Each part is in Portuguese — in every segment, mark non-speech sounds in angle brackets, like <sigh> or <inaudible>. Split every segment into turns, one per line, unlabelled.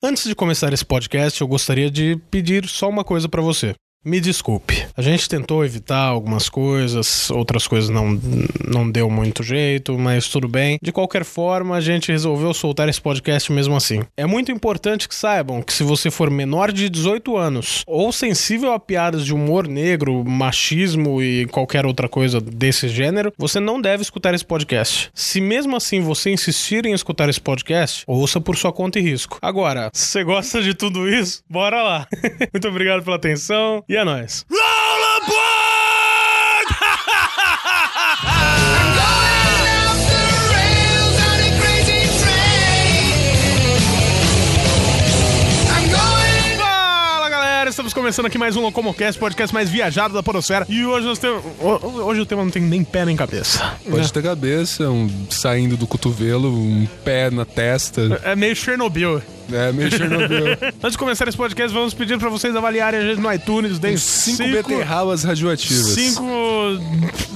Antes de começar esse podcast, eu gostaria de pedir só uma coisa para você. Me desculpe. A gente tentou evitar algumas coisas, outras coisas não, não deu muito jeito, mas tudo bem. De qualquer forma, a gente resolveu soltar esse podcast mesmo assim. É muito importante que saibam que se você for menor de 18 anos ou sensível a piadas de humor negro, machismo e qualquer outra coisa desse gênero, você não deve escutar esse podcast. Se mesmo assim você insistir em escutar esse podcast, ouça por sua conta e risco. Agora, se você gosta de tudo isso, bora lá. <laughs> muito obrigado pela atenção. E é nóis. Fala galera, estamos começando aqui mais um Locomocast, podcast mais viajado da Podosfera. E hoje nós temos. ho- Hoje o tema não tem nem pé nem cabeça.
Pode ter cabeça, um saindo do cotovelo, um pé
<laughs>
na testa. né?
É meio Chernobyl.
É meio Chernobyl.
Antes de começar esse podcast, vamos pedir pra vocês avaliarem a gente no iTunes. Deem
Cinco beterrabas radioativas.
Cinco.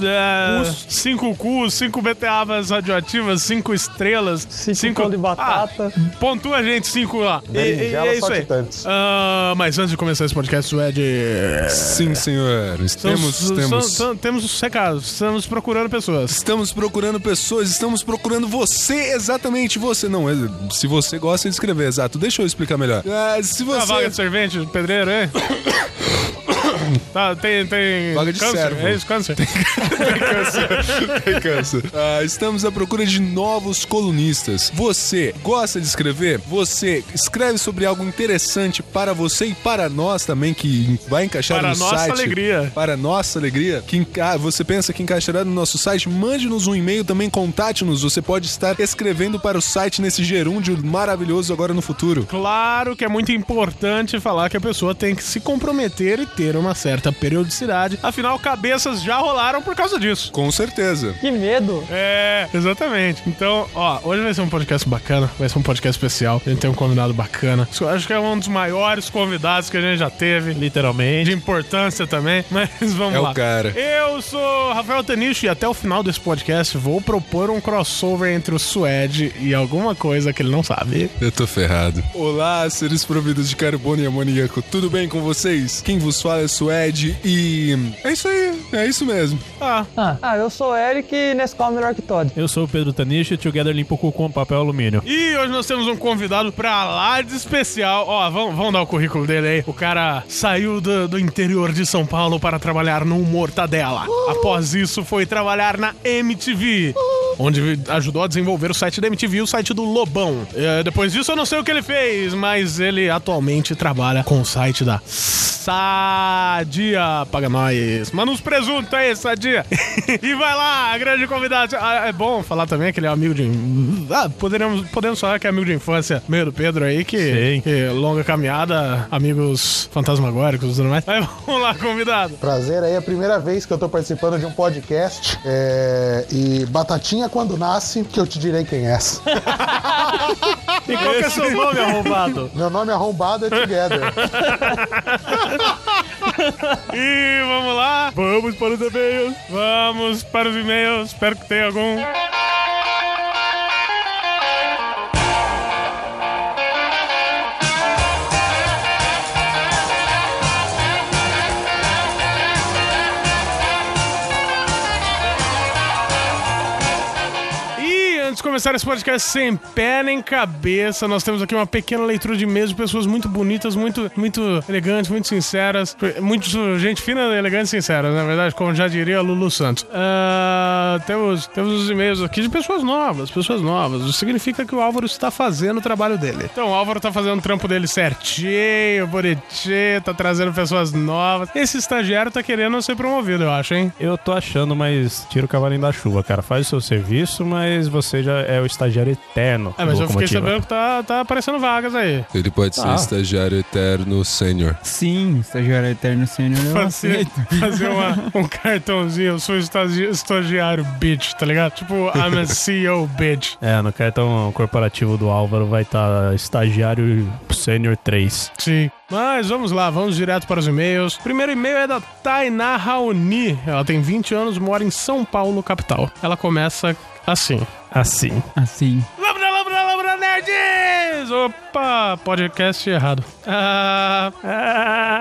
é, cinco cus, cinco beterrabas radioativas, cinco estrelas.
Cinco pão de batata.
Ah, pontua a gente, cinco lá. E, e- e
Berinjela
é isso aí.
saltitantes.
Ah, mas antes de começar esse podcast, o Ed.
Sim, senhor. Estamos,
É. São- são-
temos,
são- temos os recados, estamos procurando pessoas.
estamos procurando pessoas, estamos procurando você, exatamente você. Não, é- se você gosta de escrever, exato. Deixa eu explicar melhor. Ah, se
Tá
você...
vaga de servente, de pedreiro,
<coughs>
é? tá, tem, tem.
Vaga de
câncer,
servo.
É isso, câncer.
Cansa. <laughs> Ah, estamos à procura de novos colunistas. Você gosta de escrever? Você escreve sobre algo interessante para você e para nós também, que vai encaixar
Para
no
nossa
site.
alegria.
Para nossa alegria. Que enca- Ah, Você pensa que encaixará no nosso site? Mande-nos um e-mail também, contate-nos. Você pode estar escrevendo para o site nesse gerúndio maravilhoso agora no futuro.
Claro que é muito importante falar que a pessoa tem que se comprometer e ter uma certa periodicidade. Afinal, cabeças já rolaram por causa disso.
Com certeza.
Que medo!
É, exatamente. Então, ó, hoje vai ser um podcast bacana, vai ser um podcast especial. A gente tem um convidado bacana. Eu acho que é um dos maiores convidados que a gente já teve. Literalmente. De importância também, <laughs> mas vamos
É
lá.
o cara.
Eu sou Rafael Tanicho e até o final desse podcast vou propor um crossover entre o Suede e alguma coisa que ele não sabe.
Eu tô ferrado. Olá, seres providos de carbono e amoníaco, tudo bem com vocês? Quem vos fala é Suede e. É isso aí, é isso mesmo.
Ah,
Ah, eu sou o Eric e Nescau é melhor que Todd.
Eu sou o Pedro Tanishi e Together limpa o cu com papel alumínio.
E hoje nós temos um convidado pra lá de especial. Ó, vamos, vamos dar o currículo dele aí. O cara saiu do, do interior de São Paulo para trabalhar no Mortadela. Após isso, foi trabalhar na MTV. Onde ajudou a desenvolver o site da MTV e o site do Lobão. É, depois disso, eu não sei o que ele fez, mas ele atualmente trabalha com o site da Sadia. Paga nós. Manda uns presuntos aí, Sadia. <laughs> e vai lá, grande convidado. Ah, É bom falar também que ele é amigo de. Ah, poderíamos, podemos falar que é amigo de infância, meio do Pedro aí, que,
Sim.
que longa caminhada, amigos fantasmagóricos e tudo mais. Mas <laughs> vamos lá, convidado.
Prazer aí, é a primeira vez que eu tô participando de um podcast. É, e Batatinha quando nasce, que eu te direi quem é.
E qual que é seu nome, arrombado?
Meu nome arrombado é Together.
<laughs> E vamos lá. Vamos para os e-mails. Vamos para os e-mails. Espero que tenha algum. E Antes de começar esse podcast sem pé nem cabeça, nós temos aqui uma pequena leitura de e-mails de pessoas muito bonitas, muito, muito elegantes, muito sinceras. Muito gente fina, elegante e sincera, na verdade, como já diria Lulu Santos. Ah, temos, temos os e-mails aqui de pessoas novas, pessoas novas. Isso significa que o Álvaro está fazendo o trabalho dele. Então, o Álvaro tá fazendo o trampo dele certinho, bonitinho, tá trazendo pessoas novas. Esse estagiário tá querendo ser promovido, eu acho, hein?
Eu tô achando, mas tira o cavalinho da chuva, cara. Faz o seu serviço, mas você já é o estagiário eterno.
Ah, mas
do
eu fiquei
Locomotiva.
sabendo que tá, tá aparecendo vagas aí.
Ele pode ser
Ah.
estagiário eterno sênior.
Sim, estagiário eterno sênior eu
fazer,
aceito.
fazer uma- um cartãozinho, eu sou estagi- estagiário, bitch, tá ligado? Tipo, I'm a CEO, bitch.
É, no cartão corporativo do Álvaro vai estar estagiário sênior 3.
Sim. Mas vamos lá, vamos direto para os e-mails. Primeiro e-mail é da Tainá Raoni. Ela tem 20 anos, mora em São Paulo, capital. Ela começa assim.
Assim.
Assim.
Lambda, lambda, lambda, nerds! Opa, podcast errado. Ah,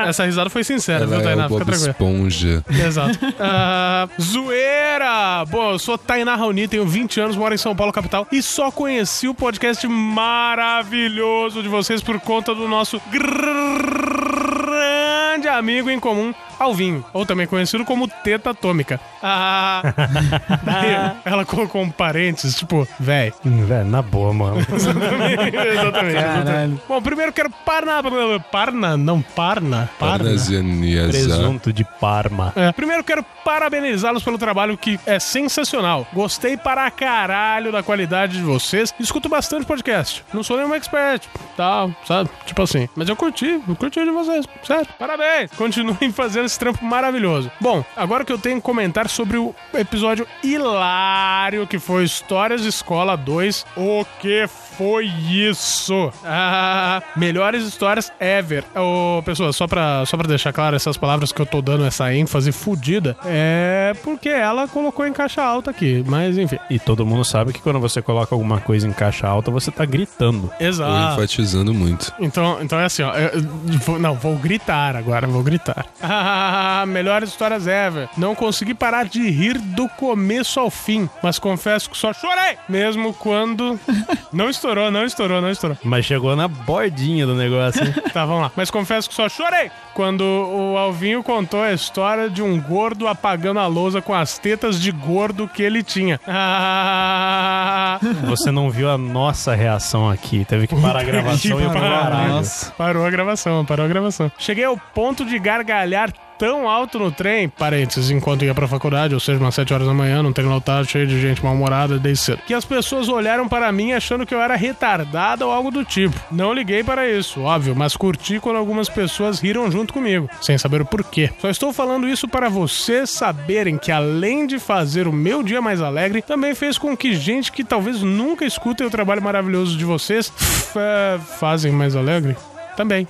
essa risada foi
É,
sincera, viu, Tainá? Fica né? tranquila.
Esponja.
<laughs> Exato. Ah, zoeira! Bom, eu sou Tainá Raoni, tenho 20 anos, moro em São Paulo, capital, e só conheci o podcast maravilhoso de vocês por conta do nosso grande amigo em comum, Alvinho, ou também conhecido como Teta Atômica. <laughs> Ah, daí ela colocou um parênteses, tipo, véi.
Hum, Velho, na boa, mano.
<laughs> é. Exatamente, exatamente.
Caralho.
Bom, primeiro quero parna. Parna? Não, parna. Parna.
Parnasianiasa.
Presunto de Parma.
É. Primeiro quero parabenizá-los pelo trabalho que é sensacional. Gostei para caralho da qualidade de vocês. Escuto bastante podcast. Não sou nenhum expert, tal, sabe? Tipo assim. Mas eu curti, eu curti o de vocês, sério. Parabéns! Continuem <laughs> fazendo esse trampo maravilhoso. Bom, agora que eu tenho que comentar sobre o episódio hilário que foi Histórias de Escola 2. O que foi isso? Ah, melhores histórias ever. Ô, pessoal, só pra, só pra deixar claro essas palavras que eu tô dando essa ênfase fudida, é porque ela colocou em caixa alta aqui, mas enfim.
E todo mundo sabe que quando você coloca alguma coisa em caixa alta, você tá gritando.
Tô
Exato.
enfatizando muito.
Então, então é assim, ó. eu- eu vou- não, vou gritar agora, vou gritar. Ah, melhores histórias ever. Não consegui parar de rir do começo ao fim, mas confesso que só chorei. Mesmo <laughs> quando. Não estourou, não estourou, não estourou.
Mas chegou na bordinha do
<laughs>
negócio. hein?
Tá, vamos lá. Mas confesso que só chorei quando o Alvinho contou a história de um gordo apagando a lousa com as tetas de gordo que ele tinha. Ah,
você não viu a nossa reação aqui. Teve que parar a gravação e
Que
eu
pariu.
caralho.
Nossa.
parou a gravação, parou a gravação. Cheguei ao ponto de gargalhar tão alto no trem, parênteses, enquanto ia pra faculdade, ou seja, umas 7 horas da manhã, não tem lotado, cheio de gente mal-humorada desde cedo, que as pessoas olharam para mim achando que eu era retardada ou algo do tipo. Não liguei para isso, óbvio, mas curti quando algumas pessoas riram junto comigo, sem saber o porquê. Só estou falando isso para vocês saberem que além de fazer o meu dia mais alegre, também fez com que gente que talvez nunca escutem o trabalho maravilhoso de vocês fa- fazem mais alegre. Também.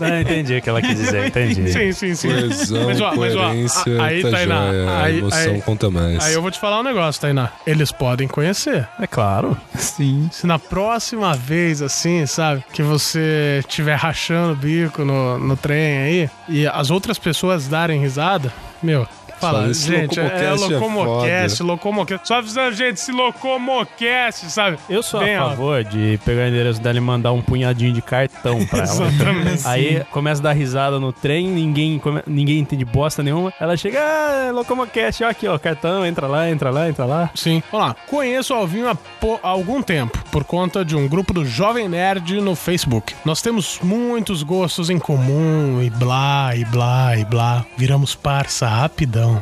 Não, entendi o que ela quis dizer,
<laughs>
entendi.
Sim, sim, sim.
Coesão,
Mas, ó, mas, ó,
coerência,
a- aí,
tá
Tainá,
joia. A
aí-
emoção
aí-
conta mais.
Aí eu vou te falar um negócio, Tainá. Eles podem conhecer.
É claro.
Sim.
Se na próxima vez, assim, sabe, que você estiver rachando o bico no, no trem aí e as outras pessoas darem risada, meu. Fala,
Fala, esse
gente, é, é
Locomocast é
Locomocast, Locomocast. Só avisando, gente, se Locomocast, sabe?
Eu sou
Bem
a
alto.
favor de pegar o endereço dela e mandar um punhadinho de cartão pra ela.
Exatamente.
Aí começa a dar risada no trem, ninguém, come- ninguém entende bosta nenhuma. Ela chega, ah, Locomocast, ó aqui, ó, cartão, entra lá, entra lá, entra lá.
Sim. Vamos lá. Conheço o Alvinho há, po- há algum tempo, por conta de um grupo do Jovem Nerd no Facebook. Nós temos muitos gostos em comum, e blá, e blá, e blá. Viramos parça rapidão.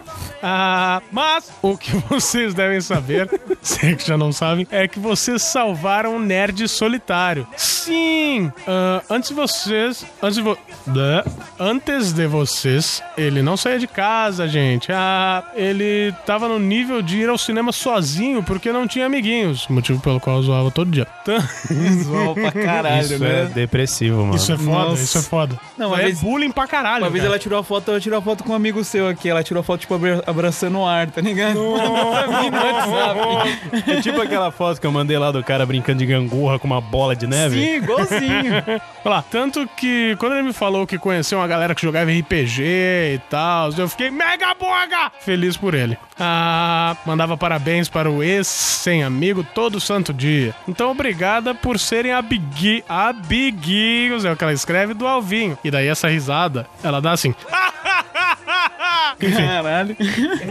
Ah, mas o que <laughs> vocês devem saber, <laughs> se é que já não sabem, é que vocês salvaram um nerd solitário. Sim! Ah, antes de vocês. Antes de, vo- Blé. antes de vocês, ele não saía de casa, gente. Ah, ele tava no nível de ir ao cinema sozinho porque não tinha amiguinhos. Motivo pelo qual eu zoava todo dia. <laughs> Tan-
<laughs> Visual pra caralho,
Isso
né?
é depressivo, mano.
Isso é foda,
Nossa.
isso é foda.
Não, uma
é
vez-
bullying pra caralho.
Uma vez
cara.
ela tirou a foto, ela tirou a foto com um amigo seu aqui. Ela tirou a foto, tipo, abra- abraçando o ar, tá ligado? <laughs> Pra mim no WhatsApp.
É tipo aquela foto que eu mandei lá do cara brincando de gangorra com uma bola de neve.
Sim, <laughs> igualzinho.
Olha lá, tanto que quando ele me falou que conheceu uma galera que jogava RPG e tal, eu fiquei mega boga! Feliz por ele. Ah, mandava parabéns para o ex sem amigo todo santo dia. Então, obrigada por serem abigui, abiguinhos, é o que ela escreve, do Alvinho. E daí essa risada, ela dá assim.
Caralho.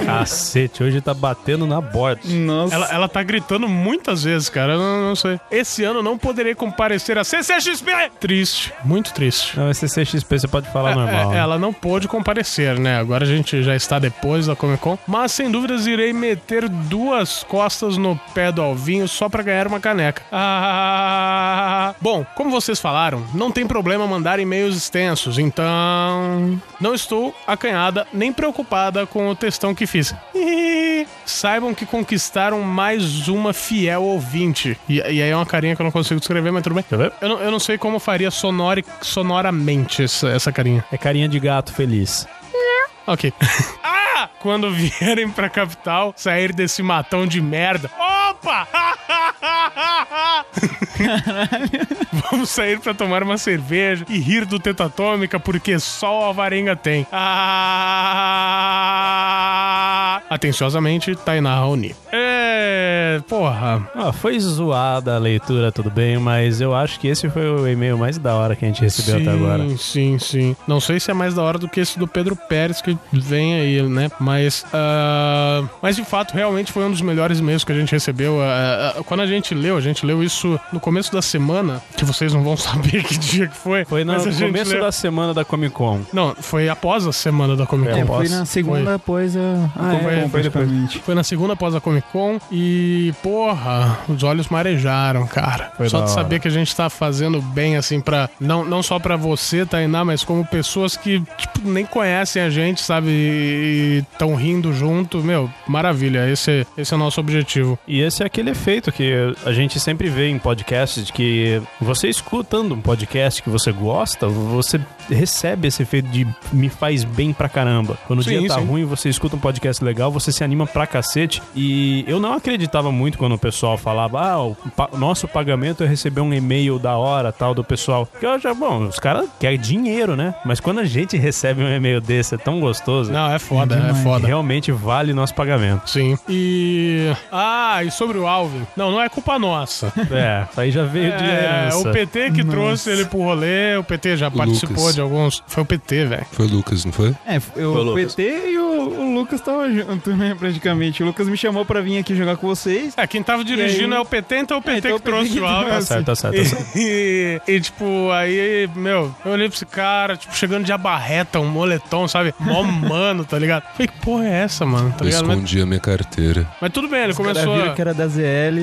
Cacete, hoje tá batendo na borda.
Nossa.
Ela, ela tá gritando muitas vezes, cara. Eu não, não sei. Esse ano não poderei comparecer a CCXP! Triste, muito triste.
Não, esse CXP você pode falar normal.
É, ela não pôde comparecer, né? Agora a gente já está depois da Comic Con. Mas sem dúvidas irei meter duas costas no pé do Alvinho só pra ganhar uma caneca. Ah... Bom, como vocês falaram, não tem problema mandar e-mails extensos, então. Não estou acanhada nem preocupada com o textão que fiz. Saibam que conquistaram mais uma fiel ouvinte. E, e aí é uma carinha que eu não consigo descrever, mas tudo bem.
Quer ver?
Eu não, eu não sei como eu faria sonori- sonoramente essa, essa carinha.
É carinha de gato feliz.
Ok. <laughs> ah! Quando vierem pra capital, sair desse matão de merda. Opa! Vamos sair pra tomar uma cerveja e rir do teta atômica porque só o Alvarenga tem. Ah! Atenciosamente, Tainá Raoni. É. Porra.
Ah, foi zoada a leitura, tudo bem, mas eu acho que esse foi o e-mail mais da hora que a gente recebeu até agora.
Sim, sim, sim. Não sei se é mais da hora do que esse do Pedro Pérez que vem aí, né? Mas, ah, mas de fato, realmente foi um dos melhores e-mails que a gente recebeu. Ah, ah, quando a gente leu, a gente leu isso no começo da semana, que vocês não vão <laughs> saber que dia que foi.
Foi no
mas a gente
começo
leu-
da semana da Comic Con.
Não, foi após a semana da Comic Con.
É, foi
Foi.
na
após a. Ah,
Então vai-
é, foi depois.
Foi na segunda após a Comic Con e, porra, os olhos marejaram, cara.
Foi
só
da
de
hora.
saber que a gente tá fazendo bem, assim, pra. Não, não só pra você, Tainá, mas como pessoas que, tipo, nem conhecem a gente, sabe? E estão rindo junto. Meu, maravilha. Esse, esse é o nosso objetivo.
E esse é aquele efeito que a gente sempre vê em podcasts, de que você escutando um podcast que você gosta, você recebe esse efeito de me faz bem pra caramba. Quando
Sim,
o dia tá
sim.
ruim, você escuta um podcast legal, você se anima pra cacete. E eu não acreditava muito quando o pessoal falava, ah, o pa- nosso pagamento é receber um e-mail da hora, tal, do pessoal. Porque eu já, bom, os caras querem dinheiro, né? Mas quando a gente recebe um e-mail desse, é tão gostoso.
Não, é foda, é foda.
Realmente vale
<laughs>
nosso pagamento.
Sim. E. Ah, e sobre o Alvin. Não, não é culpa nossa.
É, isso aí já veio de
É,
herança.
o PT que trouxe ele pro rolê, o PT já participou
Lucas.
de alguns. Foi o PT, velho.
Foi o Lucas, não foi?
É, eu,
Foi o
o
Lucas.
PT e o, o Lucas tava junto, né, praticamente. O Lucas me chamou pra vir aqui jogar com vocês.
É, quem tava dirigindo
E
é
aí?
o PT, então o PT
então
que
o PT
trouxe
que
o áudio.
Tá certo, tá certo. Tá certo.
<laughs> E, e, tipo, aí, meu, eu olhei pra esse cara, tipo, chegando de abarreta, um moletom, sabe?
<laughs>
Mó mano, tá ligado? Falei, que porra é essa, mano? Tá
eu
ligado? Mas,
escondi a minha carteira.
mas tudo bem, ele começou.
Cara, viram
a-
que era da ZL.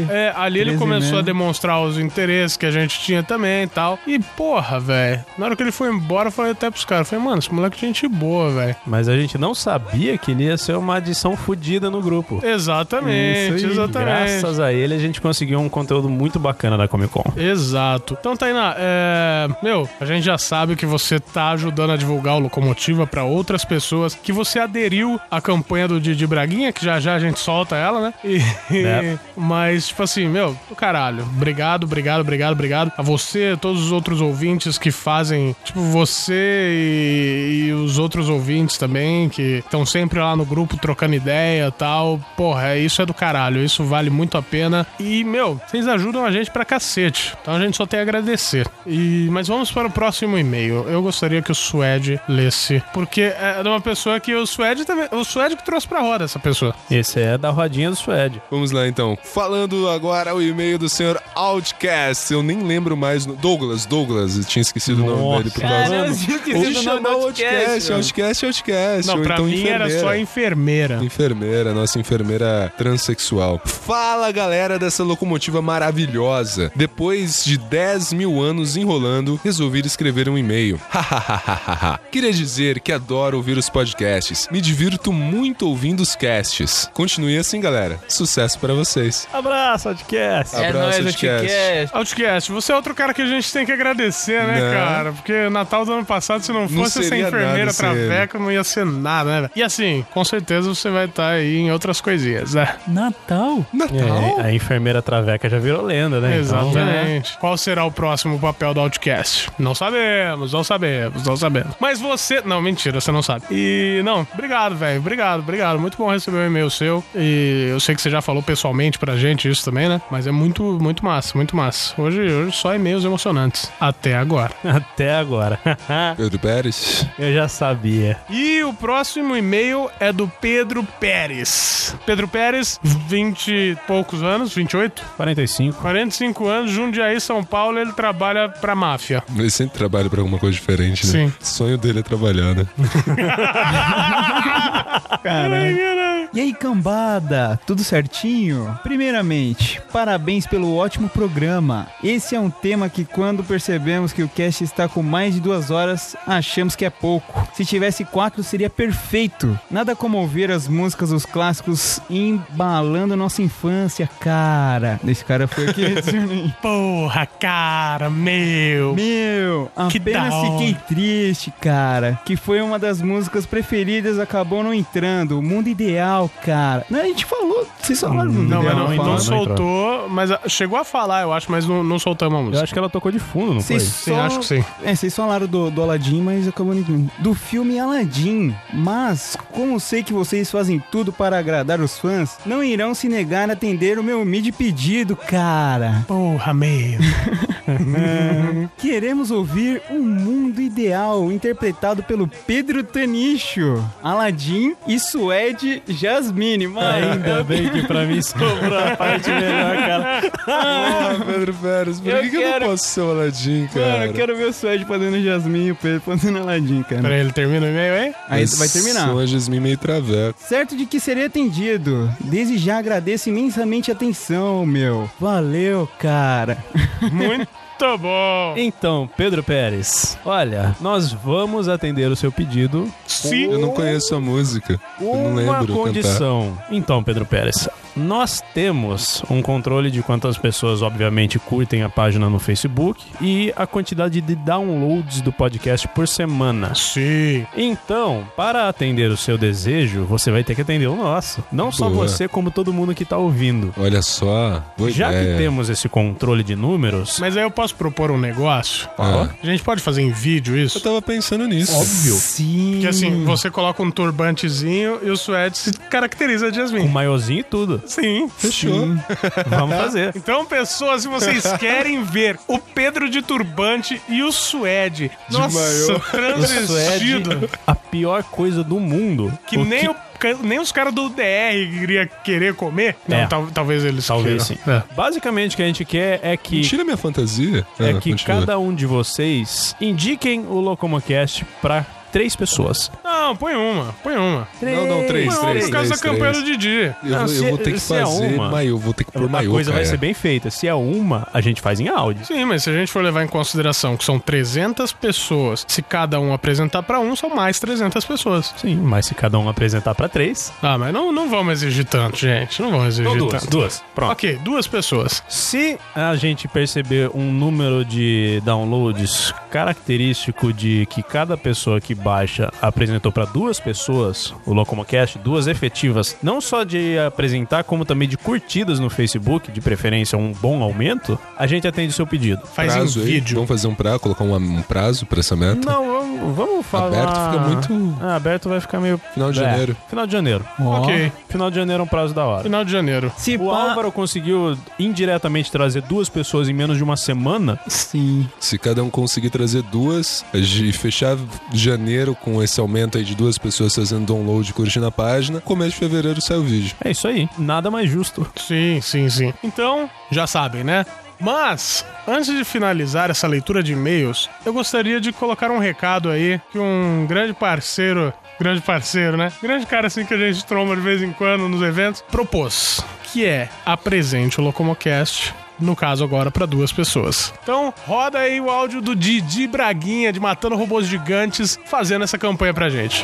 É, ali ele
Beleza,
começou
né?
a demonstrar os interesses que a gente tinha também e tal. E, porra, velho, na hora que ele foi embora, eu falei até pros caras, eu falei, mano, esse moleque é gente boa, velho.
<laughs> Mas a gente não sabia que ele ia ser uma adição fodida no grupo.
Exatamente,
Isso aí,
exatamente.
Graças a ele, a gente conseguiu um conteúdo muito bacana da Comic Con.
Exato. Então, Tainá, é... meu, a gente já sabe que você tá ajudando a divulgar o Locomotiva pra outras pessoas, que você aderiu à campanha do Didi Braguinha, que já já a gente solta ela, né? E...
Né.
<laughs> Mas, tipo assim, meu, do caralho. Obrigado, obrigado, obrigado, obrigado. A você, todos os outros ouvintes que fazem, tipo, você e, e os outros ouvintes também, que estão sempre lá no grupo trocando ideia e tal. Porra, é- isso é do caralho. Isso vale muito a pena. E, meu, vocês ajudam a gente pra cacete. Então a gente só tem a agradecer. E, mas vamos para o próximo e-mail. Eu gostaria que o Suede lesse, porque é de uma pessoa que o Suede também. O Suede que trouxe pra roda essa pessoa.
Esse é da rodinha do Suede.
Vamos lá então. Falando agora o e-mail do senhor Outcast. Eu nem lembro mais. no- Douglas, Douglas. Eu tinha esquecido o nome
Nossa.
dele por causa.
Caramba,
Se chamar Outcast, Outcast, Outcast.
Não,
ou
pra
então
mim
enfermeira.
era só enfermeira.
Enfermeira, nossa enfermeira transexual. Fala galera dessa locomotiva maravilhosa. Depois de 10 mil anos enrolando, resolvi escrever um e-mail. <laughs> Queria dizer que adoro ouvir os podcasts. Me divirto muito ouvindo os casts. Continue assim, galera. Sucesso pra vocês.
Abraço, podcast.
É
Abraço,
nóis,
Outcast.
Outcast.
Outcast, você é outro cara que a gente tem que agradecer, né,
Né?
cara? Porque Natal do ano passado, se não
Não
fosse essa
seria
enfermeira
nada sem ele.
traveca, não ia ser nada, né? velho? E assim, com certeza você vai estar aí em outras coisinhas, né?
Natal?
É, a enfermeira traveca já virou lenda, né? Então,
Exatamente. Qual será o próximo papel do Outcast? Não sabemos, não sabemos, não sabemos. Mas você. Não, mentira, você não sabe. E não, obrigado, velho. Obrigado, obrigado. Muito bom receber o e-mail seu. E eu sei que você já falou pessoalmente pra gente isso também, né? Mas é muito, muito massa, muito massa. Hoje, hoje só e-mails emocionantes. Até agora.
<laughs> Até agora. <laughs>
Pedro Pérez.
Eu já sabia.
E o próximo e-mail é do Pedro Pérez. Pedro Pérez, 20 e poucos anos, 28,
45.
45 anos, Jundiaí, São Paulo, ele trabalha pra máfia.
Ele sempre trabalha pra alguma coisa diferente, né?
Sim.
O sonho dele é trabalhar,
<laughs>
né?
E aí, cambada, tudo certinho? Primeiramente, parabéns pelo ótimo programa. Esse é um tema que, quando percebemos que o cast está com mais de duas horas, achamos que é pouco. Se tivesse quatro, seria perfeito. Nada como ouvir as músicas dos clássicos embalando nossa infância, cara. Esse cara foi aqui.
Porra, cara, meu.
Meu,
Que da
apenas
hora.
fiquei triste, cara. Que foi uma das músicas preferidas, acabou não entrando, o mundo ideal, cara. Não, a gente falou, vocês falaram do mundo
Não,
ideal.
mas não,
falaram. né?
então
não entrou.
soltou, mas a- chegou a falar, eu acho, mas não, não soltamos a
Eu
música.
acho que ela tocou de fundo, não foi?
Vocês
Sim,
só-
acho que sim.
É, vocês falaram do, do Aladdin, mas acabou não Do filme Aladdin. Mas, como sei que vocês fazem tudo para agradar os fãs, não irão se negar a atender o meu humilde pedido, cara.
Porra, meio.
Queremos ouvir Um Mundo Ideal, interpretado pelo Pedro Tanicho, Aladdin e Suede Jasmine. Mano,
<laughs> Ainda bem que pra mim sobrou a parte melhor, cara.
Ah, Pedro Pérez, por
Eu
que, que eu
quero-
não posso ser o Aladdin, cara?
Mano, eu quero ver o Suede fazendo Jasmine e o Pedro fazendo Aladdin, cara.
Peraí, ele termina o e-mail, hein?
Aí vai terminar.
Sou a Jasmine meio traveco.
Certo de que serei atendido. Desde já agradeço imensamente a atenção, meu. Valeu, cara.
Tá bom.
Então, Pedro Pérez, olha, nós vamos atender o seu pedido
Se
Eu não conheço a música. Eu não
uma
lembro cantar.
condição. Então, Pedro Pérez, nós temos um controle de quantas pessoas, obviamente, curtem a página no Facebook e a quantidade de downloads do podcast por semana.
Sim.
Então, para atender o seu desejo, você vai ter que atender o nosso. Não só
Boa.
você, como todo mundo que tá ouvindo.
Olha só, boa
Já que
ideia.
temos esse controle de números,
Mas aí eu posso propor um negócio?
Ah.
A gente pode fazer em vídeo isso?
Eu tava pensando nisso. Óbvio.
Sim.
Porque assim, você coloca um turbantezinho e o suede se caracteriza de
com
Jasmine.
maiozinho e tudo.
Sim.
Fechou.
Vamos fazer.
Então, pessoas, se vocês querem ver o Pedro de turbante e o suede, nossa,
maiô. é
transvestido,
A pior coisa do mundo.
que
O
nem o ca- nem os caras do DR iria querer comer.
É.
Não, tal- talvez eles
Talvez sim. É.
queiram.
Basicamente, o que a gente quer é que.
Tira minha fantasia.
É
Ah,
que
continua.
cada um de vocês indiquem o Locomocast pra três pessoas.
Não, põe uma, põe uma.
Não, não, três,
Põe uma
três,
por causa
três,
da campanha
três.
do Didi.
Eu,
Não,
vou- eu
se-
vou ter que
se é
fazer
uma,
maiô, vou ter que pôr
a
maiô,
coisa
cara.
vai ser bem feita. Se é uma, a gente faz em áudio.
Sim, mas se a gente for levar em consideração que são 300 pessoas, se cada um apresentar pra um, são mais 300 pessoas.
Sim, mas se cada um apresentar pra três.
Ah, mas não, não vamos exigir tanto, gente. Não vamos exigir tanto.
Então, duas. Pronto.
Ok, duas pessoas.
Se a gente perceber um número de downloads característico de que cada pessoa que baixa apresentou para duas pessoas o Locomocast, duas efetivas, não só de apresentar, como também de curtidas no Facebook, de preferência um bom aumento, a gente atende o seu pedido.
Faz
prazo
um
aí.
vídeo.
Vamos fazer um prazo, colocar um, um prazo pra essa meta.
Não, vamos, vamos falar.
Aberto fica muito
Ah, aberto vai ficar meio.
final de
É,
janeiro.
Final de janeiro.
Ok,
Final de janeiro é um prazo da hora.
final de janeiro.
Se
O
pá...
Álvaro conseguiu indiretamente trazer duas pessoas em menos de uma semana.
Sim.
Se cada um conseguir trazer duas e fechar janeiro com esse aumento aí de duas pessoas fazendo download e curtindo a página, começo de fevereiro sai o vídeo.
É isso aí. Nada mais justo.
Sim, sim, sim. Então, já sabem, né? Mas, antes de finalizar essa leitura de e-mails, eu gostaria de colocar um recado aí que um grande parceiro, grande parceiro, né? Grande cara assim que a gente tromba de vez em quando nos eventos, propôs, que é apresente o Locomocast. No caso, agora para duas pessoas. Então, roda aí o áudio do Didi Braguinha de Matando Robôs Gigantes fazendo essa campanha pra gente.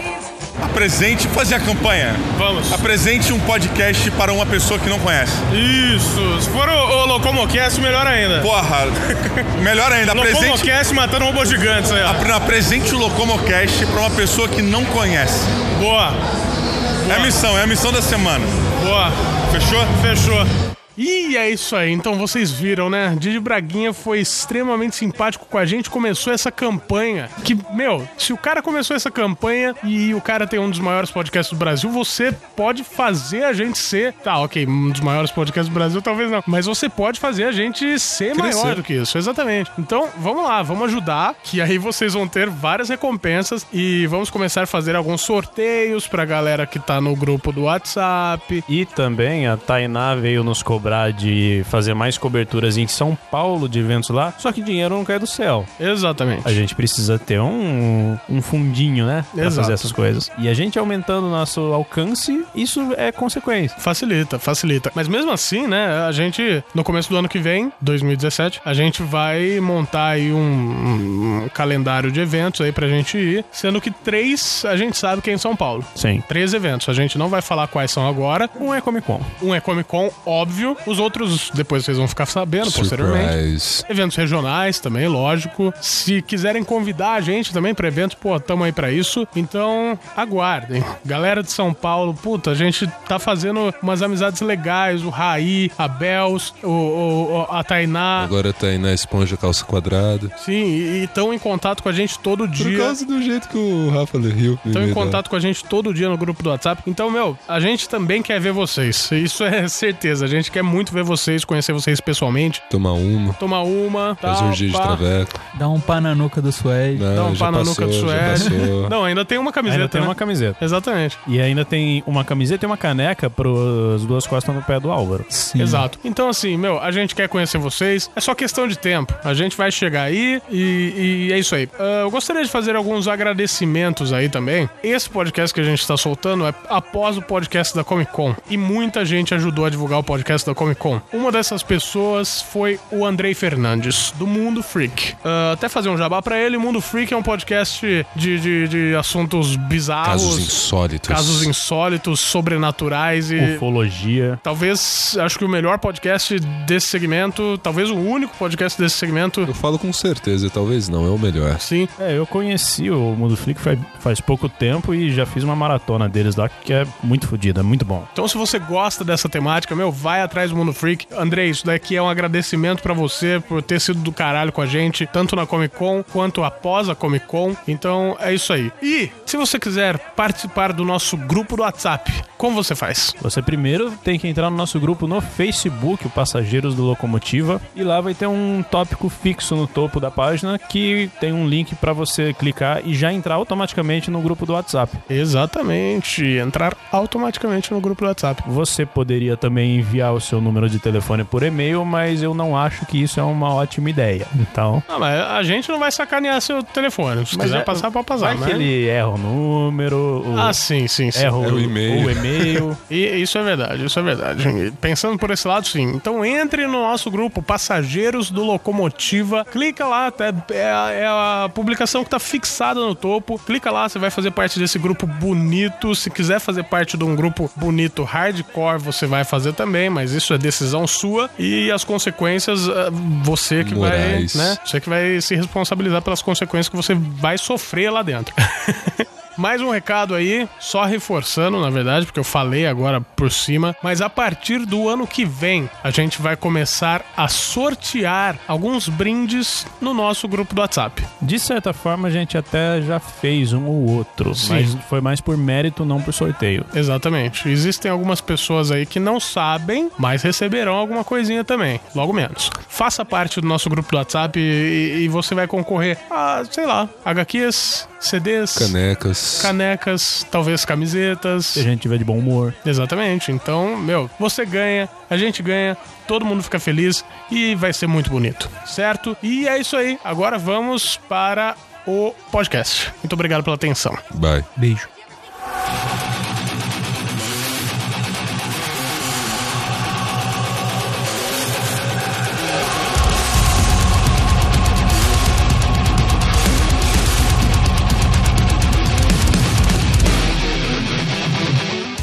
Apresente, fazer a campanha.
Vamos.
Apresente um podcast para uma pessoa que não conhece.
Isso. Se for o, o Locomocast, melhor ainda. <laughs>
Porra, melhor ainda, apresente,
Locomocast matando robôs gigantes aí, ó.
apre- apresente o Locomocast para uma pessoa que não conhece.
Boa,
É a missão, é a missão da semana.
boa.
Fechou?
Fechou. E é isso aí, então vocês viram, né? Didi Braguinha foi extremamente simpático com a gente, começou essa campanha. Que, meu, se o cara começou essa campanha e o cara tem um dos maiores podcasts do Brasil, você pode fazer a gente ser. Tá, ok, um dos maiores podcasts do Brasil, talvez não. Mas você pode fazer a gente ser
Crescer.
maior do que isso, exatamente. Então, vamos lá, vamos ajudar, que aí vocês vão ter várias recompensas e vamos começar a fazer alguns sorteios pra galera que tá no grupo do WhatsApp.
E também a Tainá veio nos cobrar de fazer mais coberturas em São Paulo de eventos lá, só que dinheiro não cai do céu.
Exatamente.
A gente precisa ter um, um fundinho, né? Pra
Exato.
fazer essas coisas. E a gente aumentando o nosso alcance, isso é consequência.
Facilita, facilita. Mas mesmo assim, né, a gente, no começo do ano que vem, 2017, a gente vai montar aí um, um calendário de eventos aí pra gente ir, sendo que três a gente sabe que é em São Paulo.
Sim.
Três eventos, a gente não vai falar quais são agora.
Um é Comic Con.
Um é Comic Con, óbvio, junho. Os outros, depois vocês vão ficar sabendo posteriormente.
Surprise.
Eventos regionais também, lógico. Se quiserem convidar a gente também para evento, pô, tamo aí pra isso. Então, aguardem. Galera de São Paulo, puta, a gente tá fazendo umas amizades legais. O Raí, a Bels, o, o- o- a Tainá.
Agora tá aí na esponja calça quadrada.
Sim, e estão em contato com a gente todo
Por
dia.
causa do jeito que o Rafa riu.
Estão em
Verdade.
contato com a gente todo dia no grupo do WhatsApp. Então, meu, a gente também quer ver vocês. Isso é certeza. A gente quer muito ver vocês, conhecer vocês pessoalmente.
Tomar uma,
Tomar uma, tal,
fazer um dia de
pá.
traveco.
Dá um pá na nuca do Suede.
Não,
Dá um
É, já
pá na nuca
passou,
do
já
Suede.
passou.
Não, ainda tem uma camiseta,
Ainda tem
né?
uma camiseta.
Exatamente.
E ainda tem uma camiseta e uma caneca pros duas costas no pé do Álvaro.
Sim.
Exato. Então, assim, meu, a gente quer conhecer vocês. É só questão de tempo. A gente vai chegar aí e, e é isso aí. Ah, eu gostaria de fazer alguns agradecimentos aí também. Esse podcast que a gente está soltando é após o podcast da Comic Con. E muita gente ajudou a divulgar o podcast da Comic Con. Uma dessas pessoas foi o Andrei Fernandes, do Mundo Freak. Ah, até fazer um jabá pra ele. Mundo Freak é um podcast de, de, de assuntos bizarros.
Casos insólitos.
Casos insólitos, sobrenaturais e.
Ufologia.
Talvez, acho que o melhor podcast desse segmento, talvez o único podcast desse segmento,
Eu falo com certeza, talvez não, é o melhor.
sim.
É, eu conheci o Mundo Freak faz, faz pouco tempo e já fiz uma maratona deles lá, que é muito fodida, é muito bom.
Então, se você gosta dessa temática, meu, vai atrás do Mundo Freak. Andrei, isso daqui é um agradecimento pra você por ter sido do caralho com a gente, tanto na Comic Con quanto após a Comic Con. Então, é isso aí. E, se você quiser participar do nosso grupo do WhatsApp, como você faz?
Você primeiro tem que entrar no nosso grupo no Facebook, o Passageiros do Locomotiva, e lá vai ter um tópico fixo no topo da página que tem um link pra você clicar e já entrar automaticamente no grupo do WhatsApp.
Exatamente, entrar automaticamente no grupo do WhatsApp.
Você poderia também enviar o seu número de telefone por e-mail, mas eu não acho que isso é uma ótima ideia. Então,
Ah, mas a gente não vai sacanear seu telefone. Se
Mas
quiser
é-
passar, pode passar.
vai
mas-
que ele erra o número, o-
Tá né? Ah, sim, sim, sim.
erra
É o e-mail.
o e-mail.
E isso é verdade, isso é verdade. E Pensando por esse lado, sim. Então entre no nosso grupo Passageiros do Locomotiva. Clica lá, tá- é, a- é a publicação que tá fixada no topo. Clica lá, você vai fazer parte desse grupo bonito. Se quiser fazer parte de um grupo bonito hardcore, você vai fazer também, mas isso é decisão sua. E as consequências, ah, você que
Morais.
vai. Né? Você que vai se responsabilizar pelas consequências que você vai sofrer lá dentro. <laughs> Mais um recado aí, só reforçando, na verdade, porque eu falei agora por cima, mas a partir do ano que vem, a gente vai começar a sortear alguns brindes no nosso grupo do WhatsApp.
De certa forma, a gente até já fez um ou outro,
Sim.
mas foi mais por mérito, não por sorteio.
Exatamente. Existem algumas pessoas aí que não sabem, mas receberão alguma coisinha também, logo menos. Faça parte do nosso grupo do WhatsApp e, e você vai concorrer a, sei lá, HQs, CDs,
Canecas.
canecas, talvez camisetas.
Se a gente tiver de bom humor.
Exatamente. Então, meu, você ganha, a gente ganha, todo mundo fica feliz e vai ser muito bonito, certo? E é isso aí. Agora vamos para o podcast. Muito obrigado pela atenção.
Bye.
Beijo.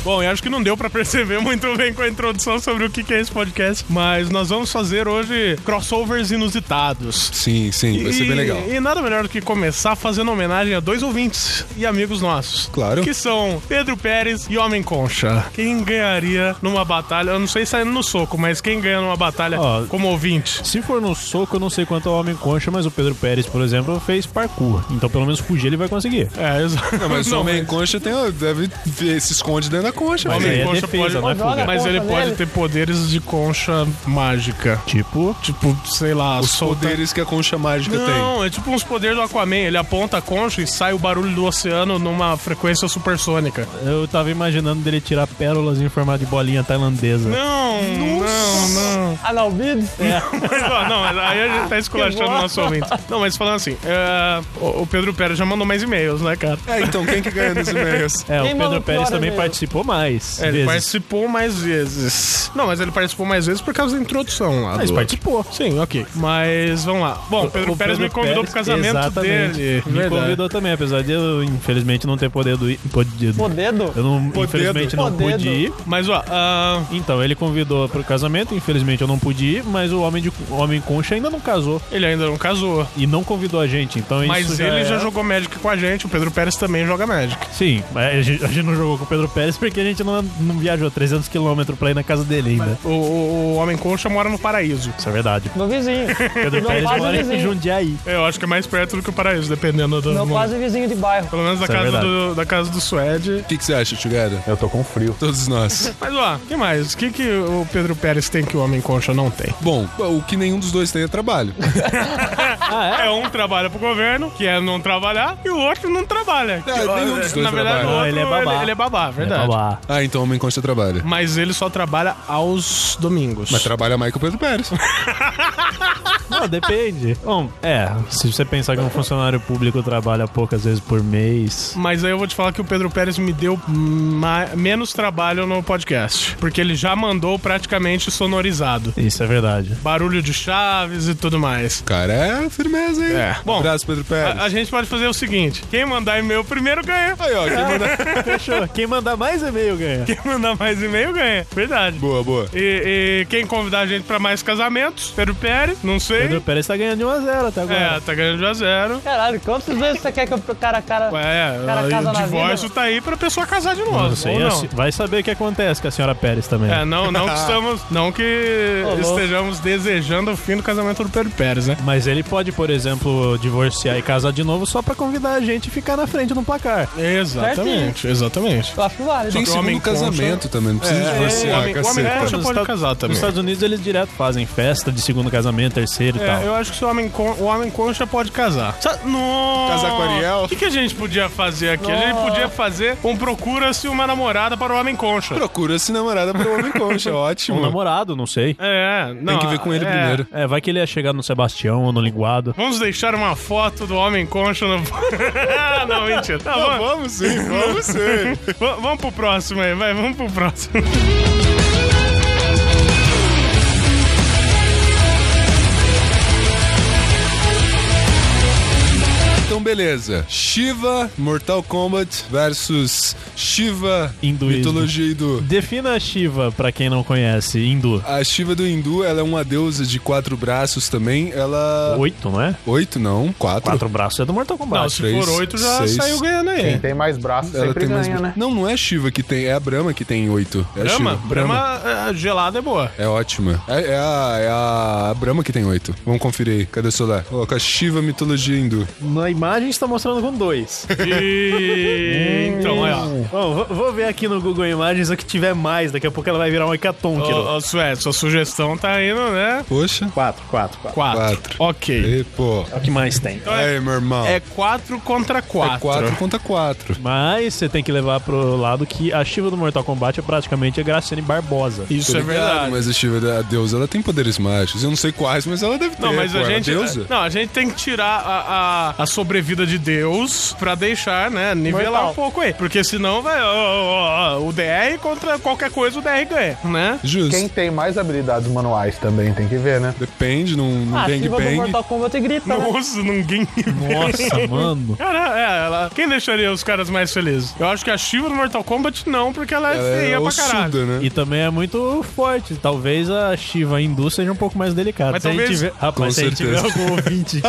Bom, eu acho que não deu pra perceber muito bem com a introdução sobre o que que é esse podcast, mas nós vamos fazer hoje crossovers inusitados.
Sim, sim, vai ser bem legal.
E nada melhor do que começar fazendo homenagem a dois ouvintes e amigos nossos.
Claro.
Que são Pedro Pérez e Homem Concha. Quem ganharia numa batalha? Eu não sei saindo no soco, mas quem ganha numa batalha
Ó,
como ouvinte?
Se for no soco, eu não sei quanto ao Homem Concha, mas o Pedro Pérez, por exemplo, fez parkour. Então, pelo menos fugir ele vai conseguir.
É, <laughs> exato.
Não, mas o homem concha tem, deve ver, se esconde dentro da concha.
Mas
velho.
aí é
Concha
defesa,
pode-
não é fuga.
Mas ele
Concha
pode
dele.
ter poderes de concha mágica.
Tipo,
Tipo, sei lá,
Os
solta-
poderes que a concha mágica tem.
Não, é tipo uns poderes do Aquaman. Ele aponta a concha e sai o barulho do oceano numa frequência supersônica.
eu tava imaginando dele tirar pérolas em formato de bolinha tailandesa.
Não, não, não.
Ah, Analbides?
Mas, ó, não, mas aí a gente tá esculachando o nosso ouvinte. Não, mas falando assim, é, o o Pedro Pérez já mandou mais e-mails, né, cara?
É, então quem que ganha nos e-mails?
É,
Quem
o
mandou pior
Pedro Pérez também
e-mail?
participou, mais.
É, ele
vezes.
participou mais vezes. Não, mas ele participou mais vezes por causa da introdução lá.
Mas
do-
participou.
Sim, ok. Mas vamos lá. Bom, o Pedro, Pérez me convidou pro casamento
exatamente.
dele.
Me
Verdade.
convidou também, apesar de eu, infelizmente, não ter podido ir. Podido.
O dedo?
Eu não,
Podedo.
infelizmente, não
Podedo.
pude ir.
Mas ó, ah,
Então, ele convidou pro casamento, infelizmente eu não pude ir, mas o Homem, de, o homem Concha ainda não casou
ele ainda não casou.
e não convidou a gente, então isso
Mas
já
ele já
é-
jogou Magic com a gente, o Pedro Pérez também joga Magic.
Sim, mas a gente, a gente não jogou com o Pedro Pérez porque a gente não, não viajou 300km pra ir na casa dele ainda.
O, o, o Homem Concha mora no Paraíso.
Isso é verdade.
No vizinho. <laughs>
<laughs> Pedro
Não
Pérez
faz
mora em
vizinho.
Jundiaí.
Eu acho que é mais perto do que o Paraíso, dependendo do.
Meu
do-
quase vizinho de bairro.
Pelo menos da
Isso é
casa,
verdade.
do, da casa do Suede.
<laughs> O que, que você acha, Tugada?
Eu tô com frio.
Todos nós.
Mas ó, o que mais? O que, que o Pedro Pérez tem que o Homem Concha não tem?
Bom, o que nenhum dos dois tem é trabalho.
Ah,
É um trabalha pro governo, que é não trabalhar, e o outro não trabalha.
Não,
Que, ó,
nenhum dos dois
na verdade,
trabalha.
o
Não,
outro
ele é babá.
Ele, ele é babá, verdade.
Babá.
Ah, então o homem concha trabalha.
Mas ele só trabalha aos domingos.
Mas trabalha mais que o Pedro Pérez.
Não, depende. <laughs> Bom, é, se você pensar que um funcionário público trabalha poucas vezes por mês.
Mas aí eu vou te falar que o Pedro Pérez me deu ma- menos trabalho no podcast. Porque ele já mandou praticamente sonorizado.
Isso é verdade.
Barulho de chaves e tudo mais.
O cara é firmeza, hein?
É. Bom,
abraço, Pedro Pérez.
A, a gente pode fazer o seguinte: quem mandar e-mail primeiro ganha. <laughs>
Aí, ó, quem manda...
Fechou. Quem mandar mais e-mail ganha.
Quem mandar mais e-mail ganha. <laughs> Verdade.
Boa, boa.
E, e quem convidar a gente pra mais casamentos? Pedro Pérez, não sei.
Pedro Pérez tá ganhando de 1 a 0 até agora.
É, tá ganhando de a zero.
Caralho, quantas vezes você quer que eu cara a cara.
É,
Cara,
aí
casa
o
na
divórcio
vida,
tá aí pra pessoa casar de novo.
Não sei,
ou
a
não.
se- vai saber o que acontece com a senhora Pérez também.
É, não, não que estamos. Não que
louco.
estejamos desejando o fim do casamento do Pedro Pérez, né?
Mas ele pode, por exemplo, divorciar e casar de novo só pra convidar a gente e ficar na frente no placar.
Exatamente, exatamente.
Eu acho válido.
Tem
que o homem
segundo
concha-
casamento também, não precisa
o
divorciar,
É, homem, o homem
caceta.
concha
Nos
pode
Estados-
casar
Nos
também.
Estados Unidos eles direto fazem festa de segundo casamento, terceiro e tal.
É, eu acho que se o homem, con- o homem concha pode casar. Sa Nossa!
Casar com Ariel?
O que, que a gente podia fazer aqui? A gente podia fazer um procura-se uma namorada para o homem concha.
Procura-se namorada pro homem
<laughs>
concha,
Um
ótimo.
namorado, não sei.
É, não.
Tem que ver com ele
é.
primeiro.
É, vai que ele ia chegar no Sebastião ou no Linguado.
Vamos deixar uma foto do homem concha no. <laughs> não, mentira. Tá,
Ah,
vamos,
vamos sim,
<laughs>
vamos sim.
Va- vamos pro próximo aí, vai, vamos pro próximo.
Então, beleza. Shiva, Mortal Kombat versus Shiva,
Hinduísmo.
mitologia hindu.
Defina a Shiva, pra quem não conhece, hindu.
A Shiva do hindu, ela é uma deusa de quatro braços também. Ela...
Oito, não é?
Oito, não. Quatro.
Quatro braços é do Mortal Kombat.
Não, se
três,
for oito já
seis.
saiu ganhando aí.
Quem <laughs> tem mais braços
Ela
sempre
tem mais...
ganha, né?
Não, não é a Shiva que tem, é a Brahma que tem oito. É a
Brahma,
Shiva.
Brahma, eh, gelada é boa.
É ótima. É, é a, é a Brahma que tem oito. Vamos conferir aí. Cadê o celular? Coloca Shiva Mitologia Hindu.
Na imagem está mostrando com <laughs> dois.
E... então, aí,
Hum.
ó.
Bom, vou- vou ver aqui no Google Imagens o que tiver mais. Daqui a pouco ela vai virar um hecaton, Kiro.
Ô, ô, Suede, sua sugestão tá indo, né?
Poxa.
Quatro, quatro, quatro.
Quatro.
Quatro.
Ok.
E, pô.
É o que mais tem.
Aí, meu irmão.
É quatro contra quatro.
É quatro contra quatro.
Mas você tem que levar pro lado que a Shiva do Mortal Kombat é praticamente a Graciane <laughs> Barbosa.
Isso
Tô
é
ligado,
verdade.
Mas a Shiva, da- a deusa, ela tem poderes mágicos. Eu não sei quais, mas ela deve ter.
Não, mas
pô,
a
ela é
gente.
Deusa?
Não, a gente tem que tirar a, a, a sobrevida de Deus pra deixar, né? Nivelar
Mortal.
um pouco aí. Porque senão vai. ó, ó, ó, o DR contra qualquer coisa o DR ganha, né?
Justo.
Quem tem mais habilidades manuais também tem que ver, né?
Depende, num, num
Ah,
bang
Shiva do
bang.
Mortal Kombat grita, né?
Nossa, ninguém.
Nossa, mano.
Cara, é, ela. Quem deixaria os caras mais felizes? Eu acho que a Shiva no Mortal Kombat não, porque ela é
Ela
feia pra caralho.
ossuda, né?
E também é muito forte. Talvez a Shiva hindu seja um pouco mais delicada.
Mas
se a gente
talvez- Ah!
tiver, rapaz,
Com
se a gente tiver
certeza.
algum
<laughs>
ouvinte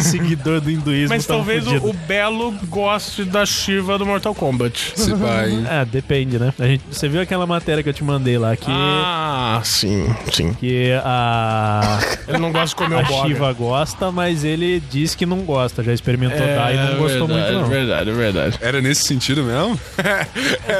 seguidor do hinduísmo,
Mas
tamo
talvez o,
tá fudido.
o Belo goste da Shiva do Mortal Kombat.
Se vai, hein?
É, depende, né? A gente, você viu aquela matéria que eu te mandei lá que.
Ah, sim, sim.
Que a,
<laughs> Ele não gosta de comer
a
o boga.
Shiva gosta, mas ele diz que não gosta. Já experimentou dar tá, e não gostou
É, verdade,
muito, não.
Verdade, verdade.
Era nesse sentido mesmo?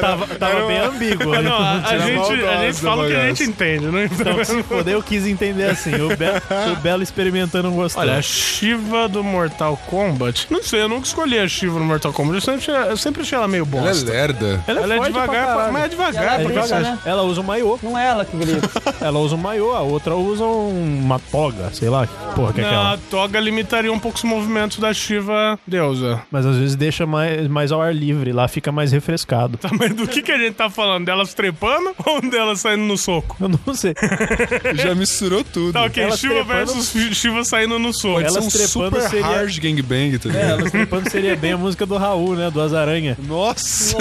Tava, tava bem ambíguo. né?
Não, a, a
Tira a
gente, a
maldade
gente fala o
do
que a
bagaço.
gente entende, né? não
Então, se foder, eu quis entender assim. O, Be- o Belo experimentando não gostou.
Olha, a Shiva do Mortal Kombat. Não sei, eu nunca escolhi a Shiva no Mortal Kombat. Eu sempre, achei- eu sempre achei ela meio
Ela é
bosta.
lerda.
Ela é,
Ela é
forte pra
devagar,
caralho.
mas é
Ela é
devagar. pra
bonita,
cacete.
né?
Ela usa um maiô.
Não é ela que grita.
Ela usa um maiô, a outra usa um- uma toga, sei lá. que Porra, que é
Não, a
aquela.
toga limitaria um pouco os movimentos da Shiva deusa. <laughs>
Mas às vezes deixa mais, mais ao ar livre, lá fica mais refrescado.
Tá, mas do que, que a gente tá falando? Delas trepando <laughs> ou delas saindo no soco?
Eu
<laughs>
não sei.
Já misturou tudo.
Tá, ok.
Elas
Shiva
trepando-
versus Shiva saindo no soco.
Elas
Elas um
trepando
super
seria-
hard gangbang, tá
É,
ligado?
elas trepando seria bem a música do Raul, né? Do Azaranha.
Nossa!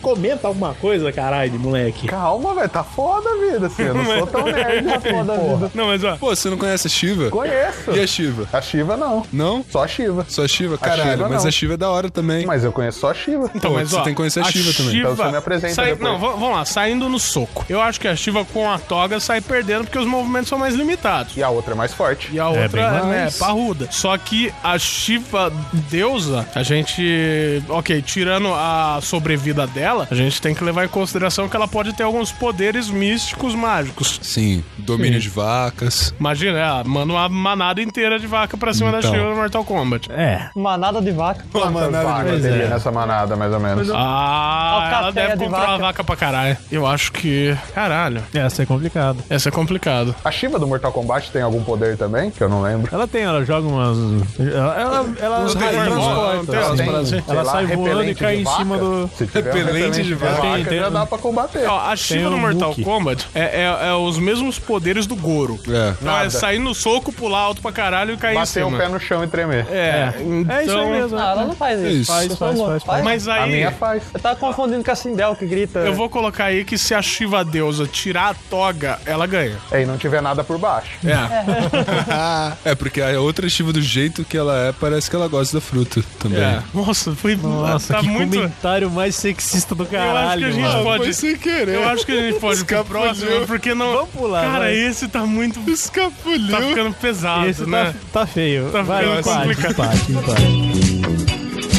Comenta alguma coisa, caralho, moleque.
Calma, velho, tá foda a vida, assim. Eu não sou tão nerd assim, <laughs> porra.
Não, mas ó,
Pô, você não conhece a Shiva?
Conheço.
E a Shiva?
A Shiva não,
Não?
só a Shiva.
Só a Shiva? Caralho,
Shiva
mas
não.
a Shiva é da hora também.
Mas eu conheço só a Shiva.
Então,
Pô,
mas,
você
ó,
tem que conhecer a Shiva também.
Então você me apresenta
sai-
depois.
Não, va- vamos lá, saindo no soco. Eu acho que a Shiva com a toga sai perdendo porque os movimentos são mais limitados.
E a outra é mais forte.
E a outra
bem
é, né,
mais.
parruda. Só que a Shiva deusa, a gente. Ok, tirando a sobrevida dela, a gente tem que levar em consideração que ela pode ter alguns poderes místicos mágicos.
Sim, domínio de vacas.
Imagina, ela manda uma manada inteira de vaca pra cima da
Então.
Shiva no Mortal Kombat.
É.
Manada de vaca.
é
Quantas vacas
é.
teria nessa manada, mais ou menos?
Ah,
Alcateia
ela deve
de
controlar
vaca.
a vaca pra caralho. Eu acho que. Caralho,
Essa é complicada.
essa é complicado.
A Shiva do Mortal Kombat tem algum poder também, que eu não lembro.
Ela tem, ela joga umas. Ela. Ela, ela,
Os
ela,
Não tem
assim.
umas
Tem,
paradas
sei
assim.
Ela sai voando e
repelente
cai
de
em
vaca?
cima do-
Se tiver um
Repelente de
né?
vaca.
vaca,
Tem- tem-
já dá pra combater.
Ó, a Shiva
Tem
no
um
Mortal
Hulk.
Kombat é, é- é os mesmos poderes do Goro.
É.
Então é sair no soco, pular alto pra caralho e cair
Bater
em
o
cima.
pé no chão e tremer.
É, então...
É isso aí mesmo.
Não, ela não faz isso.
Isso. Faz,
faz, faz, faz.
Mas aí...
A minha faz.
Eu tava confundindo com a Sindel que grita.
Eu vou colocar aí que se a Shiva deusa tirar a toga, ela ganha.
É, e não tiver nada por baixo.
É.
É, porque a outra Shiva, do jeito que ela é, parece que ela gosta da fruta também.
é. Nossa, foi.
Nossa,
tá
que
muito.
comentário mais sexista do
Eu acho
caralho.
que a gente
mano.
pode.
sem querer.
Eu acho que a gente pode ir pro
Escapuliu.
próximo, porque não.
Vamos pular,
Cara,
vai.
esse tá muito.
Escapuliu.
Tá ficando pesado,
Esse
né?
tá, tá feio.
Tá
Vai,
ficando
empate,
complicado.
empate, empate.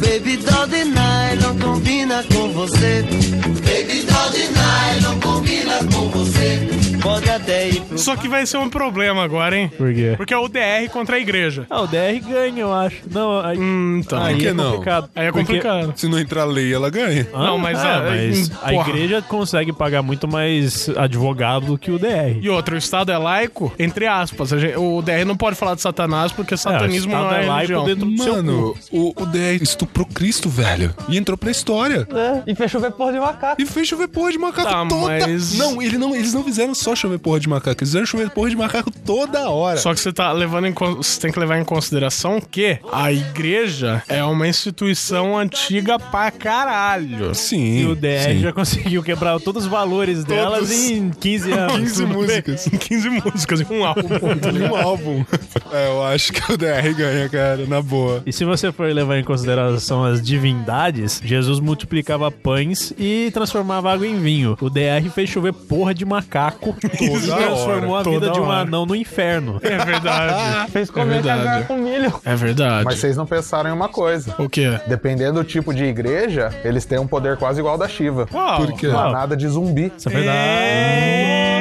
Baby doll de nylon combina com você. Baby doll de nylon combina com você. Pode até ir pro
tá-
Só que vai ser um problema agora, hein?
Por quê?
Porque é o DR contra a igreja.
Ah, o DR ganha, eu acho. Não, aí,
Hum, então.
aí
que
é
não?
complicado.
Aí é
Porque-
complicado.
Se não entrar lei, ela ganha.
Hã?
Não, mas
Ah,
a-
mas
hum,
a
porra.
igreja consegue pagar muito mais advogado do que o DR.
E outra, o Estado é laico, entre aspas. A gente- o DR não pode falar de Satanás porque satanismo
o
não
Estado
é,
é laico
religião.
dentro do seu cu.
Mano, o, o DR estuprou Cristo, velho. E entrou pra história.
É, E fechou ver porra de macaco.
E fez chover porra de macaco
Tá,
toda.
mas-
Não, ele não, eles não fizeram só chover porra de macaco. Eles fizeram chover porra de macaco toda hora.
Só que você tá levando em con- você tem que levar em consideração que a igreja é uma instituição antiga pra <laughs> caralho.
Sim.
E o DR
sim.
já conseguiu quebrar todos os valores delas em 15 anos.
<laughs>
15
Tudo bem.
músicas.
15 músicas, um álbum.
Um álbum. É, eu acho que o DR ganha, cara, na boa.
E se você for levar em consideração as divindades, Jesus multiplicava pães e transformava água em vinho. O DR fez chover porra
<laughs>
de macaco e transformou a vida
toda
de um
hora.
anão no inferno.
É verdade.
Fez comer
verdade.
cagar com milho.
É verdade.
Mas vocês não pensaram em uma coisa.
O quê?
Dependendo do tipo de igreja, eles têm um poder quase igual ao da Shiva.
Qual?
Porque
Manada de zumbi.
Isso é verdade.
É.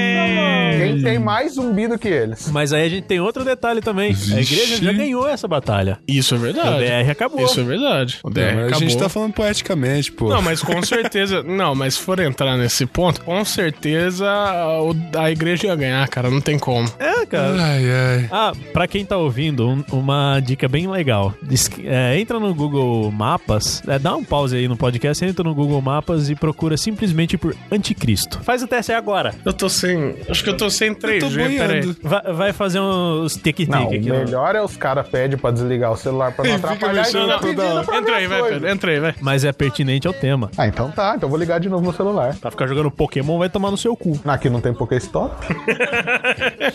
Quem tem mais zumbi do que eles?
Mas aí a gente tem outro detalhe também. A igreja
Vixe.
já ganhou essa batalha.
Isso é
O
verdade.
DR acabou.
Isso é verdade. O DR
Não, mas
acabou.
a gente tá falando poeticamente, pô.
Não, mas com certeza. não, mas se for entrar nesse ponto, com certeza ah, o- a igreja ia ganhar, cara. Não tem como.
É, cara.
Ai, ai.
Ah, pra quem tá ouvindo, um- uma dica bem legal. Diz que, é, entra no Google Mapas, é, dá um pause aí no podcast, entra no Google Mapas e procura simplesmente por anticristo. Faz o teste agora.
Eu tô sem. Acho que eu tô sem 3G,
Tô boiando.
Vai, vai fazer uns tic-tic
Não,
aqui. né?
o
ó.
melhor é os caras pedem pra desligar o celular pra não
fica
atrapalhar
mexendo
e fica
toda
pedindo
hora.
pra ver
Entra aí,
as
vai,
coisas.
Pedro. Entra aí, vai.
Mas é pertinente ao tema.
Ah, então tá. Então eu vou ligar de novo no celular.
Pra ficar jogando Pokémon vai tomar no seu cu.
Aqui não tem Pokéstop.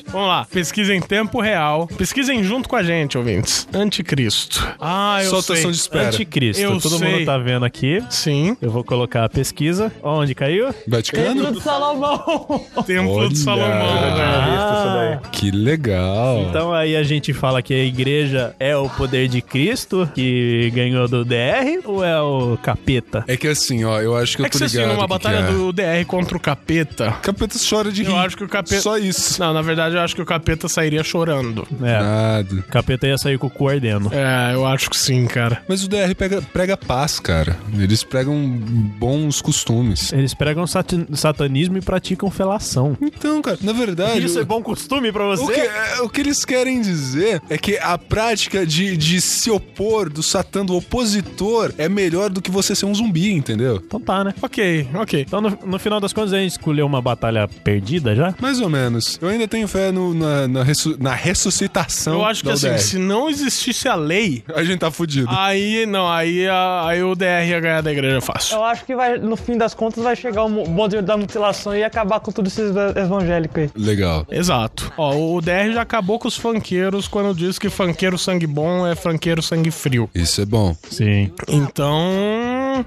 Vamos lá. Pesquisa em tempo real. Pesquisem junto com a gente, ouvintes. Anticristo. Ah, eu sei.
Soltação de espera.
Anticristo.
Eu
Todo
sei.
mundo tá vendo aqui.
Sim.
Eu vou colocar a pesquisa. Ó, Onde caiu?
Vaticano?
Filho de Salomão.
Templo
Olha.
de Salomão. né?
Eu já tinha visto isso daí.
Ah,
Que legal.
Então aí a gente fala que a igreja é o poder de Cristo que ganhou do DR ou é o capeta?
É que assim, ó, eu acho que eu
É que
tô
você
ligado.
assistiu uma
que
batalha
que é.
do DR contra o capeta.
Capeta chora de rir.
Eu acho que o capeta.
Só isso.
Não, na verdade eu acho que o capeta sairia chorando.
É.
Nada.
O capeta ia sair com o cu ardendo.
É, eu acho que sim, cara.
Mas o DR pega, prega paz, cara. Eles pregam bons costumes.
Eles pregam sati- satanismo e praticam felação.
Então, cara, na verdade.
Isso
o-
é bom costume pra
O
você?
que, é, o que eles querem dizer é que a prática de, de se opor, do satã, do opositor, é melhor do que você ser um zumbi, entendeu?
Então tá, né?
Ok, ok.
Então no, no final das contas a gente escolheu uma batalha perdida já?
Mais ou menos. Eu ainda tenho fé no- na, na ressu- na ressuscitação.
Eu acho que
da
assim,
UDR.
se não existisse a lei,
<laughs> A gente tá fudido.
aí não, aí, a- aí o DR ia ganhar da igreja fácil.
Eu acho que vai, no fim das contas vai chegar o mo- bonde da mutilação e acabar com tudo esses ev- evangélicos aí.
Legal.
Exato. Ó, o DR já acabou com os funkeiros quando diz que funkeiro sangue bom é funkeiro sangue frio.
Isso é bom.
Sim.
Então.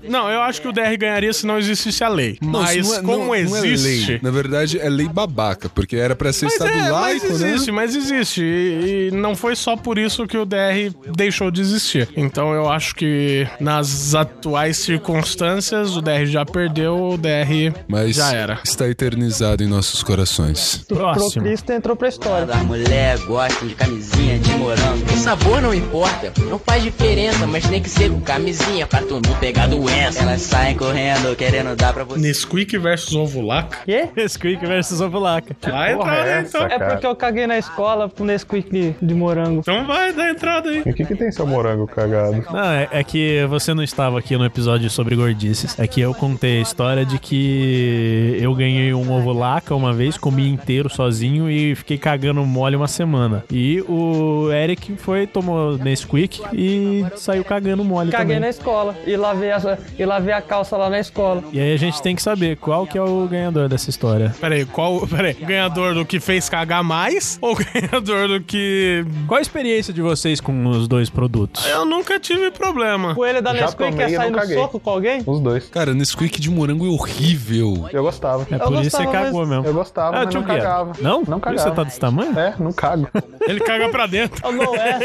Não, eu acho que o DR ganharia se não existisse a lei.
Não,
mas
isso não é-
como
não- não é lei.
existe.
Na verdade, é lei babaca, porque era pra ser estado
é,
laico,
mas existe,
né?
mas existe. E, e não foi só por isso que o DR deixou de existir. Então eu acho que nas atuais circunstâncias, o DR já perdeu, o DR
Mas
já era.
está eternizado em nossos corações.
Pro
Próximo.
Cristo entrou pra história.
A mulher gosta de camisinha de morango. O sabor não importa, não faz diferença, mas tem que ser com camisinha pra tu não pegar doença. Elas saem correndo querendo dar pra você.
Nesquik versus Ovulac.
Quê?
<laughs> Squeak versus Ovulaca.
Vai entrar, né,
Tá,
então.
É porque eu caguei na escola pro Nesquik de morango.
Então vai dar entrada aí.
E o que, que tem seu morango cagado?
Não, é, é que você não estava aqui no episódio sobre gordices. É que eu contei a história de que eu ganhei um ovo laca uma vez, comi inteiro sozinho e fiquei cagando mole uma semana. E o Eric foi, tomou Nesquik e saiu cagando mole
Caguei na
também.
escola e lavei, a, e lavei a calça lá na escola.
E aí a gente tem que saber qual que é o ganhador dessa história.
Peraí, qual. Peraí, ganhador do que fez cagar mais ou <laughs> ganhador do que.
Qual a experiência de vocês com os dois produtos?
Eu nunca tive problema.
Coelho da
Já
Nesquik
tomei
quer
e
sair
não
no
caguei.
soco com alguém?
Os dois.
Cara, Nesquik de morango é horrível.
Eu gostava.
É por isso que você
gostava,
cagou mesmo. Ah,
Eu gostava, mas
tio
não
Guia.
cagava.
um Não?
Não
Por isso Você tá
cagava.
desse tamanho?
É, não cago.
Ele caga pra dentro.
Oh, não é.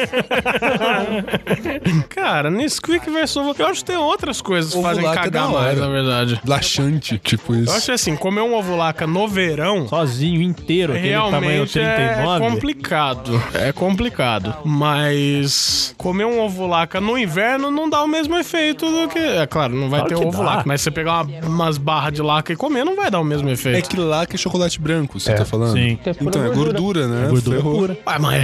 <laughs> Cara, Nesquik versus Ovulac. Eu acho que tem outras coisas que fazem
Ovulac é da
cagar
hora.
mais, na verdade.
Laxante, tipo isso.
Eu acho que, assim, comer um ovulaca no verão
Sozinho, inteiro, aquele tamanho
realmente é
39.
complicado. É complicado. Mas comer um ovulaca no inverno não dá o mesmo efeito do que. É claro, não vai
Claro
ter
que
ovo
dá.
laca. Mas você pegar uma- umas barras de laca e comer, não vai dar o mesmo
É
efeito.
que lá que é chocolate branco, você
É,
tá falando?
Sim.
Então, é gordura, né?
Gordura
Ferrou.
pura.
Ah, mas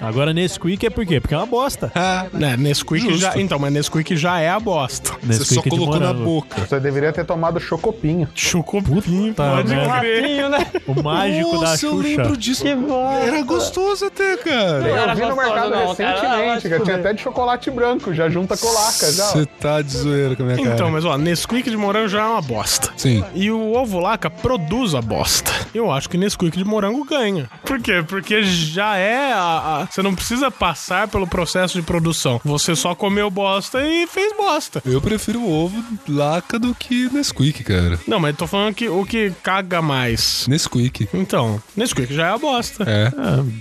Agora Nesquik é por quê? Porque é uma bosta.
Ah,
né, Nesquik
Justo.
já. Então, mas Nesquik já é a bosta.
você só
Nesquik é de
colocou na
morango.
boca.
Você deveria ter tomado chocopinho.
Chocopinho, pode
merda.
crer.
Tinho, né?
O mágico da
Nossa, eu lembro
Xuxa.
disso.
Que é bosta.
Era gostoso até, cara.
Era
Eu vi no
gostoso, não,
mercado
cara. Vai se
recentemente, cara. Tinha
fuder.
até de chocolate branco, já junta colaca, já.
Você tá de zoeira com a minha cara.
Então, mas ó, Nesquik de morango já é uma bosta.
Sim.
E o ovo laca produz a bosta. Eu acho que Nesquik de morango ganha. Por quê? Porque já é a, a- Você não precisa passar pelo processo de produção. Você só comeu bosta e fez bosta.
Eu prefiro o ovo laca do que Nesquik, cara.
Não, mas eu tô falando que o que caga mais.
Nesquik.
Então, Nesquik já é a bosta.
É.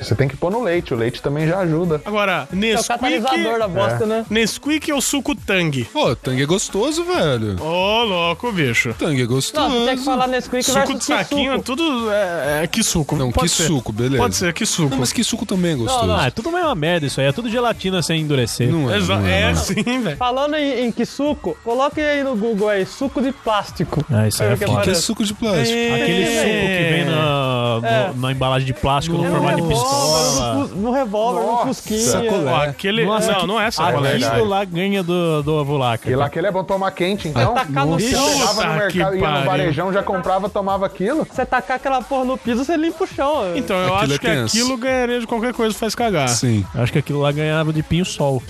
Você tem que pôr no leite, o leite também já ajuda.
Agora,
É o catalisador
Nesquik... É.
da bosta, né?
Nesquik ou suco Tang?
Pô, Tang é gostoso, velho.
Ô, louco, bicho.
Tang é
Não, você tem que
gostoso.
falar Nesquik
Suco
versus
de saquinho, é
suco.
tudo... É, é que suco.
Não,
Pode
que
ser.
suco, beleza.
Pode ser, que suco.
Não, mas que suco também é gostoso.
Ah, é tudo uma merda isso aí. É tudo gelatina sem endurecer.
Não é,
Exa-
não é,
é,
não.
sim, velho.
Falando em, em que suco, coloque aí no Google aí, suco de plástico.
Ah, isso aí é
Eu quero
foda.
Que é
Parece.
suco de plástico.
Aquele suco que vem na, no-
É.
na embalagem de plástico no
É
formato de
revólver,
pistola.
no fus- no revólver, um no fusquinha.
Ó, aquele...
Nossa,
não,
que-
não é sacolé.
é
Aquilo
verdade.
lá ganha do, do ovulaca.
E lá aquele é bom tomar quente, então.
Tacar no
Você
chão.
chegava no
Puta que
mercado, ia
pariu.
no varejão, já comprava, tomava aquilo.
Você tacar aquela porra no piso, você limpa o chão.
Então, eu
Aquilo
acho
é
que
tenso.
aquilo ganharia de qualquer coisa faz cagar.
Sim.
Acho que aquilo lá ganhava de pinho-sol.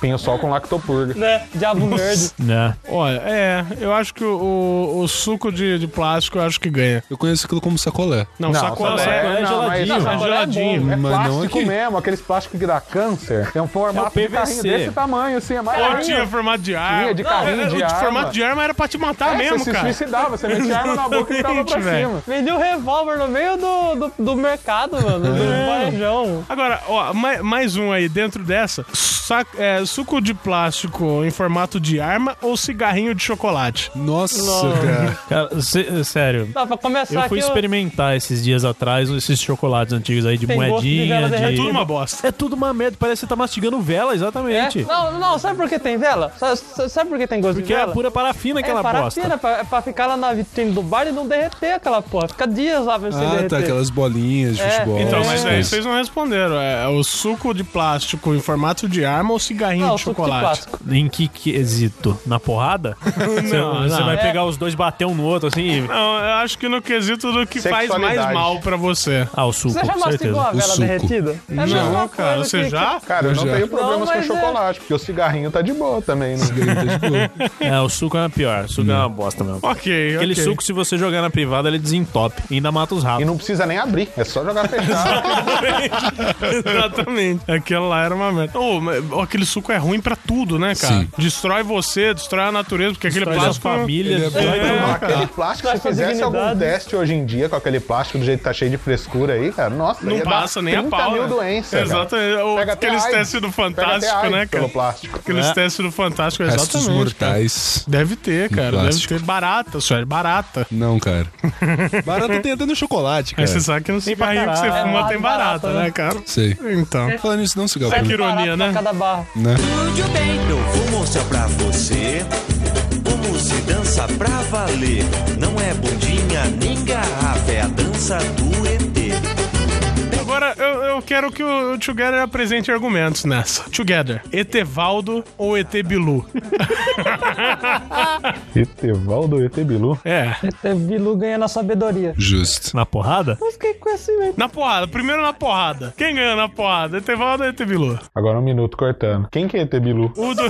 Pinho sol com lactopurga.
Né? Diabo verde.
verdade.
Né?
Olha, é, eu acho que o, o- o suco de, de plástico eu acho que ganha.
Eu conheço aquilo como sacolé.
Não, sacolé,
sacolé
é
não, mas
Mas,
né?
sacolé é geladinho.
É, bom, é
Mas não
plástico
aqui.
mesmo, aqueles plásticos que dá câncer. É um formato
É o
de carrinho
PVC.
desse tamanho, assim, é mais
Pô, tinha formato de arma.
Tinha, de carrinho,
era-
de
o
arma.
formato de arma era pra te matar mesmo,
É, você
cara.
se suicidava, você metia a arma na boca e tava pra
Exatamente, velho.
cima.
Vendi um revólver no meio do, do, do mercado, mano. Do
É.
varejão.
Agora, ó, mai- mais, um aí dentro dessa. Sa- é, suco de plástico em formato de arma ou cigarrinho de chocolate?
Nossa,
Não.
cara.
Cara, sé- sério.
Dá pra começar
Eu
aqui.
fui experimentar esses dias atrás esses chocolates antigos aí de
Tem gosto de
moedinha,
vela
de...
derretida.
Tudo uma bosta.
É tudo uma merda, parece que você tá mastigando vela,
É?
exatamente.
Não, não, sabe por que tem vela? Sabe, sabe por que tem gosto
Porque
de
é
vela?
pura parafina aquela
é
bosta.
parafina, pra, é pra ficar lá na vitrine do bar e não derreter aquela porra. Fica dias lá sem
Ah,
derreter.
tá, aquelas bolinhas de
É.
futebol.
Então, mas
essas
aí
coisas.
vocês não responderam. É o suco de plástico em formato de arma ou cigarrinho
Não,
de
suco de
chocolate?
plástico.
Em que quesito? Na porrada? você,
<laughs>
você
não.
vai
É.
pegar os dois, bater um no outro assim e.
não, eu acho que no quesito do que faz mais
Sexualidade.
mal pra você.
Ah, o suco,
Você já
com
mastigou
certeza.
a vela
suco.
derretida? É a mesma
Não, cara,
coisa assim,
você
que-
já?
Cara, eu não
já.
tenho problemas
Não,
com
mas é-
chocolate, porque o cigarrinho tá de boa também, né?
É, o suco é pior. O suco é uma bosta mesmo.
Ok,
Aquele
ok.
suco, se você jogar na privada, ele desentope. E ainda mata os
E
ratos.
não precisa nem abrir, é só jogar fechado.
<laughs> Exatamente. Aquela lá era uma merda. Ô, mas, ó, aquele suco é ruim pra tudo, né, cara?
Sim.
Destrói você, destrói a natureza, porque aquele
Destrói da
plástico.
família, assim, né?
ele é
destrói
bem-
tudo.
aquele plástico, se
Mas com
fizesse algum
dignidade.
teste hoje em dia com aquele plástico do jeito que tá cheio de frescura aí, cara, nossa,
Não
ia dar
passa nem a
30
pau.
mil
né?
doenças.
Exatamente. Ou
Pega até
Aqueles
AIDS.
testes do
Cara. Pega até
Fantástico,
AIDS
né, cara?
pelo plástico. É.
Aqueles testes do Fantástico,
Restos
exatamente. cara.
mortais.
Deve ter,
Um
cara. Deve
plástico.
ter barata, Sueli. Barata.
É.
Não, cara. Barata tem até no chocolate,
Aí
cara.
você sabe que no cigarrinho que você
caralho.
fuma
É,
tem
barata,
barata, né, cara?
Sei.
Então.
Falando nisso, não, cigarro.
Sabe que
pra mim.
ironia,
Barato pra
né?
cada barra.
Tudo bem, eu vou mostrar pra você como se dança pra valer. Não é bundinha nem garrafa, é a dança do ET.
Agora eu, eu quero que o Together apresente argumentos nessa. Together, Etevaldo ou ET Bilu?
Etevaldo Etebilu.
É.
É, Bilu ganha na sabedoria.
Justo.
Na porrada?
Eu fiquei com esse mesmo.
Na porrada, primeiro na porrada. Quem ganha na porrada? Etevaldo ou ET Bilu?
Agora um minuto cortando. Quem que é Etebilu?
O do.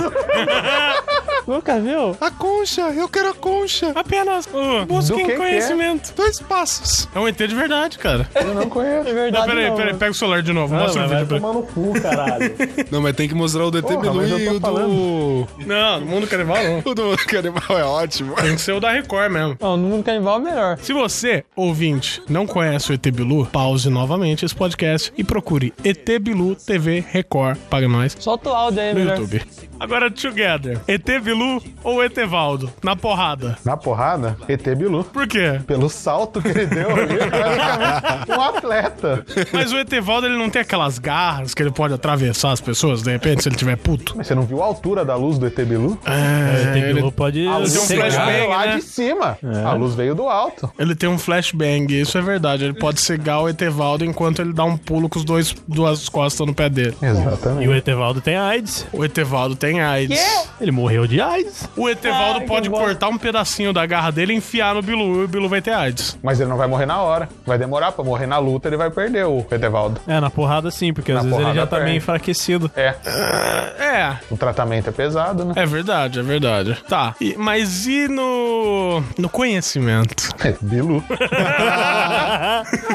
Nunca viu?
A concha, eu quero a concha.
Apenas. Uh,
que
busquem
que é?
conhecimento.
Dois passos.
É um ET de verdade, cara.
Eu não conheço.
É verdade.
Peraí,
não,
peraí,
mano.
pega o celular de novo. Mostra o vídeo pra ele.
Mano, cu, caralho.
Não, mas tem que mostrar o DT
Porra,
Bilu
mas eu
e
tô
o do...
Não, no mundo canibal não.
O do canibal é ótimo.
Tem que ser o da Record mesmo.
Não, no mundo canibal é melhor.
Se você, ouvinte, não conhece o ET Bilu, pause novamente esse podcast e procure ET Bilu TV Record. Paga nós.
Solta o áudio aí,
No
melhor.
YouTube. Agora, together. ET Bilu ou Etevaldo? Na porrada.
Na porrada, Etebilu.
Por quê?
Pelo salto que ele deu, <laughs> ele é praticamente um atleta.
Mas o Etevaldo, ele não tem aquelas garras que ele pode atravessar as pessoas, de repente, se ele tiver puto.
Mas você não viu a altura da luz do Etebilu?
É, tem que pode.
A luz
tem um
cegar.
flashback.
veio lá
né?
de cima. A luz veio do alto.
Ele tem um flashbang, isso é verdade. Ele pode cegar o Etevaldo enquanto ele dá um pulo com os dois, duas costas no pé dele.
E
Exatamente.
o Etevaldo tem AIDS.
O Etevaldo tem AIDS.
Ele morreu de AIDS.
O Etevaldo
Ai, que
pode
bom.
cortar um pedacinho da garra dele e enfiar no Bilu e o Bilu vai ter AIDS.
Mas ele não vai morrer na hora. Vai demorar pra morrer na luta, ele vai perder o Etevaldo.
É, na porrada sim, porque às vezes ele
porrada
já tá
perde.
meio enfraquecido.
É,
O tratamento é pesado, né?
é verdade, é verdade. Tá, e- mas e no. no conhecimento?
Bilu.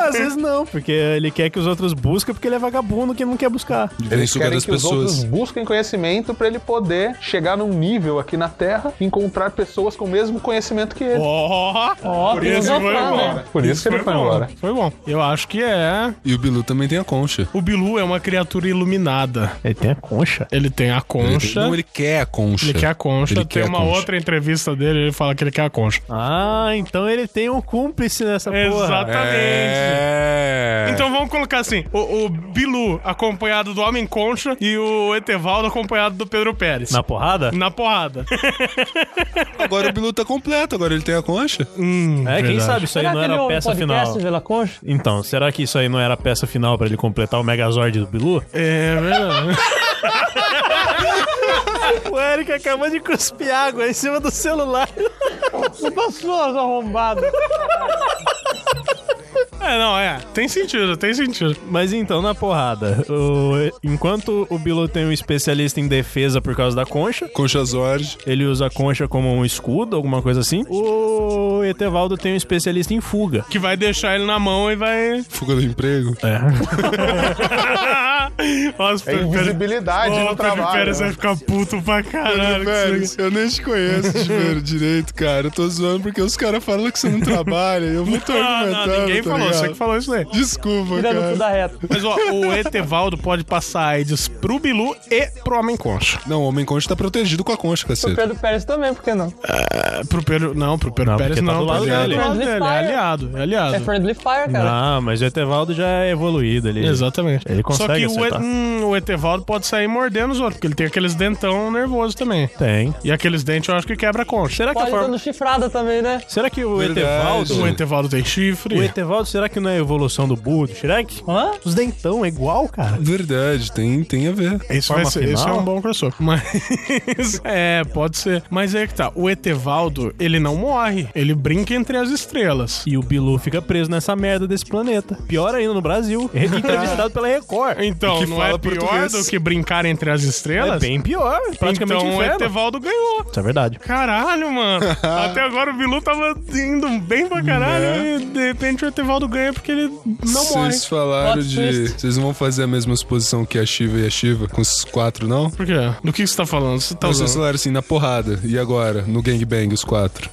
Às vezes não, porque ele quer que os outros busquem, porque ele é vagabundo que não quer buscar.
Ele
Eles
suga
querem
das
que os outros
pessoas.
busquem conhecimento pra ele poder chegar num nível aqui na Terra e encontrar pessoas com o mesmo conhecimento que ele.
Ó, por isso
filosofar,
foi
né?
bom.
Por isso que ele foi embora.
bom, Foi bom. Eu acho que é.
E o Bilu também tem a concha.
O Bilu é uma criatura iluminada.
Ele tem a concha.
Ele tem a
Ele
concha.
tem- Não, ele quer a concha.
Ele quer a concha.
Ele
Tem
quer a
uma
concha.
outra entrevista dele, ele fala que ele quer a concha.
Ah, então ele tem um cúmplice nessa porra.
Exatamente.
É.
Então vamos colocar assim: o, o Bilu acompanhado do Homem Concha e o Etevaldo acompanhado do Pedro Pérez.
Na porrada?
Na porrada.
Agora o Bilu tá completo, agora ele tem a concha.
é, quem sabe isso aí
Será
não
que ele
era a
ouve
peça
podcast,
final.
Vila Concha?
Então, será que isso aí não era a peça final pra ele completar o Megazord do Bilu?
É verdade.
O Eric acabou de cuspir água em cima do celular.
Culpa sua, seu arrombado.
É, não, é. Tem sentido, tem
<laughs>
sentido.
Mas então, na porrada, o- enquanto o Bilu tem um especialista em defesa por causa da concha.
Concha Zorge.
Ele usa a concha como um escudo, alguma coisa assim. O Etevaldo tem um especialista em fuga.
Que vai deixar ele na mão e vai.
Fuga do emprego.
É.
Nossa,
É
Pedro-
invisibilidade
Ô,
no
Pedro
trabalho,
Pérez é
né?
vai ficar puto pra caralho. com
Velho,
isso
eu nem te conheço de <laughs> ver- direito, cara. Eu tô zoando porque os caras falam que você não trabalha. Eu vou te
Não,
argumentando.
não, ninguém
tá
falou,
ligado?
você que falou isso daí.
Desculpa,
Tira no
cara.
cu da Mas ó, o Etevaldo pode passar AIDS pro Bilu e pro Homem Concha.
Não, o Homem Concha tá protegido com a concha,
O
cacete.
Pedro Pérez também, por que não?
Ah, pro Pedro. Não, pro Pedro
Não,
Pérez
porque tá
não.
do lado
porque
dele.
É do lado
Friendly
dele, é
fire.
aliado, é aliado.
É Friendly Fire, cara.
Ah, mas o Etevaldo já é evoluído ali.
Exatamente. Só que
Ele consegue
o, E-
acertar.
hum, o Etevaldo pode sair mordendo os outros, porque ele tem aqueles dentão nervoso também.
Tem.
E aqueles dentes eu acho que quebra a concha.
Será que a
Pode
forma-
dando chifrada também,
<laughs>
né?
Será que o
Verdade.
Etevaldo.
O Etevaldo tem chifre.
O Etevaldo, será que não é a evolução do Burro do Shrek?
Hã?
Os dentão é igual, cara.
Verdade, tem, tem a ver.
Isso, vai
Forma
ser, isso é
final?
um bom crossover. <laughs> Mas. é, pode ser. Mas é que tá. O Etevaldo, ele não morre. Ele brinca entre as estrelas.
E o Bilu fica preso nessa merda desse planeta. Pior ainda no Brasil. É Entrevistado pela Record.
Então,
E que
não
fala
é pior
português.
do que brincar entre as estrelas?
É bem pior. Praticamente
então o
inferno.
Etevaldo ganhou.
Isso é verdade.
Caralho, mano. Até agora o Bilu tava indo bem pra caralho
Né?
e de repente o Etevaldo ganha porque ele não morre.
Vocês falaram
Plot
de.
twist.
Vocês não vão fazer a mesma suposição que a Shiva e a Shiva com esses quatro, não?
Por quê? Do que você tá falando? Você tá
Não, vocês
usando-
falaram assim, na porrada. E agora? No gangbang, os quatro.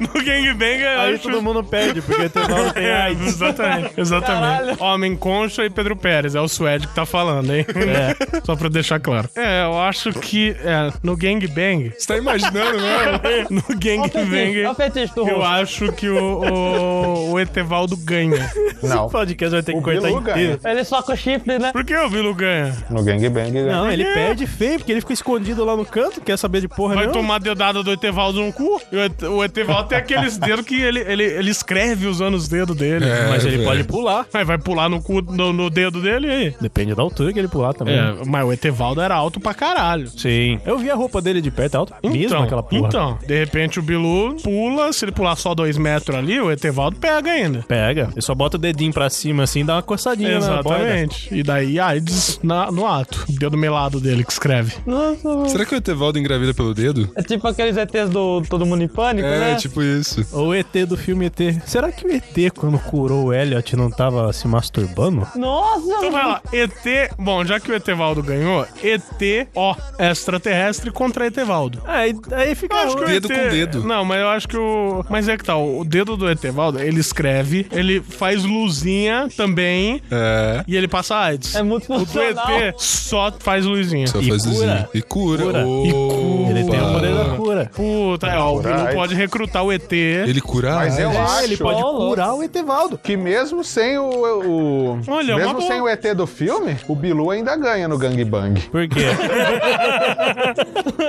No gangbang eu
Aí
acho-
todo mundo perde, porque o Etevaldo tem
<laughs> É,
AIDS.
exatamente, exatamente. Homem Concha e Pedro Pérez, é o Suede que tá falando, hein?
É.
<laughs> Só pra deixar claro. É, eu acho que é, no gangbang...
Você tá imaginando mesmo?
No gangbang...
Olha É o fetiche do
Eu
rosto.
acho que o, o, o Etevaldo ganha.
Não.
O podcast vai ter que cortar
Bilu ganha.
inteiro.
Ele só com chifre, né?
Por que o Bilu ganha?
No gangbang, né?
Não, ele
É.
perde feio, porque ele fica escondido lá no canto, quer saber de porra
Vai
nenhuma.
tomar dedada do Etevaldo no cu? E o Et- o Etevaldo tem aqueles dedos que ele, ele, ele escreve usando os dedos dele.
É,
Mas ele
um.
velho.
pode pular.
Mas vai pular no cu, no, no dedo dele e aí.
Depende da altura que ele pular também.
É, mas o Etevaldo era alto pra caralho.
Sim. Eu vi a roupa dele de perto, é alta mesmo aquela porra.
então, de repente o Bilu pula, se ele pular só dois metros ali, o Etevaldo pega ainda.
Pega. Ele só bota o dedinho pra cima assim, dá uma coçadinha na né? borda.
Exatamente. E daí AIDS na, no ato. O dedo melado dele que escreve.
Nossa,
<laughs>
mano.
Será que o Etevaldo engravida pelo dedo?
É tipo aqueles ETs do Todo Mundo em Pânico,
É,
né?
tipo isso.
Ou o ET do filme ET. Será que o ET, quando curou o Elliot, não tava se masturbando?
Nossa,
Então vai
mano.
lá, ET. Bom, já que o Etevaldo ganhou, ET, ó, extraterrestre contra Etevaldo.
É,
Aí, aí fica.
Eu acho que o
Dedo
ET
com dedo.
Não, mas eu acho que o. Mas é que tá, o dedo do Etevaldo, ele escreve, ele faz luzinha também
É.
e ele passa AIDS.
É muito
o do
funcional.
ET só faz luzinha.
Só
E
faz
cura.
luzinha. E cura.
Cura. E
Opa.
Ele tem o poder da cura.
Puta, é, ó, o Bilu pode recrutar o ET.
é, Ele cura
Mas
Ah.
eu
AIDS.
acho
Ele pode
Ô, louco.
curar o Etevaldo.
que mesmo sem o. o-
Olha, uma
mesmo
boa.
sem o ET do filme, o Bilu ainda ganha no gangbang.
Por quê?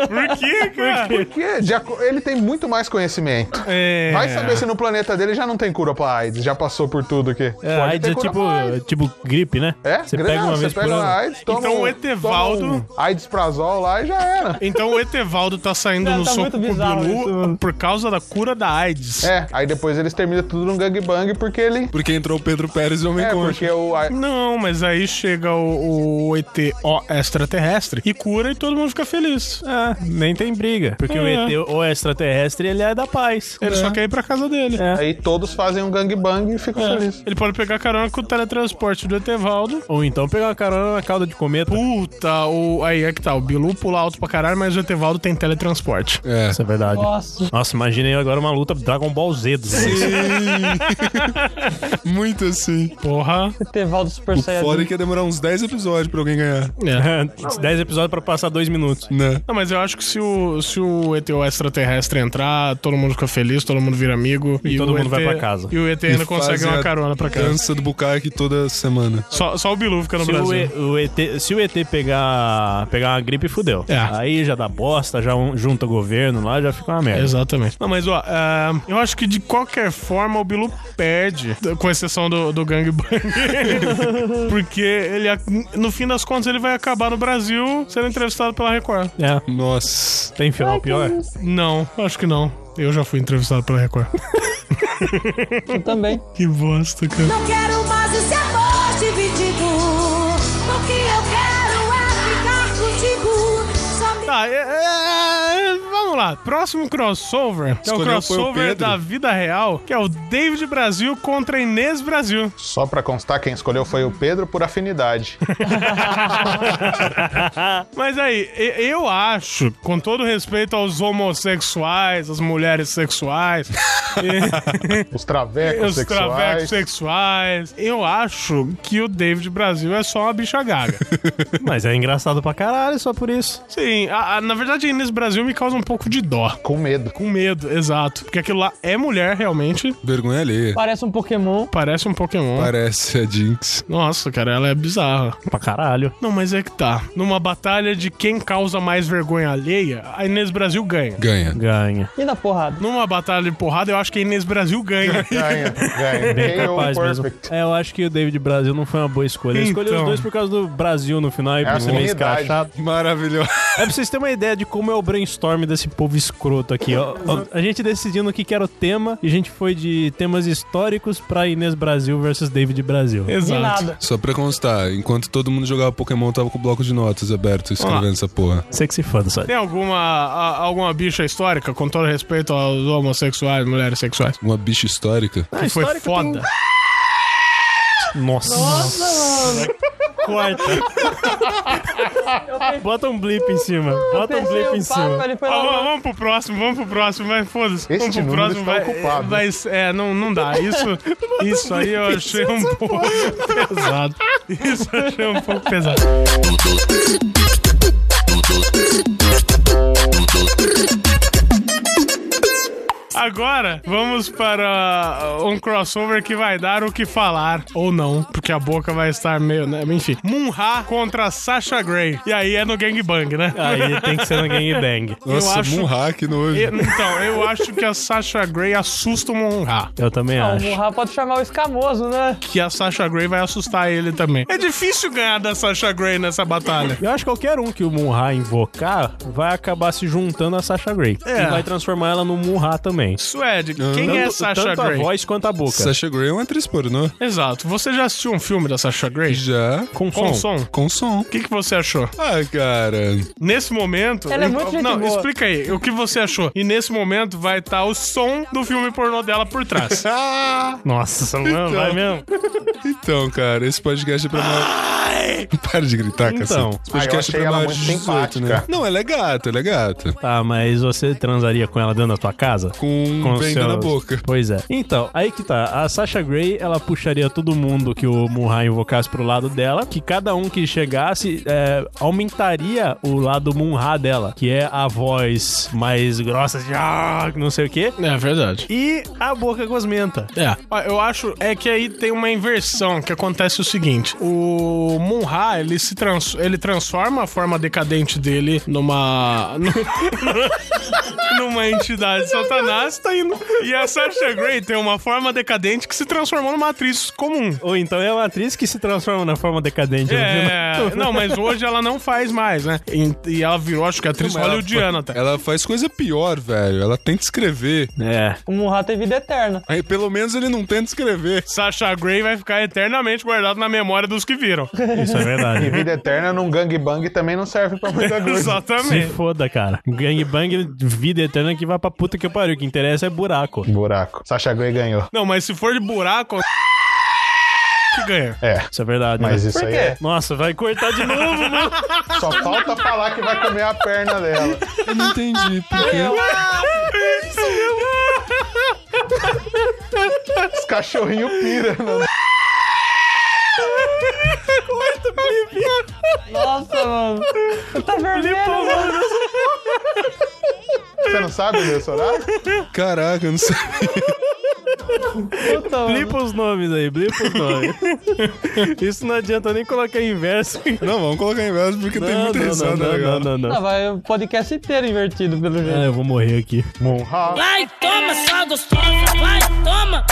Por quê, cara?
Porque de aco- ele tem muito mais conhecimento.
É.
Vai saber se no planeta dele já não tem cura pra AIDS, já passou por tudo aqui.
É,
Pode
AIDS
ter
é
cura pra AIDS.
tipo, tipo gripe, né?
É?
Você
grana,
pega uma vez
você
por
pega
ano.
uma AIDS, toma
Então o
um,
Etevaldo-
toma um AIDS prazol lá e já era.
Então o Etevaldo tá saindo
Cara,
no
tá
soco
muito
com o
bizarro
Bilu
isso, mano.
por causa da cura da AIDS.
É, aí depois eles terminam tudo num gangbang porque ele...
Porque entrou o Pedro Pérez e o Homem
É,
Concha.
porque o... a-
Não, mas aí chega o, o ET ó, extraterrestre e cura e todo mundo fica feliz.
Ah, nem tem briga. Porque o
É.
ET, ou é extraterrestre, ele é da paz.
Ele só quer ir pra casa dele.
É.
Aí todos fazem um gangbang e ficam felizes.
Ele pode pegar carona com o teletransporte do Etevaldo.
Ou então pegar uma carona na cauda de cometa.
Puta, o... aí é que tá. O Bilu pula alto pra caralho, mas o Etevaldo tem teletransporte.
É.
Isso é verdade.
Nossa.
Nossa, imagina aí agora uma luta Dragon Ball Z. dos dois.
Muito assim.
Porra.
Etevaldo Super
O
Saiyajin.
foda é que ia demorar uns 10 episódios pra alguém ganhar.
É.
<laughs> 10 episódios pra passar 2 minutos.
Né?
Não, mas eu acho que se o, se o ET extraterrestre entrar, todo mundo fica feliz, todo mundo vira amigo.
E todo
o
mundo
ET
vai pra casa.
E o ET ainda
E
consegue
fazem
uma
a
carona pra casa.
Dança do Bucaque toda semana.
Só, só o Bilu fica no
Se o,
Brasil.
E- o ET, se o ET pegar, pegar uma gripe, fudeu.
É.
Aí já dá bosta, já um- junta governo lá, já fica uma merda.
Exatamente. É. Não, mas ó, ah, eu acho que de qualquer forma o Bilu perde, com exceção do, do Gangbang. <laughs> Porque ele, ac- no fim das contas, ele vai acabar no Brasil sendo entrevistado pela Record.
É.
Nossa.
Tem final pior?
Não, acho que não. Eu já fui entrevistado pela Record. <laughs>
Eu também.
Que bosta, cara.
Não quero mais esse amor dividido. O que eu quero é ficar contigo. Só me
Tá, é, é, é, vamos lá. Próximo crossover, que é o
Escolheu, foi o
crossover
Pedro.
da vida real, que é o David Brasil contra Inês Brasil.
Só pra constar, quem escolheu foi o Pedro por
<laughs>
afinidade.
Mas aí, e- eu acho, com todo respeito aos homossexuais, às mulheres sexuais, e-
Os travecos
os
sexuais.
travecos sexuais, eu acho que o David Brasil é só uma bicha gaga.
Mas é engraçado pra caralho só por isso.
Sim, a- a- na verdade a Inês Brasil me causa um pouco de dó.
Com medo.
Com medo, exato. Porque aquilo lá é mulher realmente.
Vergonha alheia.
Parece um Pokémon.
Parece um Pokémon.
Parece a Jinx.
Nossa, cara, ela é bizarra.
Pra caralho.
Não, mas é que tá. Numa batalha de quem causa mais vergonha alheia, a Inês Brasil ganha.
Ganha.
Ganha.
E na porrada?
Numa batalha de porrada, eu acho que a Inês Brasil ganha. <laughs>
Ganha, ganha.
Bem
um
K.O.
capaz mesmo.
perfect.
É, eu acho que o David Brasil não foi uma boa escolha. Ele escolheu
Então. É
os dois por causa do Brasil no final e
É a
por ser meio
afinidade.
escrachado.
Maravilhoso.
É pra vocês terem uma ideia de como é o brainstorm desse povo escroto aqui,
<laughs>
ó. Ó, A gente decidindo o que que era o tema e a gente foi de temas históricos pra Inês Brasil versus David Brasil.
É.
De
Exato.
nada.
Só pra constar, enquanto todo mundo jogava Pokémon, eu tava com o bloco de notas aberto escrevendo essa porra.
Você que se fã, sabe?
Tem alguma, a- alguma bicha histórica, com todo respeito aos homossexuais, mulheres sexuais?
Uma bicha histórica.
Que foi foda.
Nossa. Corta. <laughs> Bota um blip em cima. Bota um blip em cima.
Ele foi
Ah, vamos,
lá.
vamos pro próximo, vamos pro próximo, vai, foda-se.
Este
Vamos pro
número
próximo,
está
vai.
ocupado.
vai- é, não, <laughs> não dá. Isso, isso aí eu achei um pouco pesado. Isso eu achei um pouco pesado. Agora, vamos para um crossover que vai dar o que falar, ou não, porque a boca vai estar meio, né? Enfim. Munha contra Sasha Grey. E aí é no gangbang, né?
Aí tem que ser no gangbang.
Nossa,
acho-
Moonhack que nojo.
Eu- então, eu acho que a Sasha Grey assusta o Monra.
Eu também
Ah, O
acho.
Murra pode chamar o escamoso, né?
Que a Sasha Grey vai assustar ele também. É difícil ganhar da Sasha Grey nessa batalha.
Eu acho que qualquer um que o Munha invocar vai acabar se juntando a Sasha Grey.
É.
E vai transformar ela no Munha também.
Suede, quem é
Ah. Tanto-
Sasha
Tanto
Grey?
a voz quanto a boca.
Sasha Grey é uma atriz pornô.
Exato. Você já assistiu um filme da Sasha Grey?
Já.
Com
Com
som.
som.
Com som.
O que, que você achou?
Ah, cara.
Nesse momento.
Ela é muito gente
Não,
boa.
explica aí. O que você achou? E nesse momento vai estar o som do filme pornô dela por trás.
Ah!
<laughs> Nossa, mano, vai mesmo.
Então, cara, esse podcast é pra maior. <laughs> Para de gritar,
Então.
cacete. Esse
Ah, eu
podcast
achei
é pra
ela
maior
muito
de 18, né?
simpática.
Não, ela é gata, ela é gata.
Tá, mas você transaria com ela dentro da tua casa?
Com, um
os
venda na
seus-
boca.
Pois é. Então, aí que tá. A Sasha Grey, ela puxaria todo mundo que o Munha invocasse pro lado dela, que cada um que chegasse é, aumentaria o lado Munha dela, que é a voz mais grossa de "Ah", não sei o quê,
É verdade.
e a boca gosmenta.
É. Ó, Eu acho é que aí tem uma inversão que acontece o seguinte: o Munha, ele se trans, ele transforma a forma decadente dele numa <laughs> nu- numa entidade satanás tá indo. E a Sasha Grey tem uma forma decadente que se transformou numa atriz comum.
Ou então é uma atriz que se transforma na forma decadente. não
É,
viu?
não, mas hoje ela não faz mais, né? E, e ela virou, acho que atriz
Mas ela
hollywoodiana tá?
fa-
até.
Ela faz coisa pior, velho. Ela tenta escrever.
<laughs> É.
O Murra tem vida eterna.
Aí pelo menos ele não tenta escrever.
Sasha Grey vai ficar eternamente guardado na memória dos que viram.
Isso
<laughs>
é
E
verdade.
vida eterna num gangbang também não serve pra
<laughs>
muita coisa.
Se
Exatamente.
foda, cara. Gangbang, vida eterna que vai pra puta que pariu. O que interessa é buraco.
Buraco. Sasha Grey ganhou.
Não, mas se for de buraco, <laughs> que ganha.
É,
Isso é verdade,
mas
né?
isso
Por
aí
quê?
é.
Nossa, vai cortar de novo, mano.
Só falta falar que vai comer a perna dela.
Eu não entendi por quê.
<laughs>
Os cachorrinhos né? pira. Mano.
Nossa, mano. Tá vermelho, mano.
Você não sabe né? desse horário?
Caraca, eu não sei.
Puta, mano.
Blipa os nomes aí, blipa os nomes. <laughs> Isso não adianta nem colocar inverso.
Não, vamos colocar em verso porque tem tá
Não,
muita
não, não,
risada
não,
legal.
não, não,
Ah,
não.
vai o podcast inteiro invertido, pelo jeito.
Ah, eu vou morrer aqui.
Monra.
Vai, toma, só gostosa. Vai, toma.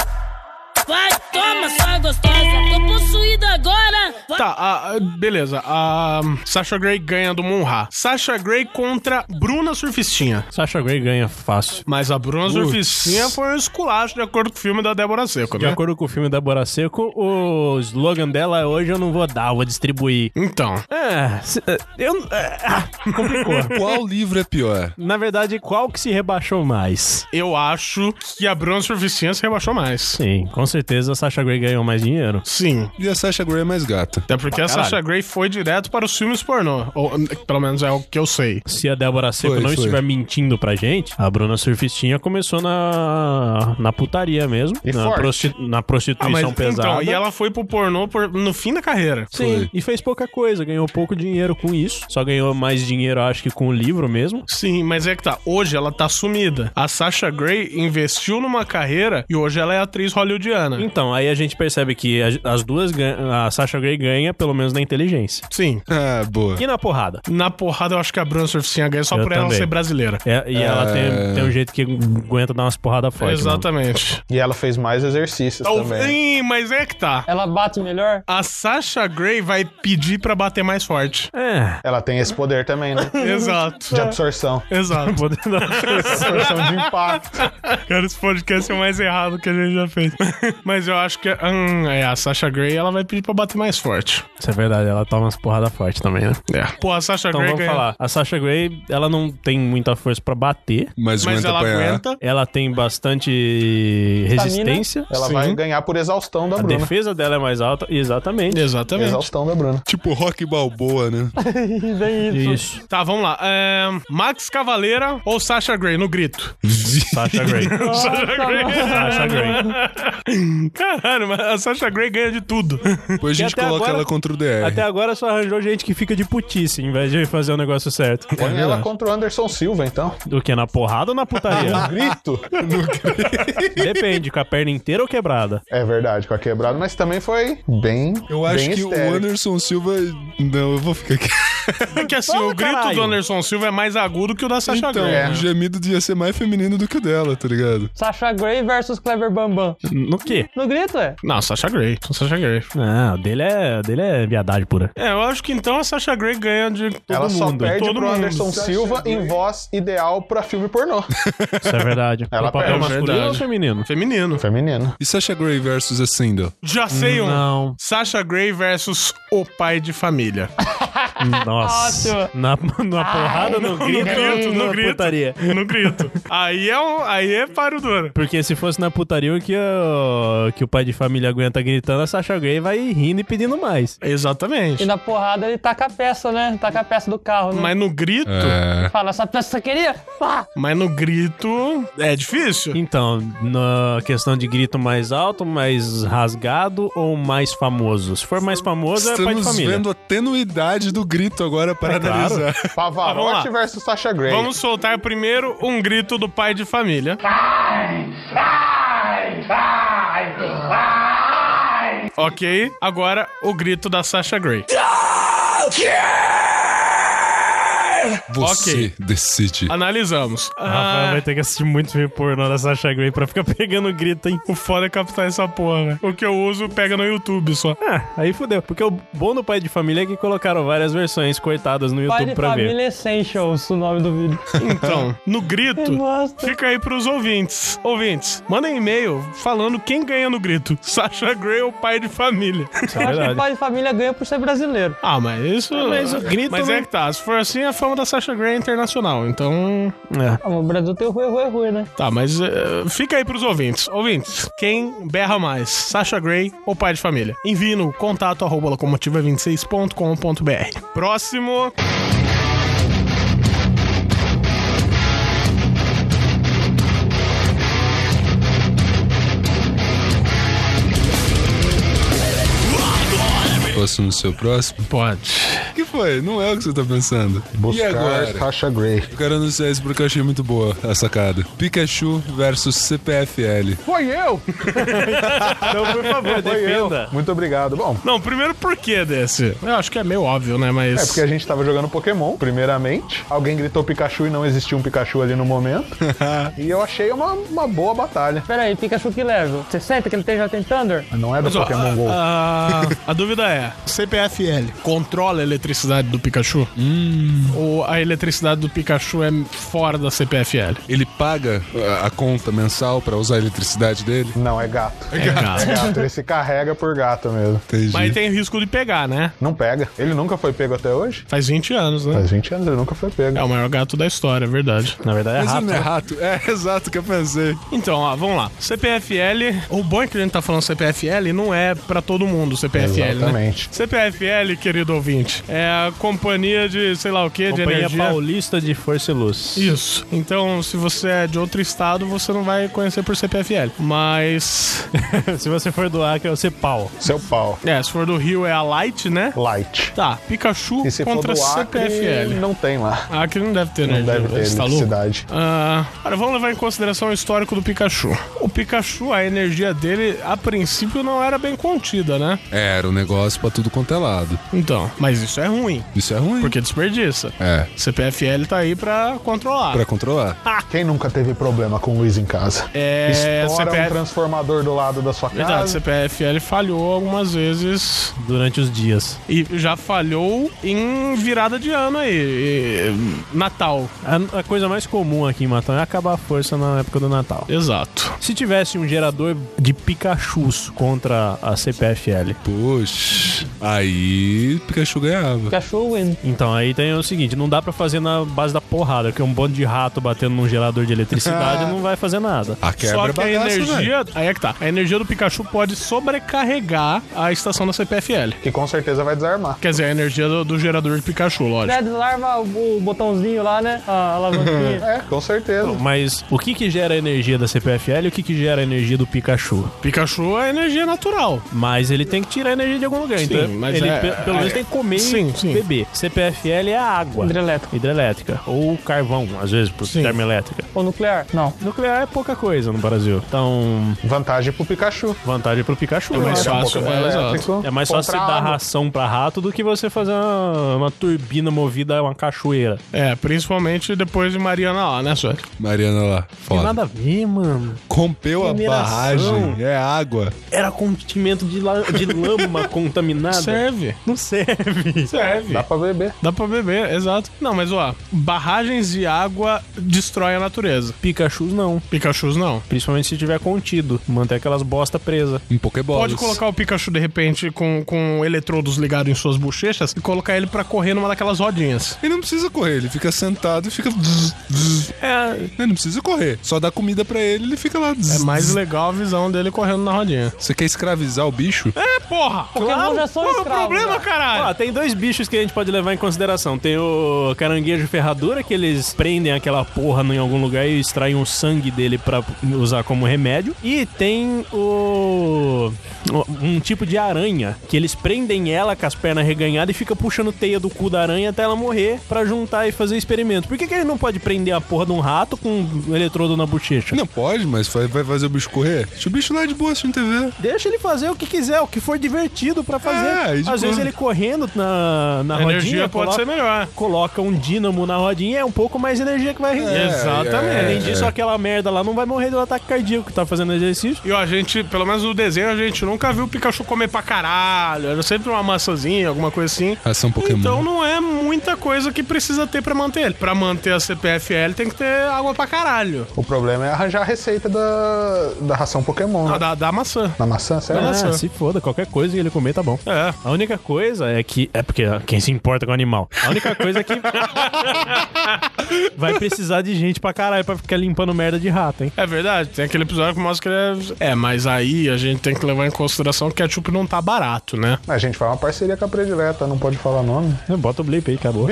Vai, toma, só gostosa. Tô possuída agora. Vai.
Tá, a- a- beleza. A Sasha Grey ganha do Monra. Sasha Grey contra Bruna Surfistinha.
Sasha Grey ganha fácil.
Mas a Bruna
Putz.
Surfistinha foi um esculacho de acordo com o filme da Débora Seco,
De
né?
acordo com o filme da Bora Seco, o slogan dela é hoje eu não vou dar, eu vou distribuir.
Então.
É, se- é, eu. é, ah, complicou.
Qual livro é pior?
Na verdade, qual que se rebaixou mais?
Eu acho que a Bruna Surfistinha se rebaixou mais.
Sim, com certeza a Sasha Grey ganhou mais dinheiro.
Sim.
E a Sasha Grey é mais gata.
Até porque
Pra
a Sasha
caralho.
Grey foi direto para os filmes pornô. Ou, hum, pelo menos é o que eu sei.
Se a Débora Seco
Foi,
não
foi.
estiver mentindo pra gente, a Bruna Surfistinha começou na, na putaria mesmo. na,
forte.
prosti- na prostituição pesada.
Então, e ela foi pro pornô por- no fim da carreira.
Sim, e fez pouca coisa, ganhou pouco dinheiro com isso. Só ganhou mais dinheiro, acho que com o livro mesmo.
Sim, mas é que tá. Hoje ela tá sumida. A Sasha Grey investiu numa carreira e hoje ela é atriz hollywoodiana.
Então, aí a gente percebe que a- as duas ganha, a Sasha Grey ganha, pelo menos na inteligência.
Sim.
Ah, boa.
E na porrada?
Na porrada, eu acho que a Bruna Surfistinha ganha só
Eu
por ela
também.
ser brasileira.
É, e ela tem, tem um jeito que aguenta dar umas porradas fortes.
Exatamente.
E ela fez mais exercícios
Talvez,
também.
Ih, mas é que tá.
Ela bate melhor?
A Sasha Grey vai pedir pra bater mais
<laughs>
forte. <laughs>
É.
Ela tem esse poder também, né?
Exato.
De absorção.
Exato.
<laughs>
absorção de impacto.
Cara, esse podcast é o mais errado que a gente já
<laughs>
fez. Mas eu acho que hum, é, a Sasha Grey ela vai pedir pra bater mais forte.
Isso é verdade, ela toma umas porradas fortes também, né?
É. Pô, a Sasha
Então
Grey
vamos
ganha.
falar. A Sasha Grey, ela não tem muita força pra bater.
Mas,
Mas
aguenta
ela
apanhar.
aguenta.
Ela tem bastante resistência.
Ela vai ganhar por exaustão da
Ah,
A
Bruna.
defesa dela é mais alta. Exatamente.
Exatamente.
Exaustão da Bruna.
É
Tipo rock balboa, né?
Bem isso.
Isso.
Tá, vamos lá. É, Max Cavaleira ou Sasha Grey no grito? <laughs>
Sasha <laughs> Grey.
Sasha Grey.
Sasha Grey.
Caralho, mas a Sasha Grey ganha de tudo.
Depois a
E
gente
até
coloca
agora-
ela contra o DR.
Até agora só arranjou gente que fica de putice em vez de fazer o negócio certo.
Põe ela contra o Anderson Silva, então.
Do que? Na porrada ou na
No
putaria?
grito.
Depende, com a perna inteira ou quebrada?
É verdade, com a quebrada, mas também foi bem.
Eu acho
bem
que
histérico.
o Anderson Silva. Não, eu vou ficar aqui.
É que assim, o grito
caralho.
do Anderson Silva é mais agudo que o da Sasha
Então,
Grey.
é.
o gemido ia ser mais feminino do que o dela, tá ligado?
Sasha Grey versus Clever Bambam.
No quê?
No grito, é?
Não, Sasha Grey. Sou Sasha Grey.
Não, o dele é, o dele é viadagem pura.
É, eu acho que então a Sasha Grey ganha de todo
Ela só
mundo.
perde
todo
pro
mundo.
Anderson Silva em voz ideal pra filme pornô.
Isso é verdade.
Ela
No papel
perde,
masculino
verdade.
ou feminino?
Feminino.
Feminino.
E Sasha Grey versus a Sindel?
Já sei um.
Não.
Sasha Grey versus o pai de família.
Nossa. Na, <laughs> na porrada, no grito,
grito, no
na
grito.
putaria.
<laughs> No grito. Aí é, um, aí é paro duro.
Porque se fosse na putaria o que, o que o pai de família aguenta gritando, a Sasha Grey vai rindo e pedindo mais.
E
Exatamente.
na porrada ele taca a peça, né? Taca a peça do carro, né?
Mas no grito,
É.
Fala, essa peça você queria? Pá!
mas no grito é difícil.
Então, na questão de grito mais alto, mais rasgado ou mais famoso? Se for mais famoso, é pai de
Estamos
família.
vendo a tenuidade do grito agora para analisar.
Ah, vamos
Pavarotti
lá.
versus Sasha Grey.
Vamos soltar primeiro um grito do pai de família. Ok, agora o grito da Sasha Grey.
Você
Ok.
decide.
Analisamos.
Rafael
Ah,
vai ter que assistir muito filme pornô da Sasha Grey pra ficar <laughs> pegando grito, hein?
o foda é captar essa porra, né? O que eu uso pega no YouTube só.
Ah, aí fudeu. Porque o bom do pai de família é que colocaram várias versões cortadas no
Pai
YouTube
de
pra ver.
Família Essentials, o nome
<laughs>
do vídeo.
Então, no
Que
grito,
bosta.
fica aí pros ouvintes. Ouvintes, mandem e-mail falando quem ganha no grito. Sasha Grey ou pai de família.
Isso é
Eu acho que
verdade.
pai de família ganha por ser brasileiro.
Ah, mas isso...
mas o grito
Mas
não-
é que tá, se for assim, a fama da Sasha Grey é internacional, então...
É.
Ah, mas o Brasil tem o Rui Rui Rui, né?
Tá, mas eh, fica aí pros ouvintes. Ouvintes, quem berra mais, Sasha Grey ou pai de família? Envie no contato arroba locomotiva26.com.br. Próximo...
Posso no seu próximo?
Pode.
que foi? Não é o que você tá pensando. e
Buscar
agora?
Sasha Grey.
Eu quero anunciar isso porque eu achei muito boa a sacada. Pikachu versus CPFL.
Foi eu!
então, por favor,
Foi eu.
defenda.
Muito obrigado. Bom,
Não, primeiro por que desse? Eu acho que é meio óbvio, né? Mas.
É porque a gente tava jogando Pokémon, primeiramente. Alguém gritou Pikachu e não existia um Pikachu ali no
<laughs>
momento. e eu achei uma, uma boa batalha.
Pera aí, Pikachu que level? 60 que ele tem já tem Thunder?
Não é do
Mas, ó,
Pokémon GO.
A, a dúvida é: CPFL controla a eletricidade do Pikachu? Ou a eletricidade do Pikachu é fora da CPFL?
Ele paga ah, a- a conta mensal pra usar a eletricidade dele?
Não, é gato.
É gato.
É gato, ele se carrega por gato mesmo.
Entendi.
Mas tem risco de pegar, né?
Não pega. Ele nunca foi pego até hoje?
Faz 20 anos, né?
Faz 20 anos, ele nunca foi pego.
É o maior gato da história, é verdade. Na verdade
Mas ele não é rato? É, <laughs> exato o que eu pensei.
Então, ó, vamos lá. CPFL, o bom é que a gente tá falando CPFL não é pra todo mundo CPFL,
Exatamente.
né? CPFL, querido ouvinte, é a companhia de sei lá o que, de
Companhia
energia.
Paulista de Força e Luz.
Isso. Então, se você é de outro estado, você não vai conhecer por CPFL. Mas.
<laughs> se você for do Acre, você pau.
Seu pau.
É, se for do Rio é a Light, né?
Light.
Tá, Pikachu
E se
contra
for do Acre,
CPFL.
não tem lá.
Acre não deve ter, né?
Não deve ter
Você tá louco?
eletricidade.
Ah, olha, vamos levar em consideração o histórico do Pikachu. O Pikachu, a energia dele, a princípio, não era bem contida, né?
Era um negócio pra tudo quanto é lado.
Então, mas isso é ruim,
Isso é ruim.
porque desperdiça.
É,
CPFL tá aí pra controlar.
pra controlar.
Quem nunca teve problema com o Luiz em casa?
É,
Estoura um
CPF...
transformador do lado da sua
Verdade,
casa.
CPFL falhou algumas vezes
Durante os dias.
e já falhou em virada de ano aí, e- Natal.
A, a coisa mais comum aqui em Matão é acabar a força na época do Natal.
Exato.
Se tivesse um gerador de Pikachu contra a CPFL.
Poxa, aí Pikachu ganhava.
Pikachu win.
Então aí tem o seguinte, não dá pra fazer na base da porrada, porque um bando de rato batendo num gerador
<laughs>
de eletricidade não vai fazer nada.
A
Só
quebra é
que a
bagaço, velho.
energia. Aí é que tá. A energia do Pikachu pode sobrecarregar a estação da CPFL.
Que com certeza vai desarmar.
Quer dizer, é a energia do, do gerador de Pikachu, lógico.
É, desarma o o botãozinho lá, né? A alavanquinha.
É, com certeza.
Mas o que que gera a energia da CPFL e o que que gera a energia do Pikachu?
Pikachu é energia natural.
Mas ele tem que tirar a energia de algum lugar,
Sim,
então
mas
ele
é-
pe- pelo menos tem que comer
Sim,
e
sim.
beber. CPFL é a água
Hidrelétrico.
hidrelétrica ou carvão, às vezes, por
Sim.
termoelétrica.
Ou nuclear? Não.
Nuclear é pouca coisa no Brasil. Então,
Vantagem pro Pikachu.
vantagem pro Pikachu.
É mais
né?
fácil,
Pokémon
é, exato.
elétrico.
É mais fácil
Contra
você dar
água.
ração pra rato do que você fazer uma, uma turbina movida a uma cachoeira.
É, principalmente depois de Mariana lá, né, Sué?
Mariana lá,
Tem
foda.
nada a ver, mano.
Compeu a
Mineração.
barragem, é água.
Era contimento de, la- de lama <laughs> contaminada.
Serve.
Não serve.
Serve.
Dá pra beber.
Dá pra beber, exato. Não, mas ó, barragens de água destroem a natureza.
<laughs> Pikachu não.
Pikachus não.
Principalmente se tiver contido. Manter aquelas bosta presa.
Em Pokébolas.
Pode colocar o Pikachu de repente com, com eletrodos ligados em suas bochechas e colocar ele pra correr numa daquelas rodinhas.
Ele não precisa correr, ele fica sentado e fica.
É,
Ele não precisa correr. Só dá comida pra ele, ele fica lá.
É mais legal a visão dele correndo na rodinha.
Você quer escravizar o bicho?
É, porra!
Pokémon já são
Qual é o
escravos,
problema,
né?
caralho?
Ó, tem dois bichos que a gente pode levar em consideração. Tem o caranguejo ferradura, que eles prendem aquela porra em algum lugar e extraem o sangue dele pra usar como remédio. E tem o. um tipo de aranha, que eles prendem ela com as pernas reganhadas e fica puxando teia do cu da aranha até ela morrer pra juntar e fazer experimento. Por que, que ele não pode prender a porra de um rato com um eletrodo na bochecha?
Não pode, mas vai vai fazer o bicho correr? Deixa o bicho lá é de boa assistindo TV.
Deixa ele fazer o que quiser, o que for divertido pra
É,
fazer.
e de
Às vezes
boa.
ele correndo na, na
A energia
rodinha,
pode
coloca-
ser melhor.
coloca um dínamo na rodinha, é um pouco mais energia que vai render.
É, é,
Além disso,
é.
aquela merda lá não vai morrer do ataque cardíaco que tá fazendo exercício.
E ó, a gente, pelo menos no desenho, a gente nunca viu o Pikachu comer pra caralho. Era sempre uma maçãzinha, alguma coisa assim.
Ação Ah, Pokémon.
Então não é muita coisa que precisa ter pra manter ele. Pra manter a CPFL tem que ter água pra caralho.
O problema é arranjar a receita da, da ração Pokémon.
Ah,
né?
Da, da maçã.
Na maçã, sério?
Ah,
Ah, se foda, qualquer coisa que ele comer tá bom.
É.
A única coisa é que. É porque ah, quem se importa com o animal? A única coisa é que. vai precisar de gente pra caralho pra ficar limpando merda de rato, hein?
É verdade, tem aquele episódio que mostra que ele é... É, mas aí a gente tem que levar em consideração que o ketchup não tá barato, né?
A gente faz uma parceria com a predileta, não pode falar nome.
Bota o blip aí. acabou.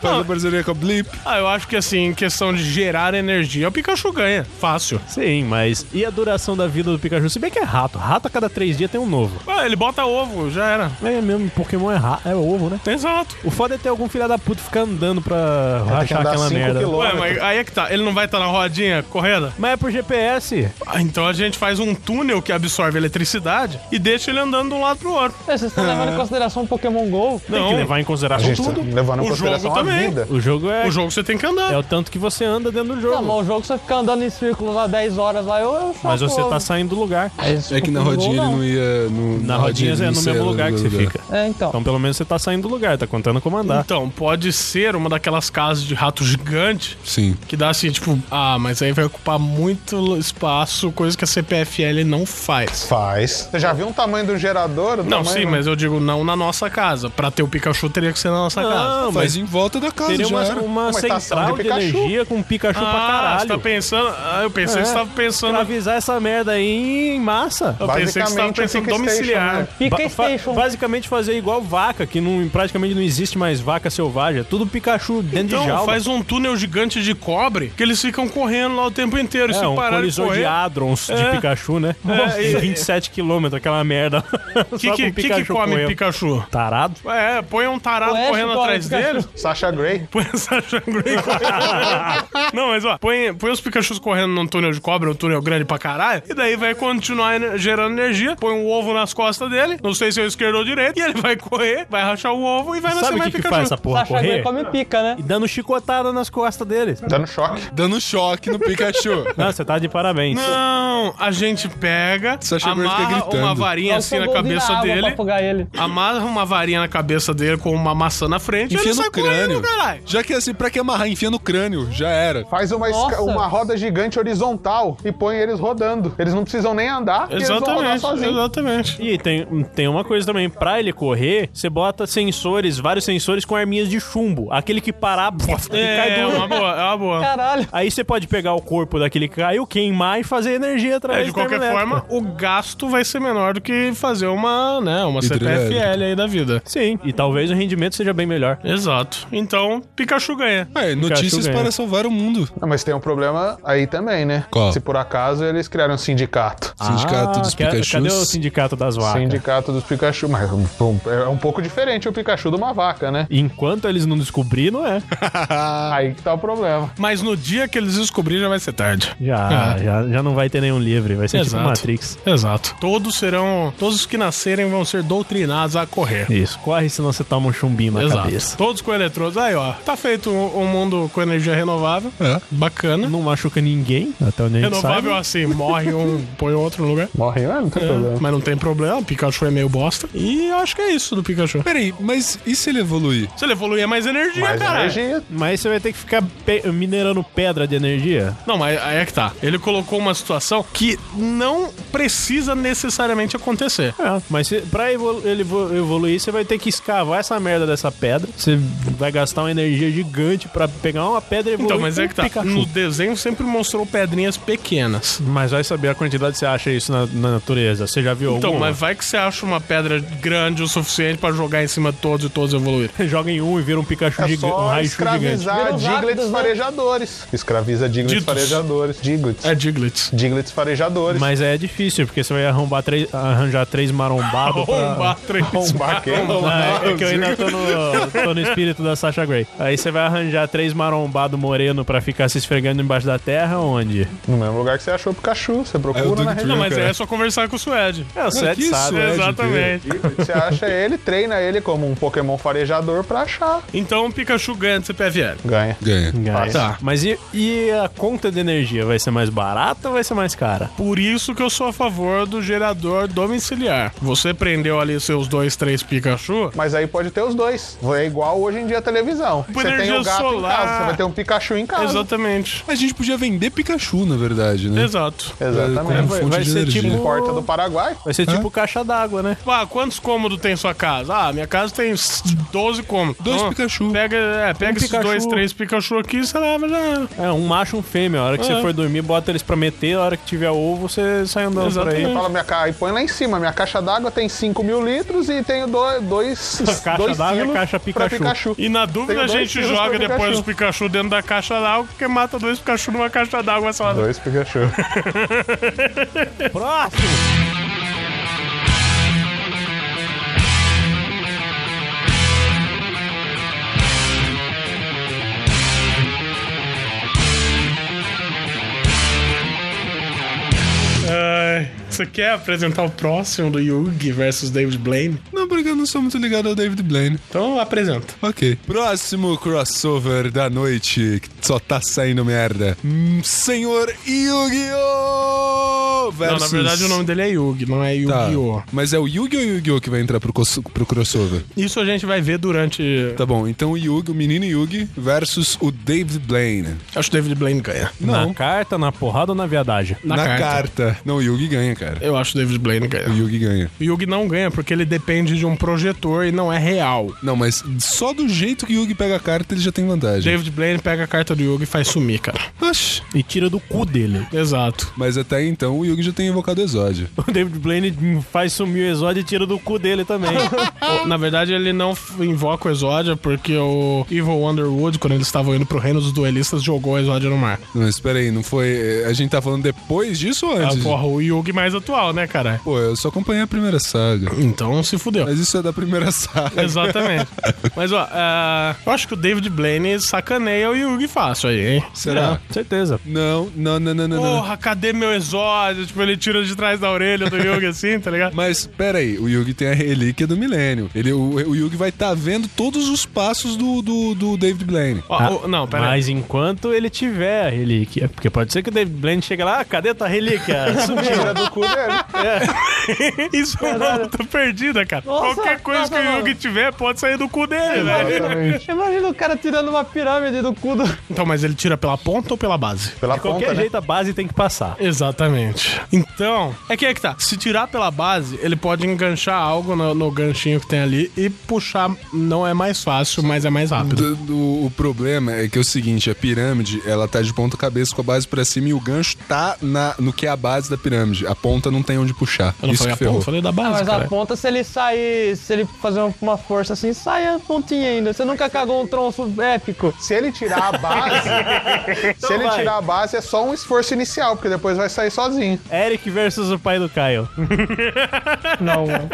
Fazendo parceria com o Blip.
Ah, eu acho que assim, em questão de gerar energia, o Pikachu ganha. Fácil.
Sim, mas e a duração da vida do Pikachu? Se bem que é rato. Rato a cada três dias tem um novo.
Ah, ele bota ovo, já era.
É mesmo, Pokémon é, ra- é ovo, né?
Exato.
O foda é ter algum filho da puta ficar andando pra rachar Tá aquela merda.
Ué, mas aí é que tá. Ele não vai estar na rodinha correndo?
Mas é por GPS.
então a gente faz um túnel que absorve eletricidade e deixa ele andando de um lado pro outro.
É, vocês estão levando em consideração o Pokémon GO?
Tem que levar em consideração
A gente tá
tudo.
levando em O consideração jogo a também. vida.
O jogo é.
O jogo você tem que andar.
É o tanto que você anda dentro do jogo.
Não, mas o jogo você fica andando em círculos lá 10 horas lá, eu, eu
Mas
choco
você tá
ovo.
saindo do lugar.
É que na rodinha ele não ia. No,
Na rodinha é
ele
no
não
mesmo
ia
lugar que você
lugar.
fica.
É, então.
Então pelo menos você tá saindo do lugar, tá contando como andar.
Então, pode ser uma daquelas casas de rato gigante.
Sim.
Que dá assim, tipo, ah, mas aí vai ocupar muito espaço, coisa que a CPFL não faz.
Faz. Você já viu o tamanho do gerador? O
Não,
tamanho-
sim, mas eu digo não na nossa casa. Pra ter o Pikachu teria que ser na
Então, tá
nossa casa.
Faz em volta da casa,
Teria
já
uma,
era.
né? uma central de, energia com Pikachu pra
Ah,
caralho. É.
você tá pensando. Ah, eu pensei que você tava pensando.
Avisar essa merda aí em massa.
Eu pensei que você
um
tava pensando
né?
domiciliar.
Ba- fa-
um-
basicamente fazer igual vaca, que não, praticamente não existe mais vaca selvagem. É tudo Pikachu dentro de
Então,
jaula.
faz um túnel gigante de cobre que eles ficam correndo lá o tempo inteiro.
É,
se
um
parar
colisor de Hadrons de Pikachu, né?
É,
Tem
e-
27 quilômetros, aquela merda.
O <laughs> que, que, que, que come Pikachu?
Tarado?
É, põe um tarado
O Ash
correndo
come
atrás
Pikachu.
dele.
Sasha Grey.
Põe o Sasha
<laughs>
Grey correndo. Não, mas ó, põe, põe os Pikachus correndo num túnel de cobre, um túnel grande pra caralho, e daí vai continuar ener- gerando energia, põe um ovo nas costas dele, não sei se é esquerdo ou direito, e ele vai correr, vai rachar o ovo e vai nascer
Sabe o
mais
que, que
Pikachu.
faz essa porra
Sasha
correr?
Grey Tá come pica, né?
E dando chicotada nas costas deles.
É.
Dando choque.
um-
Dando choque no
<laughs>
Pikachu.
Não, você tá de parabéns.
Não, a gente pega,
Sasha Grey fica
amarra
gritando.
uma varinha
Dá um
assim na
fogo de
cabeça
água Pra
dele,
afogar ele.
amarra uma varinha na cabeça dele com uma maçã na frente, e
Enfia
ele
no
sai
crânio.
correndo, caralho.
Já que assim, pra que amarrar? Enfia no crânio, já era.
Faz uma, esca-
Nossa.
uma roda gigante horizontal e põe eles rodando. Eles não precisam nem andar, porque eles vão rodar
Exatamente,
sozinhos.
exatamente.
E tem, tem uma coisa também, pra ele correr, você bota sensores, vários sensores com arminhas de chumbo. Aquele que parar, bof, ele cai
É, é
do...
uma boa, é uma boa.
Caralho.
Aí você pode pegar o corpo daquele que caiu, queimar e fazer energia através
É, de
do
qualquer
termoelétrico.
forma, o gasto vai ser menor do que fazer uma, né, uma
Hidrelétrica.
CPFL aí da vida.
Sim, e talvez o rendimento seja bem melhor.
Exato. Então, Pikachu ganha.
Ué, É, notícias
ganha.
para salvar o mundo.
Não, mas tem um problema aí também, né?
Qual?
Se por acaso eles criaram um sindicato.
Sindicato dos
Ah, ca-
Pikachus.
Cadê o sindicato das vacas?
Sindicato dos Pikachu. Mas bom, é um pouco diferente o Pikachu de uma vaca, né?
Enquanto eles não descobrir, não é.
Ah.
Aí que tá o problema.
Mas no dia que eles descobrirem já vai ser tarde.
Já,
<laughs> Ah.
já, já não vai ter nenhum livre, vai ser
Exato.
É tipo Matrix.
Exato. Todos serão, todos os que nascerem vão ser doutrinados a correr.
Isso, corre senão você toma um chumbinho na
Exato.
cabeça.
Todos com eletrodos. Aí, ó. Tá feito um, um mundo com energia renovável.
É.
Bacana.
Não machuca ninguém, até onde a gente
Renovável
sabe.
assim, morre um, põe outro no lugar.
um,
É,
Morre,
é,
ah, não tem problema.
Mas não tem problema, o Pikachu é meio bosta. E eu acho que é isso do Pikachu.
Peraí, mas e se ele evoluir?
Se ele evoluir é mais energia,
Mais
caralho.
energia.
Mas você vai ter que ficar pe- minerando pedra de energia.
Não, mas aí é que tá. Ele colocou uma situação que não precisa necessariamente acontecer.
É, mas se, pra evolu- ele vo- evoluir, você vai ter que escavar essa merda dessa pedra. Você vai gastar uma energia gigante pra pegar uma pedra e evoluir.
Então, mas
pra
é
um
que tá.
Pikachu.
No desenho sempre mostrou pedrinhas pequenas.
Mas vai saber a quantidade que você acha isso na, na natureza. Você já viu
Então,
alguma?
mas vai que você acha uma pedra grande o suficiente pra jogar em cima de todos e todos evoluir.
<laughs> Joga em um e vira um Pikachu
É
gigante, um
só
Raichu gigante.
escravizar
Viram os
Diglets
ávidos, né?
farejadores. Escraviza Diglets
Ditos.
farejadores. Diglets.
É Diglets.
Diglets farejadores.
Mas é difícil, porque você vai arrombar três, arranjar três marombados <laughs> pra...
Arrombar três.
Arrombar quem?
Ah, é que eu ainda tô no, tô no espírito da Sasha Grey. Aí você vai arranjar três marombados moreno pra ficar se esfregando embaixo da terra, onde?
No mesmo lugar que você achou o Pikachu. Você
É o
procura né?
Doug
na
Tree.
região.
Não, mas
cara.
aí é só conversar com o Suede.
É, o Seth
que
sabe.
suede,
Exatamente.
Você acha ele, treina ele como um Pokémon farejador pra achar.
Então o Pikachu ganha de CPFL.
Ganha.
Ganha.
Guys.
Tá.
É Mas e, e a conta de energia? Vai ser mais barata ou vai ser mais cara?
Por isso que eu sou a favor do gerador domiciliar. Você prendeu ali seus dois, três Pikachu,
Mas aí pode ter os dois. É igual hoje em dia a televisão. Você tem
energia
o gato
solar.
em casa, você vai ter um Pikachu em casa.
Exatamente.
A gente podia vender Pikachu, na verdade, né?
Exato.
Exatamente.
É, como
Vai-
fonte
vai
de
ser
energia.
tipo porta do Paraguai.
Vai ser tipo caixa d'água, né?
Ah, quantos cômodos tem sua casa? Ah, minha casa tem s- 12 cômodos.
Dois
Então,
Pikachu. Um
Pega, é, pega esses
Pikachu.
dois, três Pikachu aqui e você leva já. era.
É, um macho e um fêmea. A hora que
É.
você for dormir, bota eles pra meter. A hora que tiver ovo, você sai andando por aí.
Fala, minha ca... Aí põe lá em cima. Minha caixa d'água tem 5 mil litros e tenho do- dois,
<laughs>
dois,
Caixa
dois
d'água é
silos
caixa
pra
Pikachu.
E na dúvida
Tenho
a
dois
gente
quilos
joga
pra
depois
Pikachu.
o Pikachu dentro da caixa d'água, porque mata dois Pikachu numa caixa d'água só. né? <laughs>
Dois Pikachu.
Próximo!
Ai, você quer apresentar o próximo do Yugi versus David Blaine?
Não, porque eu não sou muito ligado ao David Blaine.
Então apresenta.
Ok. Próximo crossover da noite, que só tá saindo merda. Hum, Senhor Yu-Gi-Oh!
Não,
Versus...
na verdade o nome dele é Yugi, não é
Tá,
Yu-Gi-Oh!
Mas é o Yu-Gi-Oh! e o Yu-Gi-Oh! que vai entrar pro, cos- pro crossover.
Isso a gente vai ver durante.
Tá bom, então o Yugi, o menino Yugi versus o David Blaine.
Acho que o David Blaine ganha.
Não.
Na carta, na porrada ou na viadagem?
Na, carta. Não, o Yugi ganha, cara.
Eu acho o David Blaine ganha.
O Yugi ganha.
O Yugi não ganha porque ele depende de um projetor e não é real.
Não, mas só do jeito que o Yugi pega a carta, ele já tem vantagem.
David Blaine pega a carta do Yugi e faz sumir, cara.
Oxi.
E tira do cu dele. <laughs>
Exato.
Mas até então o Yugi já tem invocado
<laughs>
o Exódio.
O David Blaine faz sumir o exódio e tira do cu dele
<laughs>
também.
Ou, Na verdade, ele não f- invoca o Exódia porque o Evil Underwood, quando eles estavam indo pro Reino dos Duelistas, jogou o Exódia no mar.
Não, espera aí, não foi. A gente tá falando depois disso ou antes?
Ah, porra, o Yugi mais atual, né, cara?
Pô, eu só acompanhei a primeira saga.
Então se fudeu.
Mas isso é da primeira <laughs>
<laughs>
saga.
Exatamente. Mas, ó, ah, eu acho que o David Blaine sacaneia o Yugi fácil aí, hein?
Será?
certeza.
Não, não, não, não, não. não.
Porra, cadê meu exódio? Tipo, ele tira de trás da orelha do
<laughs>
Yugi assim, tá ligado?
Mas pera aí, o Yugi tem a relíquia do milênio. Ele, o, o Yugi vai estar vendo todos os passos do, do, do David Blaine.
Ó,
Ah,
ó, não, pera aí.
Mas enquanto ele tiver a relíquia. Porque pode ser que o David Blaine chegue lá, ah, cadê
<laughs>
tua relíquia? Sumiu.
Tira É do cu dele.
Isso é uma luta
né,
perdida, cara.
Nossa,
Qualquer coisa
nossa,
que o
mano.
Yugi tiver pode sair do cu dele,
né?
velho.
<laughs>
Exatamente.
Imagina o cara tirando uma pirâmide do cu do.
Então, mas ele tira pela ponta ou pela base?
Pela
De qualquer
ponta, né?
jeito, a base tem que passar.
Exatamente. Então, é que é que tá. Se tirar pela base, ele pode enganchar algo no, no ganchinho que tem ali e puxar não é mais fácil, mas é mais rápido.
Do- do- o problema é que é o seguinte, a pirâmide, ela tá de ponta cabeça com a base pra cima e o gancho tá na, no que é a base da pirâmide. A ponta não tem onde puxar.
Eu não
Isso
falei a ponta,
que ferrou.
eu falei da base,
Mas
cara.
a ponta, se ele sair, se ele fazer uma força assim, sai a pontinha ainda. Você nunca cagou um tronço épico.
Se ele tirar a
<laughs>
base, se ele
Então vai.
tirar a base é só um esforço inicial, porque depois vai sair sozinho.
Eric versus o pai do Caio.
Não, mano.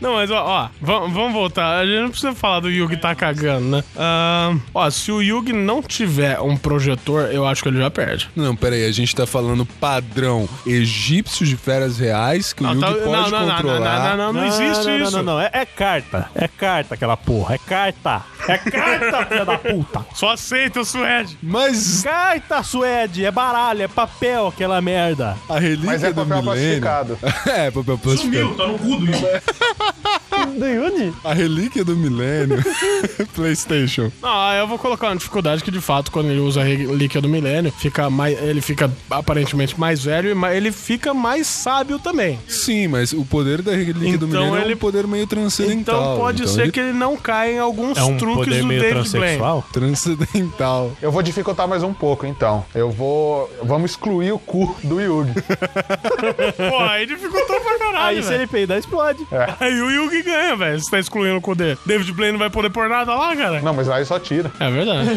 Não, mas ó, ó vamos vamos voltar. A gente não precisa falar do Yugi tá cagando, né? Ahn, ó, se o Yugi não tiver um projetor, eu acho que ele já perde.
Não, pera aí, a gente tá falando padrão egípcio de feras reais que o Yugi
tá-
pode
não, não,
controlar.
não, não, não, não existe
não,
isso.
Não, não, não. É, é carta. É carta aquela porra. É carta. É carta, <laughs> filha da puta.
Só aceita o Suede.
Mas
Carta, Suede. É baralho, é papel, aquela merda.
a relíquia
Mas é
do
papel
milênio...
plastificado.
<laughs> é, papel plastificado. É.
Sumiu, tá no cu do Yugi.
Do Yuji?
A relíquia do milênio. <laughs> Playstation.
Não, eu vou colocar uma dificuldade que de fato quando ele usa a relíquia do milênio, fica mais, ele fica aparentemente mais velho e ma- ele fica mais sábio também.
Sim, mas o poder da relíquia do
Então
milênio é
ele-
um poder meio transcendental.
Então pode ser que ele não caia em alguns
É um
truques
poder
do
meio
David Blaine.
transexual.
é Transcendental.
Eu vou dificultar mais um pouco, então. Eu vou. Vamos excluir o cu do Yugi.
Pô, aí dificultou pra caralho.
Aí se
velho.
ele peidar, explode.
Aí o Yugi ganha, velho. Você tá excluindo o Kudê. David Blaine não vai poder pôr nada lá, cara.
Não, mas lá ele só tira.
É verdade.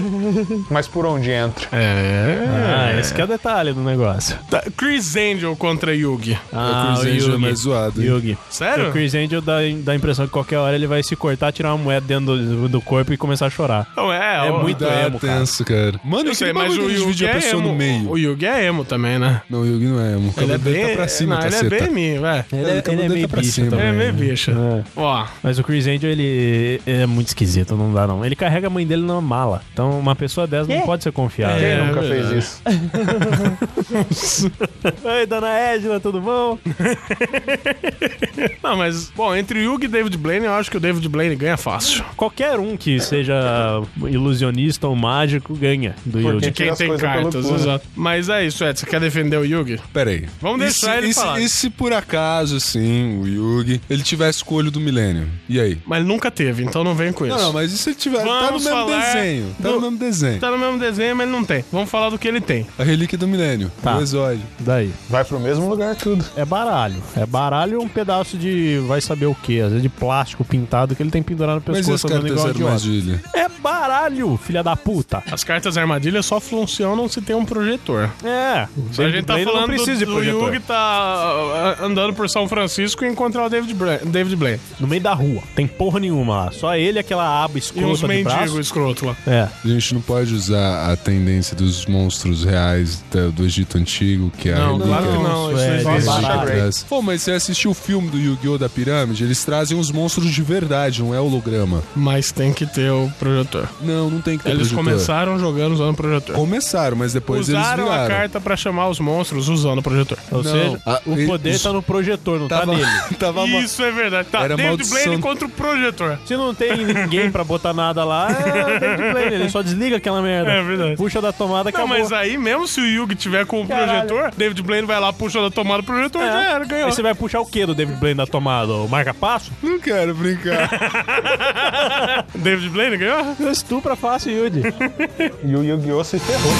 Mas por onde entra?
É.
Ah, esse que é o detalhe do negócio.
Tá, Chris Angel contra Yugi.
Ah,
o Chris Angel é mais zoado. hein?
Yugi.
Sério?
O Chris Angel dá, dá a impressão que qualquer hora ele vai se cortar, tirar uma moeda dentro do, do corpo e começar a chorar.
Não, é,
É
ó,
muito
Dá
emo, cara.
tenso, cara. Mano,
Eu sei, mas o Yugi
vídeo a
é
pessoa
emo.
no meio.
O Yugi é emo também, né?
Não, o Yugi não é emo. O
Ele é
cabelo dele
bem.
tá pra cima,
não, ele é
caceta.
bem mim, velho.
Ele,
o cabelo dele tá pra cima.
Ele é meio bicho. Ó,
Mas o Chris Angel, ele é muito esquisito, não dá não. Ele carrega a mãe dele numa mala. Então uma pessoa dessa não
Quê?
pode ser confiável.
É,
Quem nunca
é
fez
verdade.
isso?
Oi, dona Edna, tudo bom?
não, mas, bom, entre Yugi e David Blaine, eu acho que o David Blaine ganha fácil.
Qualquer um que seja ilusionista ou mágico ganha do Yugi.
De quem tem cartas,
né?
exato. Mas é isso, Ed. Você quer defender o Yugi?
Peraí.
Vamos deixar
e se,
ele
e se-
falar.
E se por acaso, assim, o Yugi, ele tivesse com o olho do milênio? E aí?
Mas ele nunca teve, então não vem com isso.
Não, não, mas e se ele tiver? tá no
Vamos
mesmo
falar
desenho. Tá no
do-
mesmo desenho.
Tá no mesmo desenho, mas ele não tem. Vamos falar do que ele tem.
A relíquia do milênio.
Tá.
O exódio.
Daí.
Vai pro mesmo lugar tudo.
É baralho. É baralho ou um pedaço de vai saber o que, às vezes de plástico pintado que ele tem pendurado no
Mas e as
pescoço andando
cartas
igual idiota.
armadilha?
É baralho, filha da puta.
As cartas armadilha só funcionam se tem um projetor.
É.
A gente tá
Blade não
falando
precisa de
do, do
projetor.
Yugi tá ah, ah, andando por São Francisco e encontrar o David, Bra David Blaine.
No meio da rua. Tem porra nenhuma lá. Só ele, aquela aba
E uns
escrota de
mendigos
braço.
escroto lá.
É.
A gente não pode usar a tendência dos monstros reais da- do Egito Antigo, que é a
Não,
relíquia.
claro que não. Isso não existe.
Baralho. Pô, mas você assistiu o filme do Yu-Gi-Oh! da pirâmide? Eles trazem os monstros de verdade, não é holograma.
Mas tem que ter o projetor.
Não, não tem que ter
Eles
projetor.
começaram jogando usando o projetor.
Começaram, mas depois
Usaram
eles
a
viraram.
carta pra chamar os monstros usando o projetor.
Ou
Não,
seja,
a-
Ah,
o
ele-
poder
isso-
tá no projetor, não tá
<laughs> Tava-
nele.
tava ma-
Isso é verdade. Tá,
Era
David
maldição.
Blaine contra o projetor.
Se não tem ninguém pra botar nada lá, é David Blaine. Ele só desliga aquela merda.
É verdade.
Puxa da
Não,
tomada, acabou.
mas aí mesmo se o Yugi tiver com o
Caralho.
projetor, David Blaine vai lá, puxa da tomada o projetor,
É.
já era, ganhou.
Aí você vai puxar o que do David Blaine da tomada? O
<laughs>
marca-passo?
Não quero brincar.
<laughs> David Blaine ganhou?
Estupra fácil, Yudi.
E o Yu-Gi-Oh! se ferrou.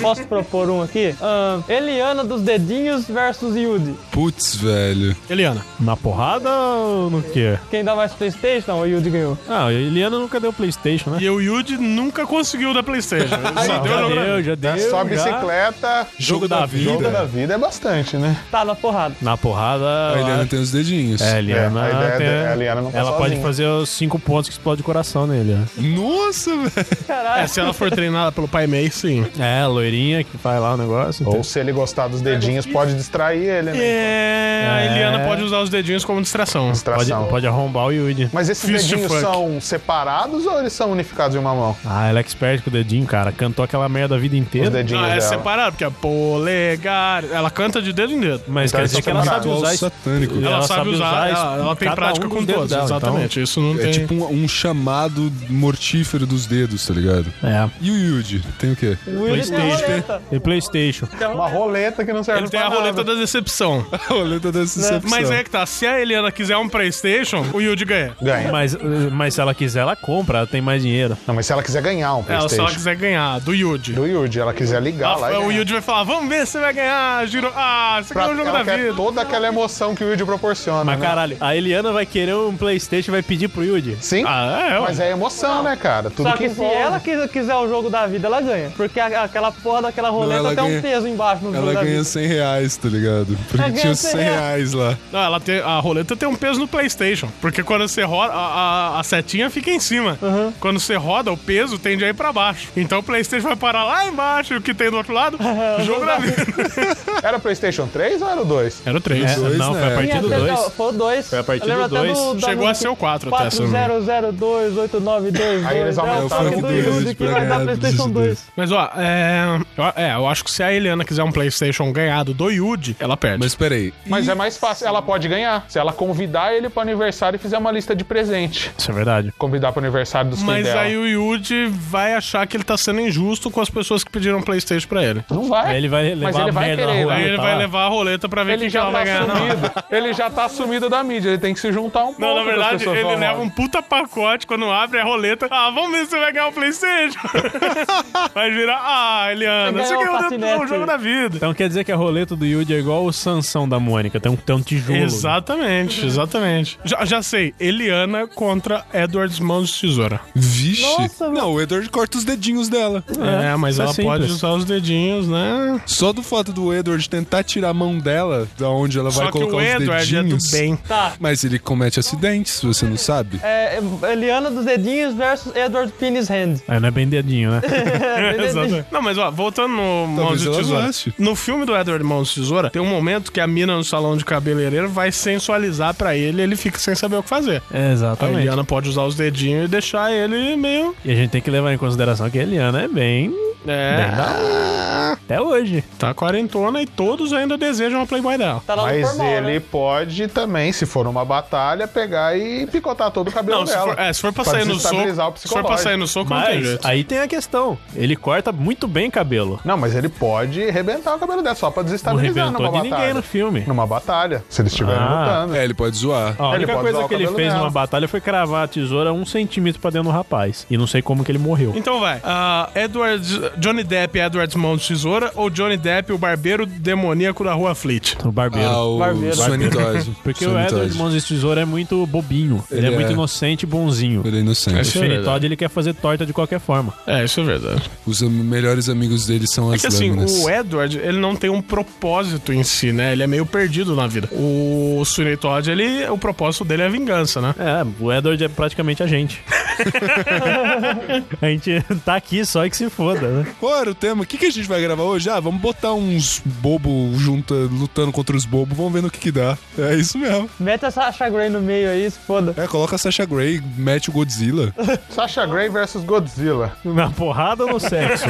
Posso propor um aqui? Ahn, Eliana dos Dedinhos versus Yudi.
Putz, velho.
Eliana.
Na porrada ou no quê?
Quem dá mais Playstation? Não, o Yudi ganhou.
Ah, a Eliana nunca deu Playstation, né?
E o Yuji nunca conseguiu da Playstation. Só deu né?
Já
jogo na-
deu, já deu.
É só
já.
bicicleta.
Jogo da
Jogo da
vida.
vida é bastante, né?
Tá na porrada.
Na porrada.
A Eliana tem os dedinhos.
É, a Eliana.
É, a ideia
tem-
dela- a Eliana não tá
ela pode
sozinha.
fazer os cinco pontos que explode o coração nele. né?
Nossa, velho.
É, se ela for treinada pelo pai Mei, sim.
É, a loirinha que faz lá o negócio.
Ou se ele gostar dos
É.
dedinhos, pode distrair ele, né?
É, a Eliana pode usar os dedinhos como distração.
Pode,
Distração.
pode arrombar o Yudi.
Mas esses
Fist
dedinhos
fuck.
são separados ou eles são unificados em uma mão?
Ah, ela é expert com o dedinho, cara. Cantou aquela merda a vida
Os
inteira.
dedinhos
Não, é
dela.
separado, porque é polegar. Ela canta de dedo em dedo.
Mas
Então,
quer dizer
eles
que
são
ela sabe
separados.
Ritual
usar isso.
satânico.
Ela, sabe, usar,
isso-
ela, ela tem
cada
prática
um
com
dos dedos
todos,
dela, então.
exatamente. Isso não tem.
É tipo um, um chamado mortífero dos dedos, tá ligado?
É.
E o Yuji? Tem
<laughs>
o quê?
O Yudi tem a
Playstation.
roleta.
E Playstation.
Uma roleta que não serve
Ele tem
pra
a roleta
nada.
da decepção.
A roleta da decepção.
Mas é que tá, se a Eliana quiser um Playstation, o Yuji ganha. É,
Ganha.
Mas, mas se ela quiser, ela compra, ela tem mais dinheiro.
Não, mas se ela quiser ganhar um
É, Ela, se ela
Playstation né?
quiser ganhar, do Yuji.
do Yuji, ela quiser ligar lá
Ela-
e
o
ganhar.
Yuji vai falar: vamos ver se você vai ganhar, Giro. Ah, você
Pra,
ganhou o jogo da
ela quer
vida.
toda aquela emoção que o Yuji proporciona,
Mas
né?
caralho, a Eliana vai querer um Playstation e vai pedir pro Yudi.
Sim,
Ah, é,
mas
ué.
é emoção, né, cara? Tudo
Só
que
que se
envolve.
ela quis- quiser o jogo da vida, ela ganha. Porque a- aquela porra daquela
ela
roleta tem
ganha-
um peso embaixo no jogo
Ela
da
ganha
vida.
100 reais, tá ligado?
Ela
Porque
ganha
tinha os
100
100 reais lá.
Não, ela tem, a roleta tem um peso no PlayStation. Porque quando você roda, a, a- a setinha fica em cima. Quando você roda, o peso tende a ir pra baixo. Então o PlayStation vai parar lá embaixo, e o que tem do outro
<laughs>
lado,
É,
jogo da vida.
Era o PlayStation 3 ou era o 2?
Era o 3.
É,
dois,
não,
né?
foi a partir
Tinha
do
até-
2.
não, Foi o 2. Foi
a partir do dois.
É. Chegou a ser o tá, 4 até, se eu não me engano.
40028922.
Aí eles aumentaram
o
do
dois
Yudi que
pra
vai dar
ganhar
Playstation
dos
2.
Mas ó, é, eu- é. Eu acho que se a Eliana quiser um PlayStation ganhado do Yuji, ela perde.
Mas peraí.
Mas é mais fácil, ela pode ganhar. Se ela convidar ele pro aniversário e fizer uma lista de presente.
Isso é verdade.
Convidar pro aniversário dos é? filhos
Mas
dela.
aí o Yuji vai achar que ele tá sendo injusto com as pessoas que pediram um PlayStation pra ele.
Não vai.
Aí ele vai
É. Mas
levar
ele
a
vai
merda na
querer,
rua.
né?
Aí
tá
ele vai
lá.
levar a roleta pra ver
Ele
quem
já
que ela vai
tá
ganhar. Não.
sumido. Ele já tá sumido da mídia. Ele tem que se juntar um pouco.
Não, na
das
verdade,
pessoas
ele
famosas.
leva um puta pacote quando abre a roleta. Ah, vamos ver se você vai ganhar um Playstation. vai virar, ah, Eliana,
Você
você
ganhou
ganhou
um
o
patinete.
jogo da vida.
Então quer dizer que a roleta do Yudi é igual o Sansão da Mônica, tem um, tem um tijolo.
Exatamente, exatamente. Já, já sei, Eliana contra Edwards Mãos de Tesoura.
Vixe. não, o Edward corta os dedinhos dela.
É, mas
é
ela
simples.
pode usar os dedinhos, né?
Só do fato do Edward tentar tirar a mão dela, da onde ela vai
Só que
colocar
o
os
Edward é do
dedinhos.
bem.
Tá.
Mas ele comete acidentes, você não sabe?
É, Eliana dos Dedinhos versus Edward Penis
<laughs>
Hand.
Aí não é bem dedinho, né?
É,
Exatamente. Não, mas ó, voltando no Mãos
Talvez
de
ela
Tesoura.
goste.
No filme do Edward Mãos de Tesoura, tem um momento que a mina no salão de cabeleireiro vai sensualizar pra ele e ele fica sem saber o que fazer. A
Exatamente.
Eliana pode usar os dedinhos e deixar ele meio.
E a gente tem que levar em consideração que a Eliana é bem
É.
Ah. Até hoje.
Tá quarentona e todos ainda desejam a Playboy dela.
tá
Mas
né?
né?
ele pode também, se for uma batalha, pegar e picotar todo o cabelo
Não, se
dela.
for, é, se for pra
Pra
sair no soco.
desestabilizar o
Se for pra sair no soco, não tem
Mas
jeito.
aí tem a questão. Ele corta muito bem cabelo.
Não, mas ele pode arrebentar o cabelo dela só pra
Não
desestabilizar
rebentou
numa
de
batalha.
ninguém
né?
no filme.
Numa batalha, se eles estiverem
Ah.
lutando.
É, ele pode zoar.
A
Ele pode
única
zoar
coisa
o
que ele
cabelo
fez
dela.
numa batalha foi cravar a tesoura um centímetro pra dentro do rapaz. E não sei como que ele morreu.
Então vai. Ah, Edward, Johnny Depp e Edward Mão de Tesoura ou Johnny Depp, o barbeiro demoníaco da rua Fleet?
O barbeiro.
Ah, o
barbeiro.
Suanitose.
Porque o
Suanitose.
Edward Mãos de Tesoura é muito bobinho. Ele,
Ele
é muito
é.
inocente e bonzinho.
Ele é inocente.
O Sweeney Todd, ele quer fazer torta de qualquer forma.
É, isso é verdade.
Os am- melhores amigos dele são
É
as
que assim,
lâminas.
o Edward, ele não tem um propósito em si, né? Ele é meio perdido na vida. O Sweeney Todd, ele, o propósito dele é a vingança, né?
É, o Edward é praticamente a gente. a gente tá aqui só que se foda, né?
Qual era o tema? O que, que a gente vai gravar hoje? Ah, vamos botar uns bobos junta, lutando contra os bobos, vamos ver no que que dá. É isso mesmo.
Mete essa Sasha Grey no meio aí, se foda.
É, coloca a Sasha Grey, mete o Godzilla.
Sasha Grey versus Godzilla.
Na porrada ou no sexo?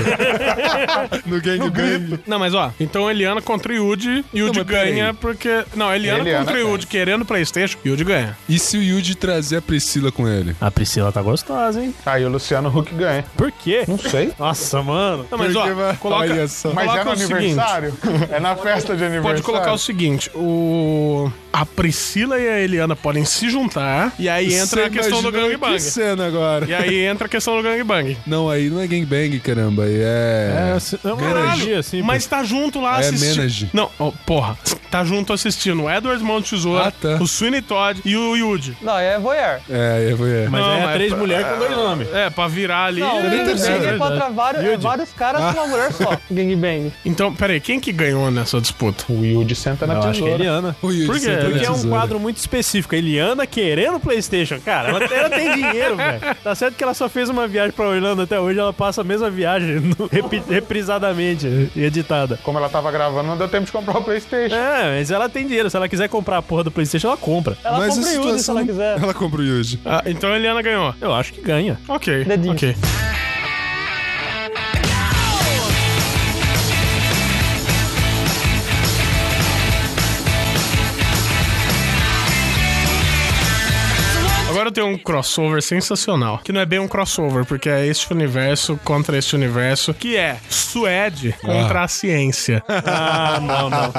no gangbang.
Não, mas ó, então Eliana contra Yuji, Yuji
mas peraí.
ganha porque... Não, Eliana,
Eliana
contra
ganha.
Yuji, querendo Playstation, Yuji ganha.
E se o Yuji trazer a Priscila com ele?
A Priscila tá gostosa, hein?
Aí o Luciano Huck ganha.
Por quê?
Não sei.
Nossa, mano.
Não, mas ó,
Porque vai-
coloca,
Olha só.
Mas
coloca
é no
o seguinte.
aniversário?
<laughs>
É na festa de aniversário?
Pode colocar o seguinte, o a Priscila e a Eliana podem se juntar e aí entra
Você
a questão do
imaginou
gangbang.
Que é. cena agora.
E é- aí entra a questão do gangbang.
Não, aí não é gangbang, caramba. aí É.
É, é uma analogia, assim.
Mas tá junto lá
É
assistindo.
menage.
Não, ó, porra. Tá junto assistindo o Edward Mão de Tesoura,
Ah, tá.
o Sweeney Todd e o Yuji.
Não, é voyeur.
É, eu vou. É.
Mas
Não,
é
mas-
três mulheres com dois homens.
É, pra virar ali.
Não,
é-
ele
deve ser
é
verdade.
contra vários, é vários caras com
<laughs>
uma mulher só. Gangbang.
Então, peraí, quem que ganhou nessa disputa?
Uhum.
O Yuji senta na
Eu acho que é
tesoura.
Eliana.
O Yuji
Por quê?
sentando
Porque
na
é um
tesoura.
quadro muito específico. A Eliana querendo PlayStation. Cara, ela, ela tem dinheiro, velho. Tá certo que ela só fez uma viagem pra Orlando até hoje. Ela passa a mesma viagem no- <laughs> repi- reprisadamente e editada.
Como ela tava gravando, não deu tempo de comprar o Playstation.
É, mas ela tem dinheiro. Se ela quiser comprar a porra do PlayStation, ela compra.
Ela
Mas a
compra Yuri se
situação.
ela quiser.
Ela compra o Yuji.
Ah, então a Eliana ganhou.
Eu acho que ganha.
Ok.
Dedinho.
Ok. Agora tem um crossover sensacional. Que não é bem um crossover, porque é este universo contra este universo, que é Suede contra a ciência.
<laughs>
Ah, não, não.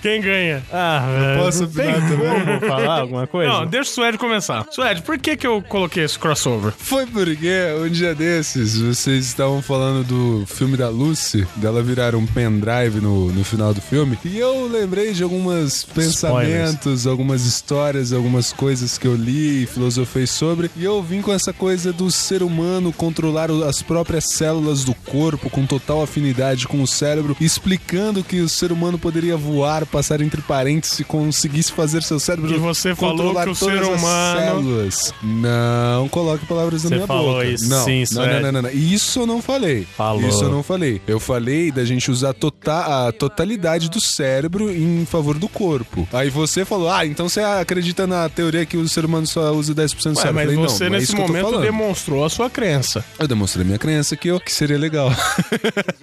Quem ganha?
Ah, velho.
Posso opinar também?
Vou falar alguma
É,
coisa?
Não, deixa o Suede começar. Suede, por que, que eu coloquei esse crossover?
Foi porque um dia desses vocês estavam falando do filme da Lucy, dela virar um pendrive no, no final do filme, e eu lembrei de alguns pensamentos, algumas histórias, algumas coisas que eu li e filosofei sobre, e eu vim com essa coisa do ser humano controlar o- as próprias células do corpo com total afinidade com o cérebro, explicando que o ser humano poderia voar, passar entre parênteses se conseguisse fazer seu cérebro
E você falou
controlar
que o
todas
ser
as
humano.
células. Não coloque palavras na
Você
minha
falou
boca.
isso,
não,
sim,
não,
Suede.
não, não, não, não. Isso eu não falei.
Falou.
Isso eu não falei. Eu falei da gente usar tota- a totalidade do cérebro em favor do corpo. Aí você falou, ah, então você acredita na teoria que o ser humano só usa 10% do
Ué,
cérebro.
mas
Eu falei, não,
você
não é
nesse
isso que eu tô
momento
falando.
demonstrou a sua crença.
Eu demonstrei minha crença que, eu, que seria
<laughs>
legal.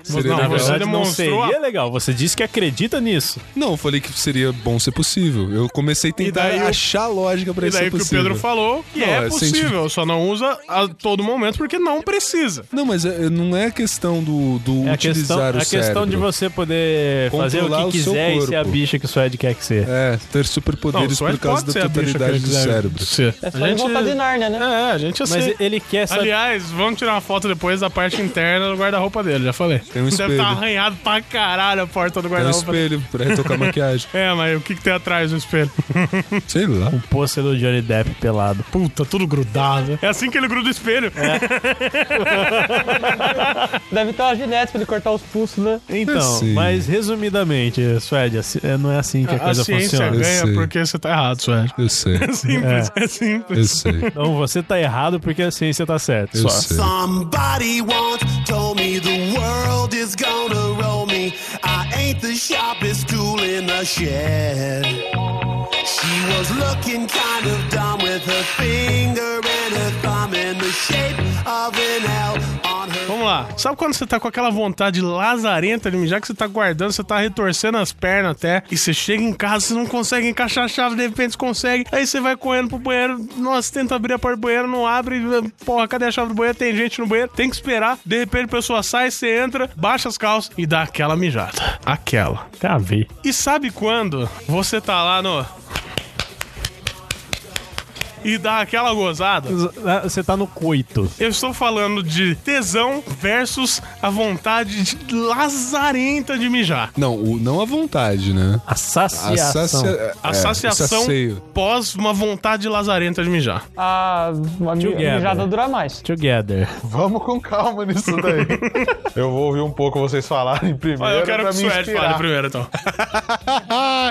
seria
não,
Na
legal.
você
verdade, não
demonstrou a-
seria legal. Você disse que acredita nisso.
Não, eu falei que seria bom ser possível. Eu comecei a tentar
daí o-
achar lógica pra
E
isso
daí
ser
o que o
possível.
Pedro falou, que
Não,
é,
é
possível,
científico.
só não usa a todo momento porque não precisa.
Não, mas é- não é questão do, do
É a questão,
utilizar o
a
cérebro.
questão de você poder fazer o
Controlar
que
o seu
quiser e ser a
corpo.
bicha que o Suede quer que seja.
É, ter
Não,
superpoderes
só ele
por causa
pode
da
ser a bicha que
totalidade
ele
do
quiser
cérebro.
ser.
É só
A
ele
gente-
voltar de Nárnia, né?
É, a gente
Mas
aceita.
ele quer essa.
Aliás, vamos tirar uma foto depois da parte interna do guarda-roupa dele, já falei.
um
Deve
espelho.
estar arranhado pra caralho a porta do
É um
guarda-roupa.
espelho pra
<laughs>
retocar maquiagem.
É, mas o que, que tem atrás do espelho?
Sei lá.
O pôster do Johnny Depp pelado.
Puta, tudo grudado. É assim que ele gruda o espelho.
É,
é.
Deve ter uma gilete pra ele cortar os pulsos, né?
Então,
Assim.
mas resumidamente, Suede, assim- é, não é assim que a,
A
coisa
ciência
funciona.
Eu
ganha
sei.
porque você tá errado, Suécio. <laughs>
Eu sei,
É simples, é, simples.
eu sei,
Então você tá errado porque a ciência tá certa.
eu
Só.
sei.
Somebody once told me the world is gonna roll me. I ain't the sharpest tool in the shed. She was looking kind of dumb with her finger and her thumb in the shape of an L on her.
Vamos vamos lá. Sabe quando você tá com aquela vontade lazarenta de mijar que você tá guardando, você tá retorcendo as pernas até, e você chega em casa, você não consegue encaixar a chave, de repente você consegue, aí você vai correndo pro banheiro, nossa, tenta abrir a porta do banheiro, não abre, porra, cadê a chave do banheiro? Tem gente no banheiro, tem que esperar, de repente a pessoa sai, você entra, baixa as calças e dá aquela mijada. Aquela.
Cavei.
E sabe quando você tá lá no e dá aquela gozada.
Você tá no coito.
Eu estou falando de tesão versus a vontade de- lazarenta de mijar.
Não, o, não a vontade, né? é,
A saciação.
É,
A saciação
saciaio.
pós uma vontade lazarenta de mijar.
A, a mi-
Together.
mijada dura mais.
Together.
Vamos com calma nisso
<laughs>
daí. eu vou ouvir um pouco vocês falarem primeiro.
Olha, eu quero
pra
que o
me
Suede
inspirar.
fale primeiro, então.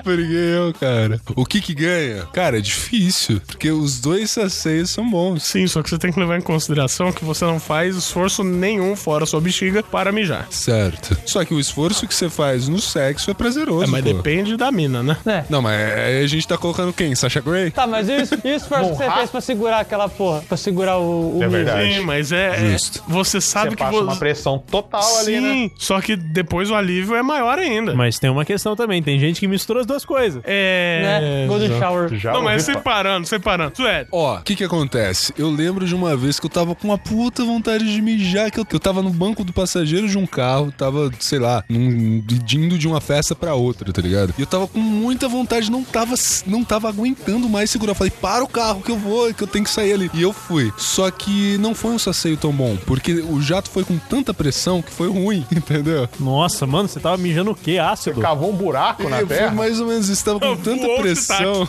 Porque Ah, eu, cara. O que que ganha? Cara, é difícil. Porque os dois saceios são bons.
Sim, só que você tem que levar em consideração que você não faz esforço nenhum fora sua bexiga para mijar.
Certo. Só que o esforço que você faz no sexo é prazeroso.
É, mas
pô.
depende da mina, né?
É.
Não, mas aí a gente tá colocando quem? Sasha Grey?
Tá, mas e o es- e o esforço que você
Borrar?
fez pra segurar aquela porra? Pra segurar o. o
É verdade.
Sim, mas é. é-
Justo.
você sabe
Você
que
passa
você.
uma pressão total ali, né?
Sim, só que depois o alívio é maior ainda.
Mas tem uma questão também, tem gente que mistura as duas coisas.
É.
Né? Golden shower.
Já
não, mas
ouvi fa-
separando, separando. Suede.
Ó, o que que acontece? Eu lembro de uma vez que eu tava com uma puta vontade de mijar, que eu, eu tava no banco do passageiro de um carro, tava, sei lá, num, indo de uma festa pra outra, tá ligado? E eu tava com muita vontade, não tava, não tava aguentando mais segurar. Eu Falei, para o carro que eu vou, que eu tenho que sair ali. E eu fui. Só que não foi um saceio tão bom, porque o jato foi com tanta pressão que foi ruim, <laughs> entendeu?
Nossa, mano, você tava mijando o quê? Ácido?
Cavou um buraco na
Eu fui
É.
terra.
mais ou menos isso, tava com tanta
outro
pressão.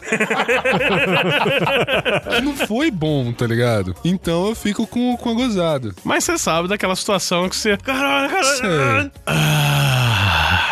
que <laughs> não foi bom, tá ligado? Então eu fico com, com a gozada.
Mas você sabe daquela situação que você. Caralho, caralho.
Sei.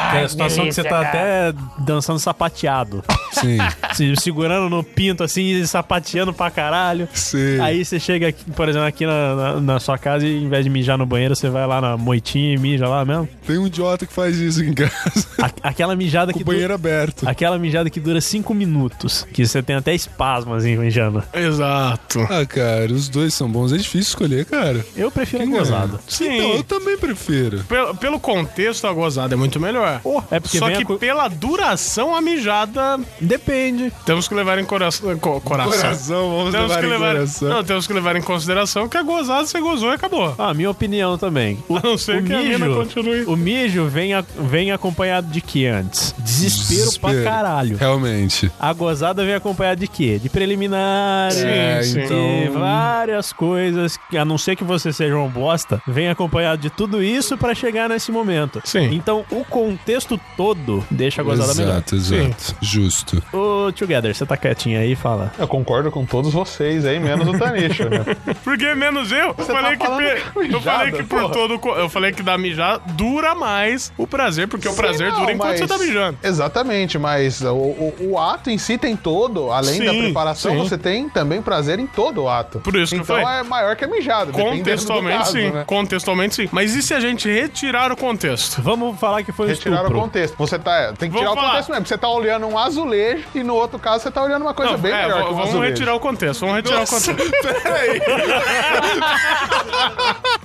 Que é a situação que você tá até dançando sapateado.
Sim,
se Assim, segurando no pinto assim e sapateando pra caralho.
sim.
Aí você chega, aqui, por exemplo, aqui na, na- na sua casa e em vez de mijar no banheiro, você vai lá na moitinha e mija lá mesmo.
Tem um idiota que faz isso aqui em
<laughs>
casa.
A- aquela mijada
com
que
o
dura,
banheiro aberto.
Aquela mijada que dura 5 minutos. Que você tem até espasmo assim mijando.
Exato.
Ah, cara, os dois são bons. É difícil escolher, cara.
Eu prefiro a
Quem
gozada.
ganha?
Sim.
Então, eu também
<laughs>
prefiro.
Pelo, pelo contexto, a gozada é muito melhor.
é porque
Só
vem a
que
co-
pela duração, a mijada.
Depende.
Temos que levar em coração. Co coração.
Coração, vamos
Temos
levar
que
em
levar,
coração.
não, temos que levar em consideração que a gozada você gozou e acabou.
Ah, minha opinião também.
A não ser
o
que a
mijo-
mina continue.
O mijo vem, a- vem acompanhado de que antes? Desespero,
Desespero.
pra caralho.
Realmente.
A gozada vem acompanhada de quê? De preliminares.
é,
sim.
De
então...
várias coisas, que, a não ser que você seja um bosta, vem acompanhado de tudo isso pra chegar nesse momento.
Sim.
Então, o contexto todo deixa a gozada melhor.
Exato, exato. Justo.
Ô, Together, você tá quietinho aí e fala.
Eu concordo com todos vocês aí, menos o Tanisha, né?
Porque menos eu, eu falei,
tá
que,
falando
pe-
que é
eu falei
mijada,
que por
porra.
todo. o co- Eu falei que da mijada dura mais o prazer, porque o prazer
Não,
dura enquanto
mas-
você tá mijando.
Exatamente, mas o, o- o ato em si tem todo. Além da
Sim,
preparação,
sim.
você tem também prazer em todo o ato.
Por isso que eu
então
falei.
é maior que a mijada. dependendo do
Contextualmente,
caso,
sim.
né?
Contextualmente, sim. Mas e se a gente retirar o contexto?
Vamos falar que foi um
Retirar o
estupro.
contexto. Você tá. Tem que
Vamos
tirar
falar.
o contexto mesmo. Você tá olhando um azulejo e no outro caso você tá olhando uma coisa
Não,
bem
é,
melhor
v-
que um
vamos
azulejo.
retirar o contexto, vamos retirar o contexto.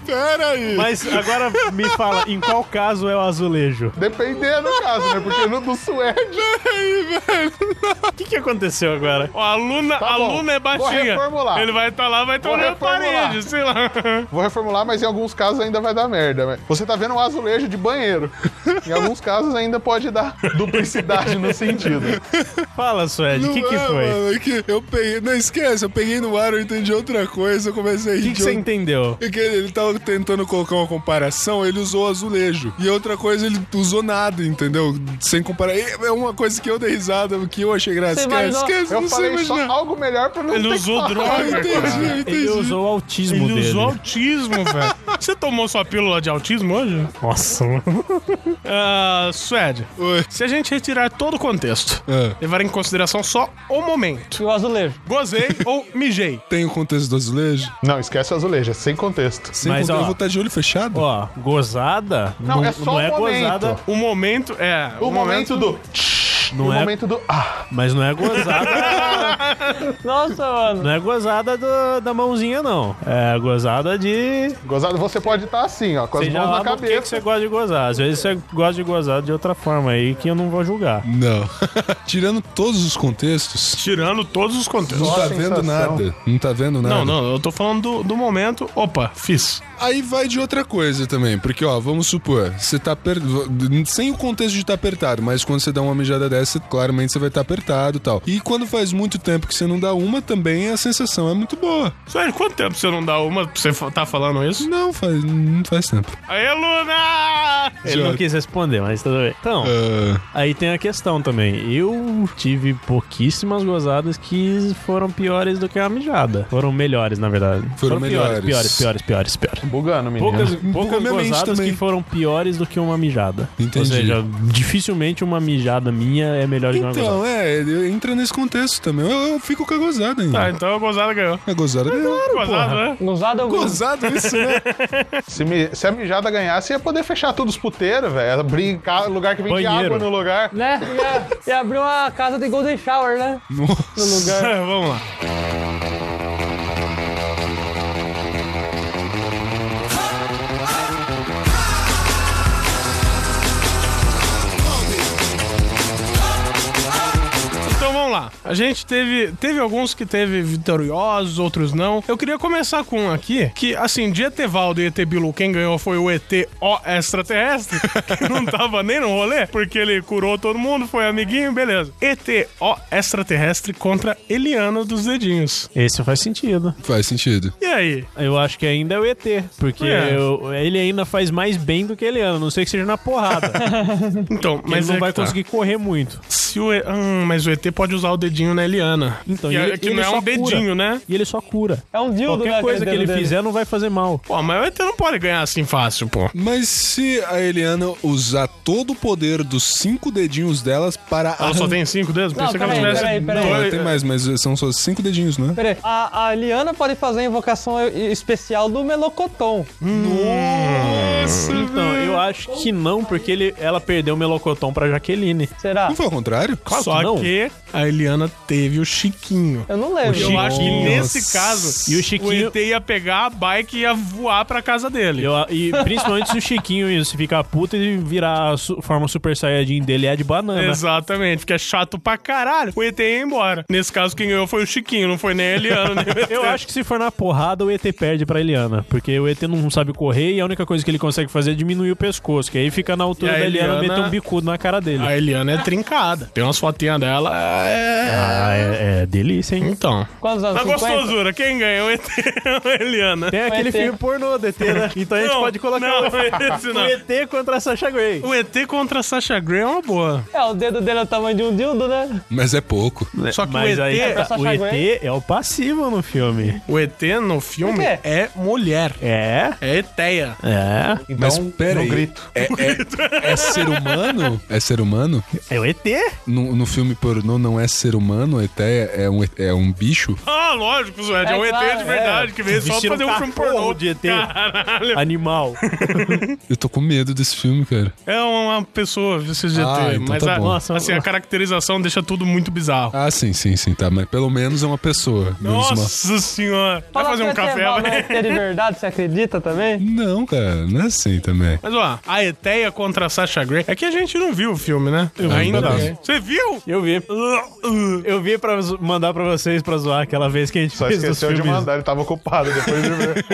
Peraí.
Mas agora me fala, em qual caso é o azulejo?
Dependendo do caso, né? Porque no do suede.
O que, que aconteceu agora?
Ó, a Luna,
Tá
a
bom,
Luna é
vou
baixinha.
reformular.
Ele vai estar lá, Ah, vai estar
Vou
olhando a
reformular.
parede, sei lá.
Vou reformular, mas em alguns casos ainda vai dar merda. né? Você tá vendo um azulejo de banheiro. <laughs> Em alguns casos ainda pode dar duplicidade no sentido.
Fala, Suede, o que, que
é,
foi? O
mano, é que eu peguei. Não esquece, eu peguei no ar, eu entendi outra coisa, eu comecei a
que, que você entendeu?
É que ele, ele tava tentando colocar uma comparação, ele usou azulejo. E outra coisa, ele usou nada, entendeu? Sem comparar. É é uma coisa que eu dei risada, que eu achei graça.
Você
Esquece,
imaginou?
esquece,
Eu
não sei
falei só
imaginar.
algo melhor pra não
Ele
ter que
usou
falar.
Ah, eu
droga.
<laughs>
entendi, eu entendi.
Ele usou o autismo
Ele
dele.
usou autismo, velho. Você tomou sua pílula de autismo hoje?
Nossa,
é
mano.
Ah, Suede,
Oi.
se a gente retirar todo o contexto,
Ah,
levar em consideração só o momento.
E o azulejo.
<laughs>
Gozei ou mijei.
tem o contexto do azulejo?
Não, esquece o azulejo, é sem contexto.
Sem
Mas,
contar,
ó.
eu vou estar de olho fechado?
Ó, gozada?
Não, é só o momento.
gozada.
O momento é.
O momento do.
Não
e
é-
o momento do. Ah!
Mas não é gozada.
Nossa, mano.
não é gozada do- da mãozinha, não. É gozada de.
Gozada, você pode estar assim, ó, com as
Seja
mãos na
lá por que que
cabeça.
você gosta de gozar. Às vezes você gosta de gozar de outra forma aí que eu não vou julgar.
Não. <laughs> Tirando todos os contextos.
Tirando todos os contextos.
Não tá vendo nada. Não tá vendo nada.
Não, não, eu tô falando do, do momento. Opa, fiz.
Aí vai de outra coisa também, porque ó, vamos supor, você tá per... sem o contexto de estar apertado, mas quando você dá uma mijada dessa, claramente você vai estar apertado e tal. E quando faz muito tempo que você não dá uma, também a sensação é muito boa.
Sério, quanto tempo você não dá uma? Você fa- tá falando isso?
Não faz, não faz tempo.
Aê, Luna!
Ele não quis responder, mas tudo bem. Então,
É.
Ah,
aí tem a questão também. Eu tive pouquíssimas gozadas que foram piores do que a mijada. Foram melhores, na verdade.
Foram melhores.
Piores, piores, piores, piores.
Bugando, menino.
Poucas,
Bugou
poucas
minha mente
gozadas
também.
que foram piores do que uma mijada. Ou
Entendi.
seja, dificilmente uma mijada minha é melhor que uma
Então,
gozada.
é, ele entra nesse contexto também. Eu, eu fico com a gozada ainda.
Tá, então a gozada ganhou.
A gozada ganhou.
Gozado, né?
Gozada
Gozado isso, né?
<laughs>
Se, mi- se a mijada ganhasse, ia poder fechar todos os puteiros, velho. Brincar, lugar que vende
Banheiro.
água no lugar.
Né? E, a- e abriu uma casa de Golden Shower, né? No lugar.
Vamos lá. Então vamos lá. A gente teve, teve alguns que teve vitoriosos, outros não. Eu queria começar com um aqui, que assim, de Etevaldo e ET Bilu, quem ganhou foi o ET O extraterrestre, <laughs> que não tava nem no rolê, porque ele curou todo mundo, foi amiguinho, beleza. ET O extraterrestre contra Eliana dos Dedinhos.
Esse faz sentido.
Faz sentido.
E aí?
Eu acho que ainda é o ET, porque
É.
eu- ele ainda faz mais bem do que ele anda, a não sei que seja
<laughs>
na porrada.
Então,
Porque
mas
ele não
é
vai
que tá.
conseguir correr muito.
Se o E- hum, mas o ET pode usar o dedinho na Eliana.
Então,
que,
e
é-
ele-
que
ele
não é
só
um dedinho,
cura.
né?
E ele só cura.
É um dildo, né,
Qualquer coisa que
aquele
ele
dedo dele.
fizer não vai fazer mal.
Pô, mas o ET não pode ganhar assim fácil, pô.
Mas se a Eliana usar todo o poder dos cinco dedinhos delas para.
Ela só
<laughs>
arran-
tem cinco dedos?
Não,
Pensei que ela
peraí,
tivesse.
peraí, peraí.
Não, ela
dois-
tem mais, mas são só cinco dedinhos, né?
Peraí, a, a Liana pode fazer a invocação e- especial do Melocoton.
Nossa!
Então, eu acho que não, porque ele, ela perdeu o melocotão pra Jaqueline.
Será?
Não foi ao contrário?
Claro
Só
que não.
que a Eliana teve o Chiquinho.
Eu não lembro.
Eu acho que
Chiquinho.
nesse caso,
E o Chiquinho-
o ET ia pegar a bike e ia voar pra casa dele.
Eu- e principalmente se o Chiquinho isso, ficar puto e virar a su- forma Super Saiyajin dele é de banana.
Exatamente, fica chato pra caralho. O ET ia embora. Nesse caso, quem ganhou foi o Chiquinho, não foi nem a Eliana. nem o <laughs> ET.
Eu acho que se for na porrada, o ET perde pra Eliana. Porque o ET não sabe correr e a única coisa que ele consegue fazer é diminuir o pescoço. Que aí fica na altura
E a
da Eliana,
Eliana-
meter um bicudo na cara dele.
A Eliana é trincada. Tem umas fotinhas dela. É.
Ah, é, é delícia, hein?
Então.
Quantos anos?
Tá
Na
50?
gostosura, quem ganha? O ET <laughs> ou a Eliana?
Tem aquele
ET.
filme pornô do ET, né? Então a gente
Não,
pode colocar
não,
o,
<laughs> esse não.
o ET contra a Sasha Grey.
O ET contra a Sasha Grey é uma boa.
É, o dedo dele é o tamanho de um dildo, né?
Mas é pouco.
Só que
Mas
o ET,
aí que tá,
Sasha
o
Grey.
ET é o passivo no filme.
o ET no filme
Por quê?
é mulher.
É,
É eteia.
é.
Mas pera
no
aí.
grito.
É, é- é ser humano? É ser humano?
É o ET?
No, no filme pornô não é ser humano, até é um, é um bicho?
Ah, lógico, Zé. É,
É
um ET
claro,
de verdade
é.
que veio só pra
Vestiram
fazer um filme
cachorro
pornô.
de ET.
Caralho.
Animal.
Eu tô com medo desse fileme, cara.
É uma pessoa vestida de ET.
Ah, então
mas
tá
a,
bom.
nossa, assim, a caracterização deixa tudo muito bizarro.
Ah, sim, sim, sim, tá. Mas pelo menos é uma pessoa. menos uma-
Nossa senhora. Vai
Fala
fazer um
pra
café,
Etevaldo,
vai.
né, que é de verdade, você acredita
<laughs>
também?
Não, cara, não é assim também.
Mas ó, a Eteia contra a Sasha Grey. É que a gente não viu o filme, né? Eu
vi um
Ainda
pedaço.
bem. Você viu?
Eu vi. Eu vi pra zo- mandar pra vocês pra zoar aquela vez que a gente
Só
fez dos
esqueceu de
filmes.
mandar, ele tava ocupado depois de ver.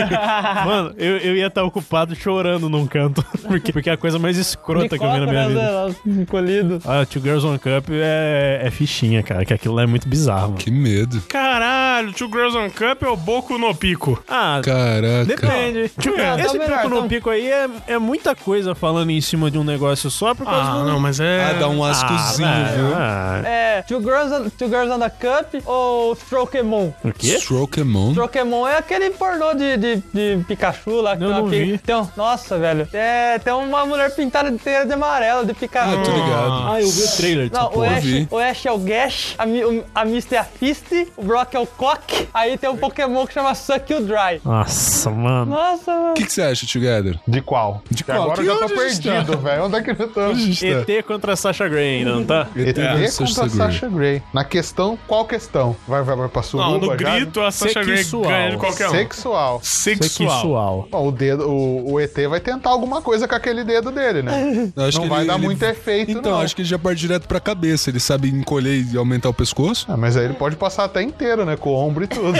Mano, eu, eu ia estar ocupado chorando num canto. <laughs> Porque, porque é a coisa mais escrota que eu vi na minha vida.
vida. né, Encolhido.
Ah, Two Girls One Cup é, é fichinha, cara. Que aquilo lá é muito bizarro, mano.
Que medo.
Caralho, Two Girls One Cup é o Boco no Pico.
Ah,
Caraca.
Depende. Tipo,
tá
esse
melhor,
pico no
então.
pico aí é, é muita coisa falando em cima de um negócio só por causa
Ah,
do...
não, mas é.
Ah, dá um ascozinho, viu?
Ah,
É, Two Girls, on- Two Girls on the Cup ou Strokemon?
o quê?
Strokemon?
Pokémon é aquele pornô de, de, de Pikachu lá. que
Não,
tem uma
não
pi-
vi.
Tem um- nossa, velho. É, tem uma mulher pintada inteira de amarelo, de Pikachu.
Ah, tô ligado.
Ah, eu vi o trailer dessa
Não, o
porra.
Ash,
vi.
o Ash é o Gash, a, Mi- o- a Misty é a Fist, o Brock é o Cock, aí tem um Pokémon que chama Suck You Dry.
Ah. Nossa, mano.
Nossa, mano.
O que, que você acha, Together?
De qual?
De qual
agora agora eu
tá
já tô perdido, velho. Onde é que eu tô?
ET contra Sasha Grey ainda, não tá?
É.
ET contra Sasha Grey. Na questão, qual questão? Vai, vai, vai pra
Não, no
suruba já?
grito a Sasha Grey ganha de
então.
qualquer um.
Sexual.
Sexual.
é
Sexual.
Bom, o, dedo, o, o ET vai tentar alguma coisa com aquele dedo
<laughs>
dele, né?
Eu acho
não
que
vai
ele-
dar
ele-
muito efeito,
Então,
não.
acho que ele já parte direto pra cabeça. Ele sabe encolher e aumentar o pescoço.
Ah, mas aí ele pode passar até inteiro, né? Com o ombro e
<laughs>
tudo.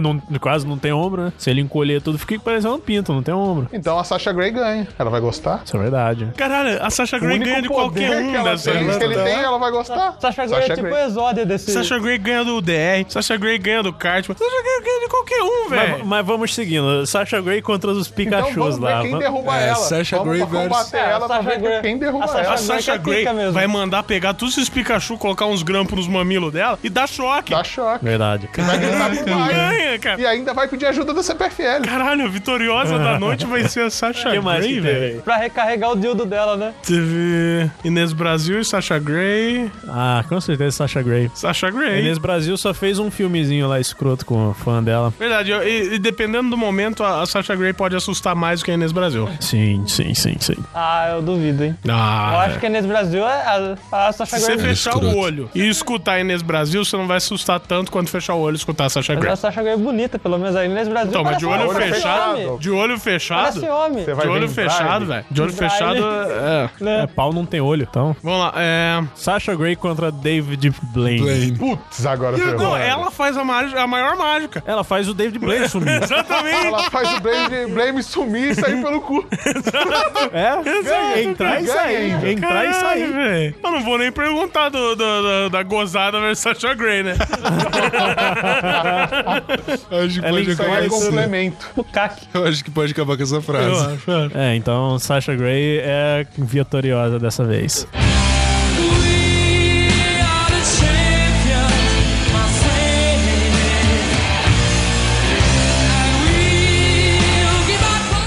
Não, não- quase não tem ombro, né? Se ele encolher tudo, fica parecendo um pinto, não tem ombro.
Então a Sasha Grey ganha. Ela vai gostar?
Isso é verdade.
Caralho, a Sasha
O
Grey
único
ganha de
poder
qualquer
que
um
ela
dessa
tem, né? que ele
lista.
tem, ela vai gostar.
Sasha Grey é tipo o Exódia desse...
Sasha Grey ganha do DR, Sasha Grey ganha do Cartman, Sasha Grey ganha de qualquer um,
Mas,
velho.
mas vamos seguindo. Sasha Grey contra os Pikachus
É. Então vamos
lá.
ver quem
Vamos-
derruba
É,
ela.
Sasha
vamos
Grey
combater
versus-
ela
É, a
pra
Sasha
ver
Grey-
quem derruba
a Sasha
ela.
A
Grey
Sasha
catica
Grey
mesmo.
vai mandar pegar todos esses Pikachu, colocar uns grampos nos mamilos dela e dar choque.
Dá Tá choque.
Verdade.
Vai gritar demais.
Ganha, cara.
E ainda vai pedir ajuda da CPFL.
Caralho, a vitoriosa da noite vai ser a Sasha
<laughs> Que mais
Grey,
que tem,
velho.
Pra recarregar o dildo dela, né?
Teve Inês Brasil e Sasha Grey.
Ah, com certeza Sasha Grey.
Sasha
A
Grey.
Inês Brasil só fez um filmezinho lá escroto com o fã dela.
Verdade, eu- e, e dependendo do momento, a, a Sasha Grey pode assustar mais do que a Inês Brasil.
Sim, sim, sim, sim.
Ah, eu duvido, hein? eu
Ah,
acho que nesse Brasil é a, a Sasha
se você
Grey. é
fechar
escroto.
o olho e escutar a Inês Brasil, você não vai assustar tanto quanto fechar o olho e escutar a Sasha
Mas
Grey.
a Sasha Grey é bonita, pelo menos aí nesse Brasil.
Então, mas de
parece
olho
homem,
fechado,
parece homem.
de olho fechado,
Parece homem.
Você vai
de
ver
olho
em
fechado,
drive.
velho. De olho
Drive.
fechado, é.
É, pau não tem olho, então.
Vamos lá, é.
Sasha Grey contra David Blaine.
Blaine.
Putz, agora ferrou.
Não, ela faz a, mágica- a maior mágica.
Ela faz o David Blaine sumir.
<laughs>
Exatamente.
Ela faz o Blame, Blame sumir e sair pelo cu.
é, entrar e sair.
Ganha ainda.
Entrar e sair.
velho. Eu não vou nem perguntar do, do- do- da gozada versus Sasha Grey,
<laughs>
né?
Acho que pode
Isso aí
acabar
é
com essa-
complemento.
O caque.
Eu acho que pode acabar com essa frase.
É, então Sasha Grey é vitoriosa dessa vez.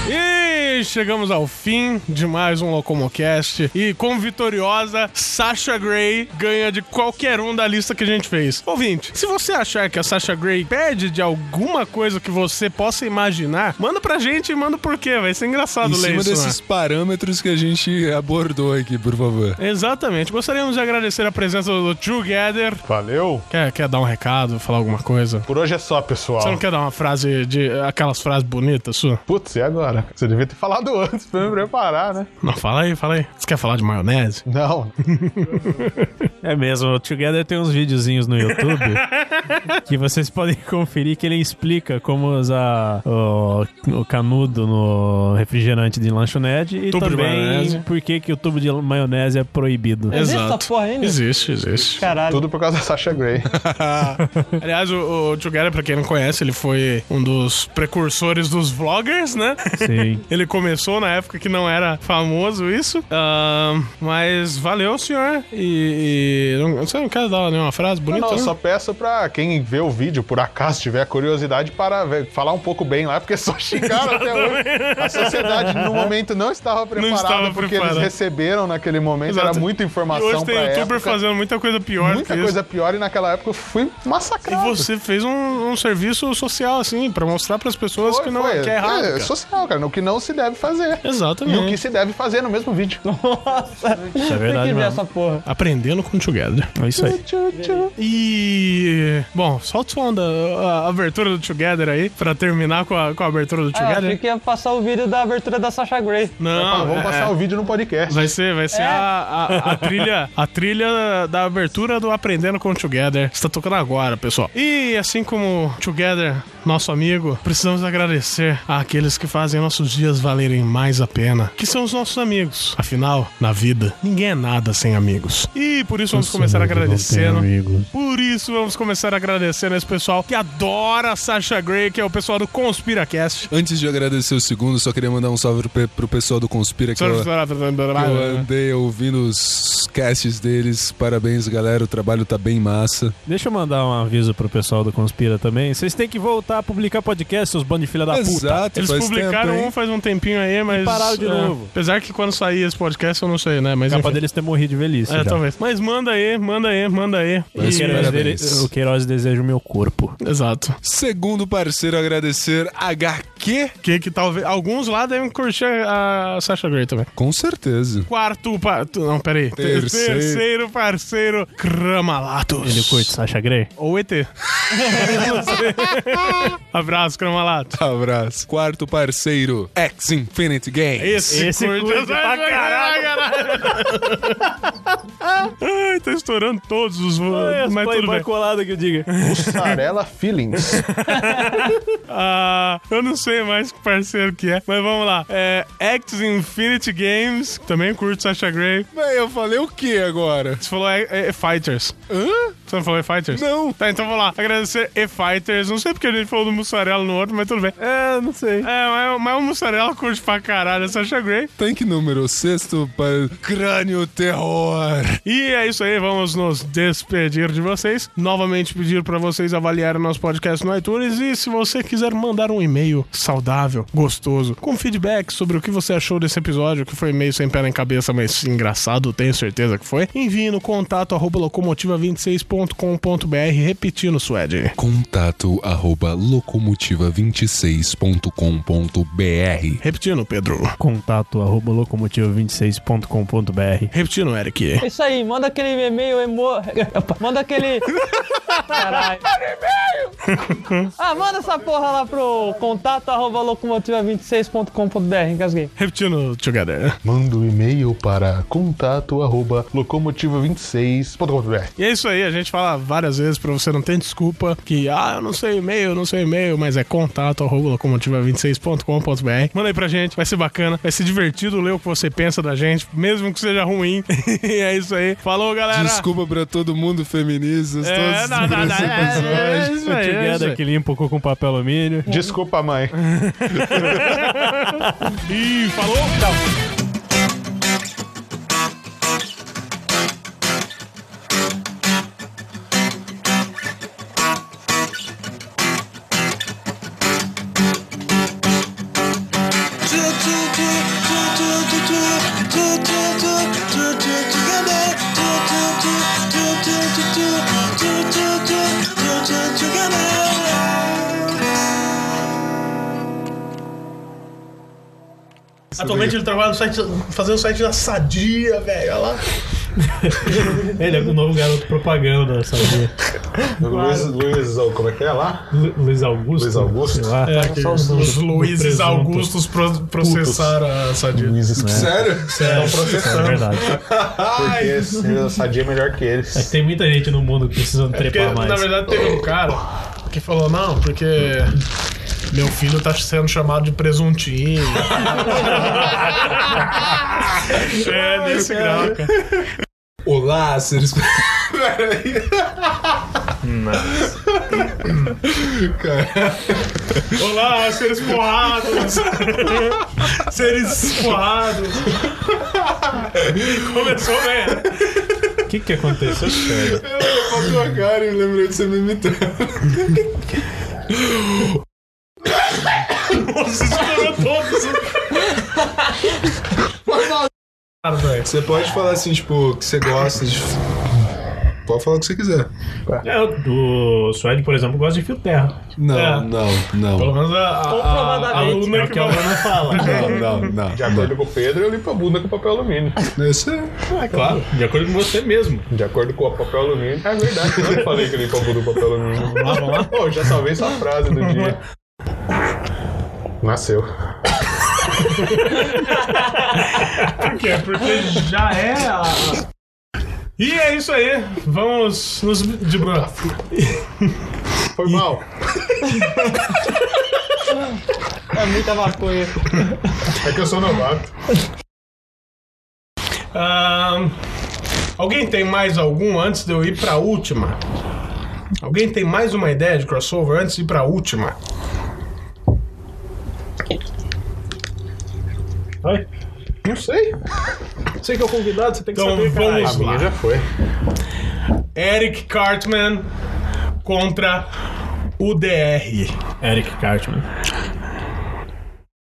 E chegamos ao fim de mais um Locomocast. E com vitoriosa, Sasha Grey ganha de qualquer um da lista que a gente fez. Ouvinte, se você achar que a Sasha Grey perde de alguma coisa que você possa imaginar, manda pra gente e manda o porquê. Vai ser engraçado
Em
ler
cima
isso. né?
desses parâmetros que a gente abordou aqui, por favor.
né? Exatamente. Gostaríamos de agradecer a presença do Together.
Valeu.
Quer, quer dar um recado, falar alguma coisa?
Por hoje é só,
Você
pessoal.
não quer dar uma frase de. aquelas frases bonitas sua?
Putz, e agora? Você devia ter falado antes pra eu me preparar, né?
Não, fala aí, fala aí. Você quer falar de maionese?
Não.
É mesmo, o Together tem uns videozinhos
<laughs>
no YouTube que vocês podem conferir que ele explica como usar o, o canudo no refrigerante de lanchonete e
Tubo de maionese.
também por que que o tubo de maionese é proibido.
Existe
Exato.
essa porra ainda?
Existe, existe.
Caralho.
Tudo por causa da Sasha Grey.
Aliás, o, o Together, pra quem não conhece, ele foi um dos precursores dos vloggers,
<laughs>
né?
Sim.
Ele começou na época que não era famoso isso. Ahn, mas valeu, senhor. E. e não, você não quer dar nenhuma frase bonita?
Não,
né?
eu só peço pra quem vê o vídeo, por acaso tiver curiosidade, para ver- falar um pouco bem lá, porque <laughs> só xingaram até hoje. A sociedade, no momento, não estava preparada,
estava
porque
preparada.
eles receberam naquele momento,
Exato.
era muita
E
informação
hoje tem
pra
youtuber
época,
fazendo muita coisa pior do que
muita
isso.
coisa pior, e naquela época eu fui
E
massacrado.
você fez um, um serviço social, assim, pra mostrar pras pessoas
Foi,
que não
foi.
que é errado.
É,
cara. É.
social, cara, no que não se deve fazer. E o
Exatamente.
que se deve fazer é no mesmo vídeo.
Nossa.
é verdade
Tem que ver
mesmo.
essa porra.
Aprendendo com o Together.
É isso aí.
Tchau, tchau.
E. Bom, solta o som da a abertura do Together aí, pra terminar com a, com a abertura do
Ah, eu
Together.
achei que ia passar o vídeo da abertura da Sasha Grey.
Ah,
Não,
vamos
é-
passar o vídeo
<laughs>
no podcast.
Vai ser, vai ser
É.
a, a- a trilha, a trilha da abertura do Aprendendo com o Together. Está tocando agora, pessoal. E assim como o Together, nosso amigo, precisamos agradecer àqueles que fazem nossos dias valerem mais a pena, que são os nossos amigos. Afinal, na vida, ninguém é nada sem amigos. E por isso vamos começar agradecendo. Por isso vamos começar agradecendo esse pessoal que adora a Sasha Grey, que é o pessoal do ConspiraCast.
Antes de agradecer o segundo, só queria mandar um salve pro, pe- pro pessoal do Conspira que eu, que eu
né?
andei ouvindo os casts deles. Parabéns, galera. O trabalho tá bem massa.
Deixa eu mandar um aviso pro pessoal do Conspira também. Vocês têm que voltar voltar a publicar podcast, seus bandos de filha da puta.
Tá Eles publicaram um faz um tempinho aí, mas.
pararam de
é,
novo.
Apesar que quando sair esse podcast, eu não sei, né? Mas.
Capaz
enfim.
deles ter morrido de velhice.
É,
já.
talvez. Mas manda aí, manda aí, manda aí.
O Queiroz, dele, o Queiroz deseja o meu corpo.
Exato.
Segundo parceiro, agradecer HQ.
Que, que talvez. Alguns lá devem curtir a Sasha Grey também.
Com certeza.
Quarto. Pa... tu- Não, peraí.
Terceiro.
Terceiro parceiro, Cramalatos.
Ele curte Sasha Grey?
Ou ET. <laughs> Não sei. Abraço, Cramalato.
Abraço. Quarto parceiro, X Infinity Games.
Esse, curte né,
curte pra
Sasha Grey, caralho. Ai, tá estourando todos os. É, mas tudo bem.
colado que eu diga.
Mussarela Feelings.
Ah, eu não sei mais que parceiro que é, mas vamos lá. É Acts Infinity Games, também curto Sasha Grey.
Véi, eu falei o que agora?
Você falou é, é- é Fighters.
Hã?
Você não falou E-Fighters?
Não.
Tá, então vamos lá. Agradecer E-Fighters. Não sei porque a gente falou do Mussarela no outro, mas tudo bem.
É, não sei.
É, mas, mas o Mussarela curte pra caralho a Sasha Grey.
Tank número sexto para Crânio Terror.
E é isso aí, vamos nos despedir de vocês. Novamente pedir pra vocês avaliarem nosso podcast no iTunes e se você quiser mandar um e-mail saudável, gostoso, com feedback sobre o que você achou desse episódio, que foi meio sem pé nem cabeça, mas engraçado, tenho certeza que foi. Envie no contato arroba locomotiva26.com.br, repetindo, Suede.
Contato arroba locomotiva26.com.br
Repetindo, Pedro.
Contato arroba locomotiva26.com.br.
Repetindo, Eric.
É isso aí, manda aquele e-mail emo... <laughs> Opa, manda aquele... <laughs> Caralho. Ah, manda essa porra lá pro contato arroba locomotiva26.com.br, engasguei.
Repetindo, together.
Manda o e-mail para contato arroba locomotiva26.com.br.
E é isso aí, a gente fala várias vezes pra você não ter desculpa que, ah, eu não sei e-mail, eu não sei e-mail, mas é contato arroba locomotiva26.com.br. Manda aí pra gente, vai ser bacana, vai ser divertido ler o que você pensa da gente, mesmo que seja ruim. <laughs> e é isso aí. Falou, galera!
Desculpa pra todo mundo, feministas, todos
É,
os
não, não, não, é, é isso aí, é isso aí.
que limpa o cu com papel alumínio.
Desculpa, mãe.
Ih, falou? Tchau. Atualmente ele trabalha no site, fazendo o site da Sadia, velho. Olha lá.
Ele é o novo garoto propaganda, sabia?
Luiz, Luiz, como é que é lá?
Lu- Luiz Augusto.
Luiz Augusto?
Sei lá.
É, que os, os Luizes
presunto.
Augustos pro- processaram a Sadia.
Sério?
Sério?
Estão
É
processando.
verdade.
Porque esse Sadia é melhor que
É
eles.
que tem muita gente no mundo precisando
Porque,
trepar mais.
É na verdade, teve um cara que falou, não, porque meu filho tá sendo chamado de presuntinho. é, nesse grau, cara.
Olá, seres.
Olá, seres porrados! seres
<laughs>
porrados! Começou bem!
O que que aconteceu? cara?
Faltou a cara e eu lembrei de você me imitando.
Nossa, estourou todos! Cara, velho.
Você pode falar assim, tipo, que você gosta de. Pode falar o que você quiser.
É, o o Suede, por exemplo, gosta de fio terra.
Não,
É.
não, não.
Pelo menos a, a, a, a
Provavelmente.
aluna
É o
que,
que a
vai-
Ana fala.
Não, não, não.
É. De acordo com o Pedro, eu limpo a bunda com papel alumínio. Ah,
não. Isso é.
É claro, de acordo com você mesmo.
De acordo com o papel alumínio. É verdade, eu falei que limpa a bunda com papel alumínio. Vamos lá, vamos lá. já salvei sua frase do dia. Nasceu.
que <laughs> é porque já é a. E é isso aí. Vamos nos debruçar.
Foi mal.
É muita maconha.
É que eu sou novato.
Ahn, alguém tem mais algum antes de eu ir pra última? Alguém tem mais uma ideia de crossover antes de ir pra última?
Ai,
Não sei.
Você que é o convidado, você tem que
Então
saber, cara.
vamos
Minha
lá.
já foi.
Eric Cartman contra
O DR.
Eric Cartman.